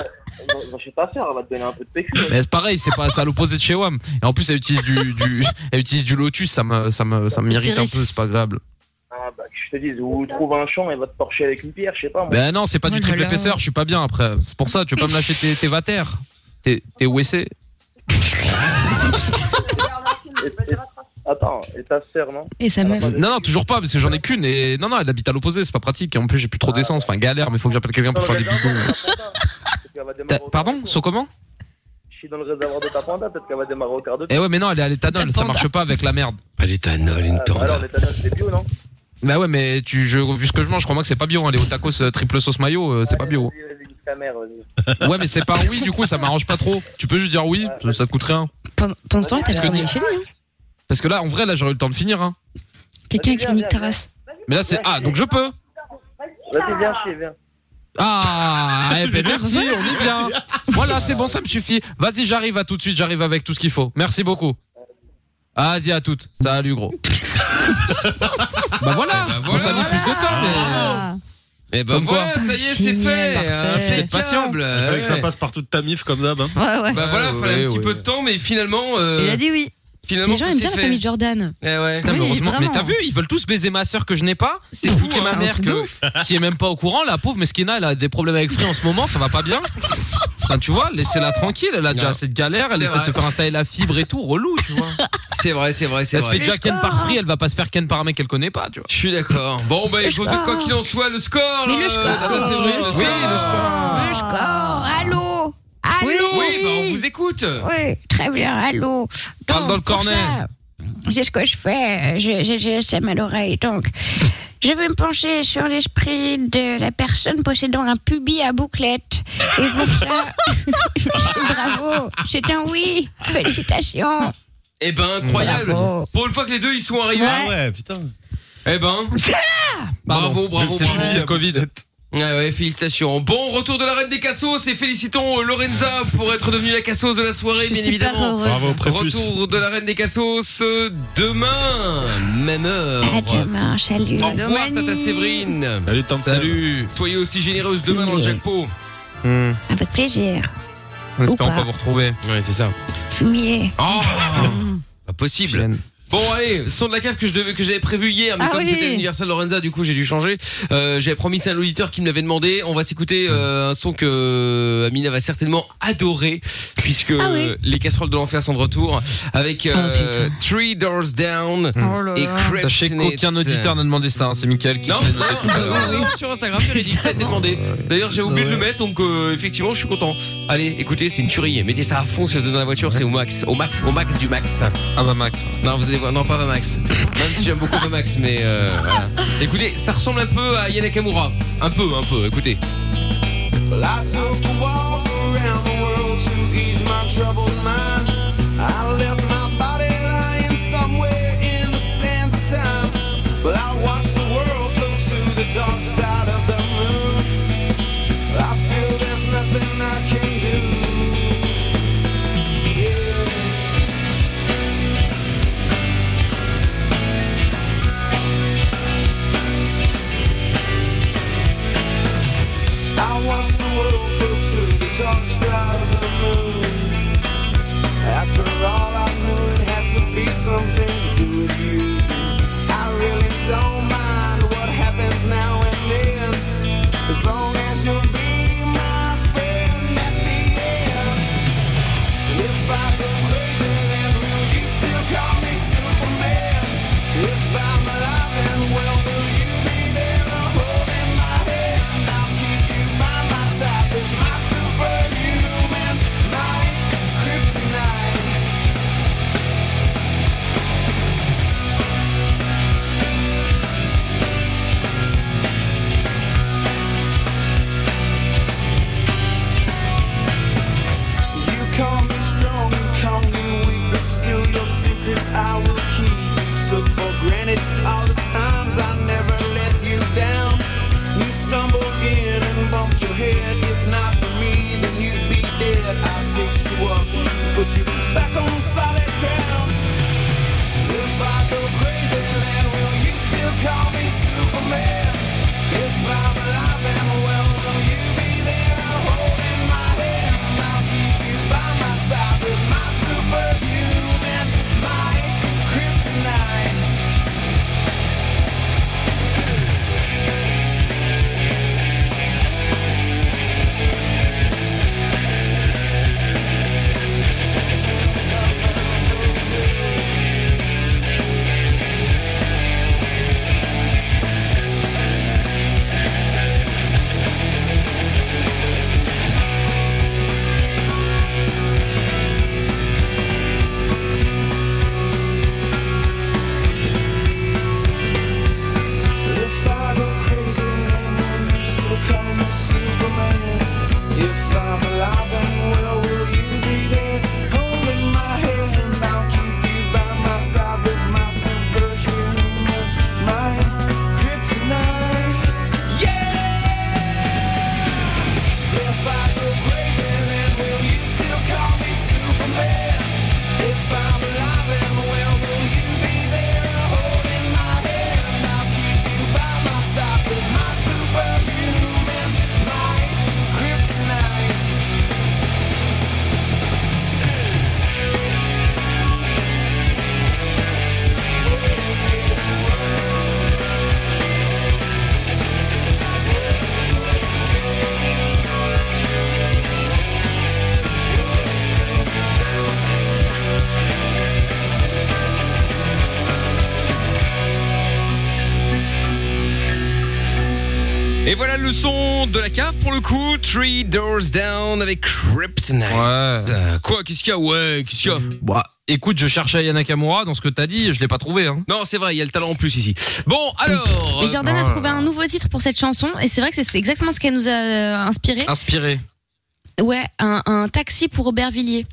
S9: va, va chez ta sœur, elle va te donner un peu de PQ.
S2: Mais c'est pareil, c'est pas, c'est à l'opposé de chez Wam. Et en plus, elle utilise du, du- elle utilise du Lotus, ça me, ça me, ça m'irrite un peu. C'est pas agréable.
S9: Ah, bah, que je te dise, ou trouve un champ et va te torcher avec une pierre, je sais pas. moi.
S2: Ben non, c'est pas du
S9: Oh là
S2: triple
S9: là.
S2: épaisseur. Je suis pas bien après. C'est pour ça, tu veux pas me lâcher tes, tes vatères, tes, tes WC.
S9: Et- et- Attends, et ta sœur, non
S3: Et sa meuf.
S2: Non, non, toujours pas, parce que j'en ai qu'une et non, non, elle habite à l'opposé, c'est pas pratique. Et en plus, j'ai plus
S9: Ah.
S2: trop d'essence, enfin galère, mais faut que j'appelle quelqu'un pour faire des bidons.
S9: Peut-être qu'elle va
S2: T'as-
S9: démarrer au-
S2: Pardon Sont comment
S9: Je suis dans le réservoir de ta panda, peut-être qu'elle va démarrer au quart de
S2: Eh ouais, mais non, elle est à l'éthanol, ça marche pas avec la merde. À l'éthanol, une
S9: tour. Ah, Alors, l'éthanol, c'est bio, non
S2: Bah ouais, mais tu, je, vu ce que je mange, je crois que c'est pas bio. Hein, les hauts tacos euh, triple sauce mayo, euh,
S9: Ah,
S2: c'est pas bio.
S9: Nique ta mère, vas-y.
S2: Ouais, mais c'est pas un oui, du coup, ça m'arrange pas trop. Tu peux juste dire oui, ça- ça te coûte rien.
S3: Pendant pendant ce temps-là, t'as
S2: Parce que-
S3: retourné chez lui. hein.
S2: Parce que là, en vrai, là, j'aurais eu le temps de finir. Hein.
S3: Quelqu'un qui nique ta race.
S2: Mais là, c'est. Ah, donc je peux
S9: Vas-y, viens chez, viens.
S2: Ah, eh ben merci, on y vient. Voilà, c'est bon, ça me suffit. Vas-y, j'arrive à tout de suite, j'arrive avec tout ce qu'il faut. Merci beaucoup. Vas-y, à toutes. Salut, gros. bah
S3: Ah,
S2: voilà,
S15: Eh ben,
S2: on s'amuse plus de temps, mais-
S14: Eh ben
S2: Comme quoi. hein.
S14: voilà, ça y est, c'est fait.
S2: parfait.
S14: Impeccable.
S2: Faut être patient.
S15: Il fallait que ça
S14: Ouais.
S15: passe par toute ta mif comme d'hab. hein.
S14: Bah voilà, fallait un petit peu de temps, mais finalement. euh,
S7: Il a dit oui.
S2: Finalement,
S3: Les gens
S2: ça
S3: aiment
S2: s'est
S3: bien la
S2: fait.
S3: famille Jordan.
S2: Eh ouais.
S4: Putain, mais heureusement- mais t'as vu, ils veulent tous baiser ma sœur que je n'ai pas. C'est fou,
S2: hein.
S4: ma
S2: C'est un
S4: mère
S2: truc de
S4: que,
S2: ouf.
S4: qui est même pas au courant, la pauvre Meskina, elle a des problèmes avec Free en ce moment, ça va pas bien. Enfin, tu vois, laissez-la tranquille, elle a déjà cette galère, elle
S2: C'est
S4: essaie de
S2: vrai.
S4: se faire installer la fibre et tout, relou, tu vois.
S2: C'est vrai, c'est vrai, c'est
S4: Elle
S2: vrai.
S4: se fait déjà ken par Free, elle va pas se faire ken par un mec qu'elle connaît pas, tu vois.
S2: Je suis d'accord. Bon, bah, écoute, quoi qu'il en soit, le score, là.
S13: Mais le
S2: euh,
S13: score.
S2: Tata Séverine, le
S13: Oui,
S2: score.
S13: le Ah. Le score, allô Allô
S2: Oui, bah, on vous écoute.
S13: Oui, très bien, allô.
S2: Parle
S13: Donc,
S2: dans le
S13: pour
S2: cornet.
S13: ça, C'est ce que je fais, je- j'ai GSM à l'oreille. Donc, je vais me pencher sur l'esprit de la personne possédant un pubis à bouclette. Et pour ça, bravo, c'est un oui. Félicitations.
S2: Eh ben, incroyable. Pour une fois que les deux, ils sont arrivés.
S13: Ah
S2: ouais, putain. Eh ben.
S4: Pardon.
S2: Bravo, bravo,
S4: C'est le
S2: bravo.
S4: virus, le
S2: Covid. Ouais, ouais, félicitations. Bon, retour de la reine des cassos et félicitons euh, Lorenza pour être devenue la cassos de la soirée, bien
S4: suis super
S2: évidemment.
S4: heureuse. Bravo, prépuce.
S2: Retour de la reine des cassos euh, demain, même heure.
S13: À demain, salut.
S2: Au revoir, Tata Séverine. Salut, Tante Salut. Soyez aussi généreuse demain dans le jackpot. Hmm,
S13: Avec plaisir.
S2: En
S13: espérant pas. pas
S2: vous retrouver. Ouais, c'est ça.
S13: Fumier.
S2: Oh Pas possible. Bon allez, son de la cave que je devais que j'avais prévu hier, mais
S13: Ah
S2: comme
S13: oui.
S2: c'était l'anniversaire de Lorenza, du coup j'ai dû changer. Euh, j'avais promis c'est un auditeur qui me l'avait demandé. On va s'écouter euh, un son que euh, Amina va certainement adorer, puisque
S14: Ah oui.
S2: euh, les casseroles de l'enfer sont de retour avec euh, Three Doors Down et Crepes
S4: Sachez qu'aucun auditeur n'a demandé ça, hein, c'est Mickaël qui
S2: non, Ah
S4: s'est noté tout à l'heure.
S2: non, non, sur Instagram, Véridique, ça a été demandé. D'ailleurs, j'ai oublié de le mettre, donc euh, effectivement, je suis content. Allez, écoutez, c'est une tuerie. Mettez ça à fond si vous êtes dans la voiture, c'est au max, au max, au max du max. Ah bah max. Non, vous allez voir, non pas bah max. Même si j'aime beaucoup bah max, mais euh, voilà. Écoutez, ça ressemble un peu à Yanakamura, un peu, un peu. Écoutez.
S14: Well, I took a walk around the world to ease my troubled mind. I left my body lying somewhere in the sands of time. Well, I watched the world flow to the dark side of the moon. I feel there's nothing I can do. Yeah. I watched the world flow to the dark side of the moon. After all, I knew it had to be something to do with you. I really don't mind what happens now and then, as long as you'll be my friend at the end. And if I go crazy, then will you still call me Superman? If I'm alive and well, will you be there or holding my hand? I'll keep you by my side with my superhuman, my kryptonite. You call me strong, you call me weak, but still your secrets I will keep. You took for granted all the times I never let you down. You stumbled in and bumped your head. If not for me, then you'd be dead. I picked you up, put you back on solid ground. If I go crazy, then will you still call me Superman? If I'm alive and well, will you be there holding my hand? I'll keep you by my side with my superhuman, my kryptonite. Thank
S2: Et voilà le son de la cave pour le coup. Three Doors Down avec Kryptonite. Euh, Quoi Qu'est-ce qu'il y a Ouais, qu'est-ce qu'il y a
S10: Bah, écoute, je cherchais Ayana Nakamura dans ce que t'as dit, je l'ai pas trouvé. Hein.
S2: Non, c'est vrai, il y a le talent en plus ici. Bon, alors.
S3: Et Jordan a
S10: Voilà.
S3: trouvé un nouveau titre pour cette chanson, et c'est vrai que c'est- c'est exactement ce qu'elle nous a euh, inspiré.
S10: Inspiré.
S3: Ouais, un, un taxi pour Aubervilliers.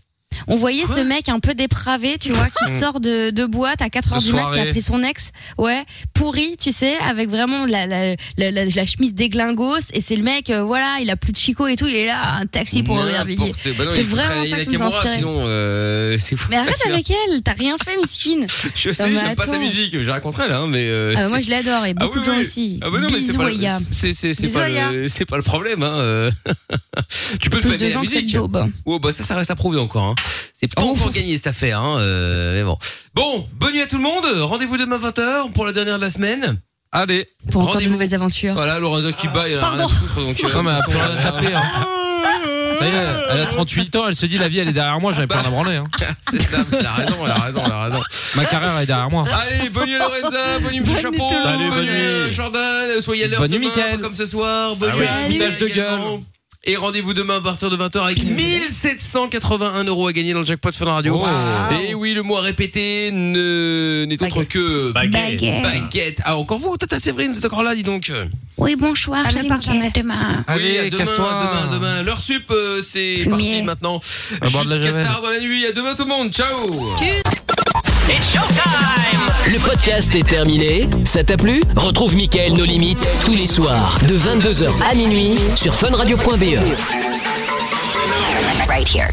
S3: On voyait ce mec un peu dépravé, tu vois, qui
S10: Mm.
S3: sort de, de boîte à 4
S10: De
S3: heures du mat, qui a
S10: soirée.
S3: appelé son ex, ouais, pourri, tu sais, avec vraiment la, la, euh, la, la- la chemise déglingos, et c'est le mec, euh, voilà, il a plus de chicot et tout, il est là, un taxi pour Aubervilliers.
S2: N'importe- bah non,
S3: c'est
S2: il faut
S3: vraiment
S2: travailler
S3: ça
S2: la
S3: qui nous
S2: Kimura,
S3: inspirait.
S2: Sinon, euh, c'est fou.
S3: Mais arrête avec elle, t'as rien fait, Miskine.
S2: Je
S3: Non,
S2: sais,
S3: mais
S2: j'aime pas sa
S3: attends.
S2: musique, j'ai raconté là, hein, mais. euh,
S3: Ah, bah, moi,
S2: c'est-
S3: je l'adore, et
S2: Ah
S3: beaucoup
S2: oui,
S3: de gens
S2: oui.
S3: aussi.
S2: Ah bah non, mais c'est
S3: Bisous,
S2: pas,
S3: Aya.
S2: le- c'est- c'est- c'est
S3: Bisous,
S2: pas
S3: Aya.
S2: le, c'est pas le problème. Hein. euh. tu peux ne
S3: Plus
S2: pas
S3: de
S2: aimer la
S3: gens que Oh, cette
S2: musique.
S3: daube.
S2: Oh, bah ça, ça reste à prouver encore. Hein. C'est pas encore gagné cette affaire. Hein. euh, mais bon. bon, bonne nuit à tout le monde. Rendez-vous demain 20h pour la dernière de la semaine.
S10: Allez.
S3: Pour encore de nouvelles aventures.
S2: Voilà, Lorenzo qui bat, il en a rien à
S3: Pardon.
S2: foutre. Donc, euh,
S10: Non, mais après, on l'a tapé, hein.
S2: Mm-hmm.
S10: Ça y est, elle a 38 ans, elle se dit la vie elle est derrière moi, j'avais pas rien à branler. Hein.
S2: Ah. bah. C'est ça, elle a raison, elle a raison, elle a raison.
S10: Ma carrière est derrière moi.
S2: Allez, bonne nuit à Lorenza, bonne nuit Monsieur
S10: Bonne nuit
S2: Chapeau,
S10: tout le
S2: bonne,
S10: monde.
S2: nuit euh, Jordan, euh, soyez à l'heure
S10: Bonne nuit,
S2: demain,
S10: Mickaël.
S2: comme ce soir, bonne
S10: Ah
S2: nuit
S10: ouais,
S2: à
S10: mitage de
S2: également. Et rendez-vous demain à partir de 20h avec 1781 euros à gagner dans le jackpot Fun Radio.
S10: Oh.
S2: Et oui, le mot à répéter ne- n'est autre que
S13: Baguette. Baguette.
S2: Baguette. Ah, encore vous, Tata Séverine, vous êtes encore là, dis donc.
S13: Oui,
S3: Ah,
S13: bonsoir, salut Mickaël, demain.
S2: Ah Oui, à demain,
S10: casse-toi.
S2: demain, demain. L'heure sup, euh, c'est
S13: Fumier.
S2: parti maintenant.
S10: À bord de la
S2: Jusqu'à
S10: Javel.
S2: tard dans la nuit. À demain tout le monde. Ciao.
S1: Le podcast est terminé. Ça t'a plu Retrouve Mickaël nos limites tous les soirs E. de 22h à minuit sur funradio.be.
S13: Right here.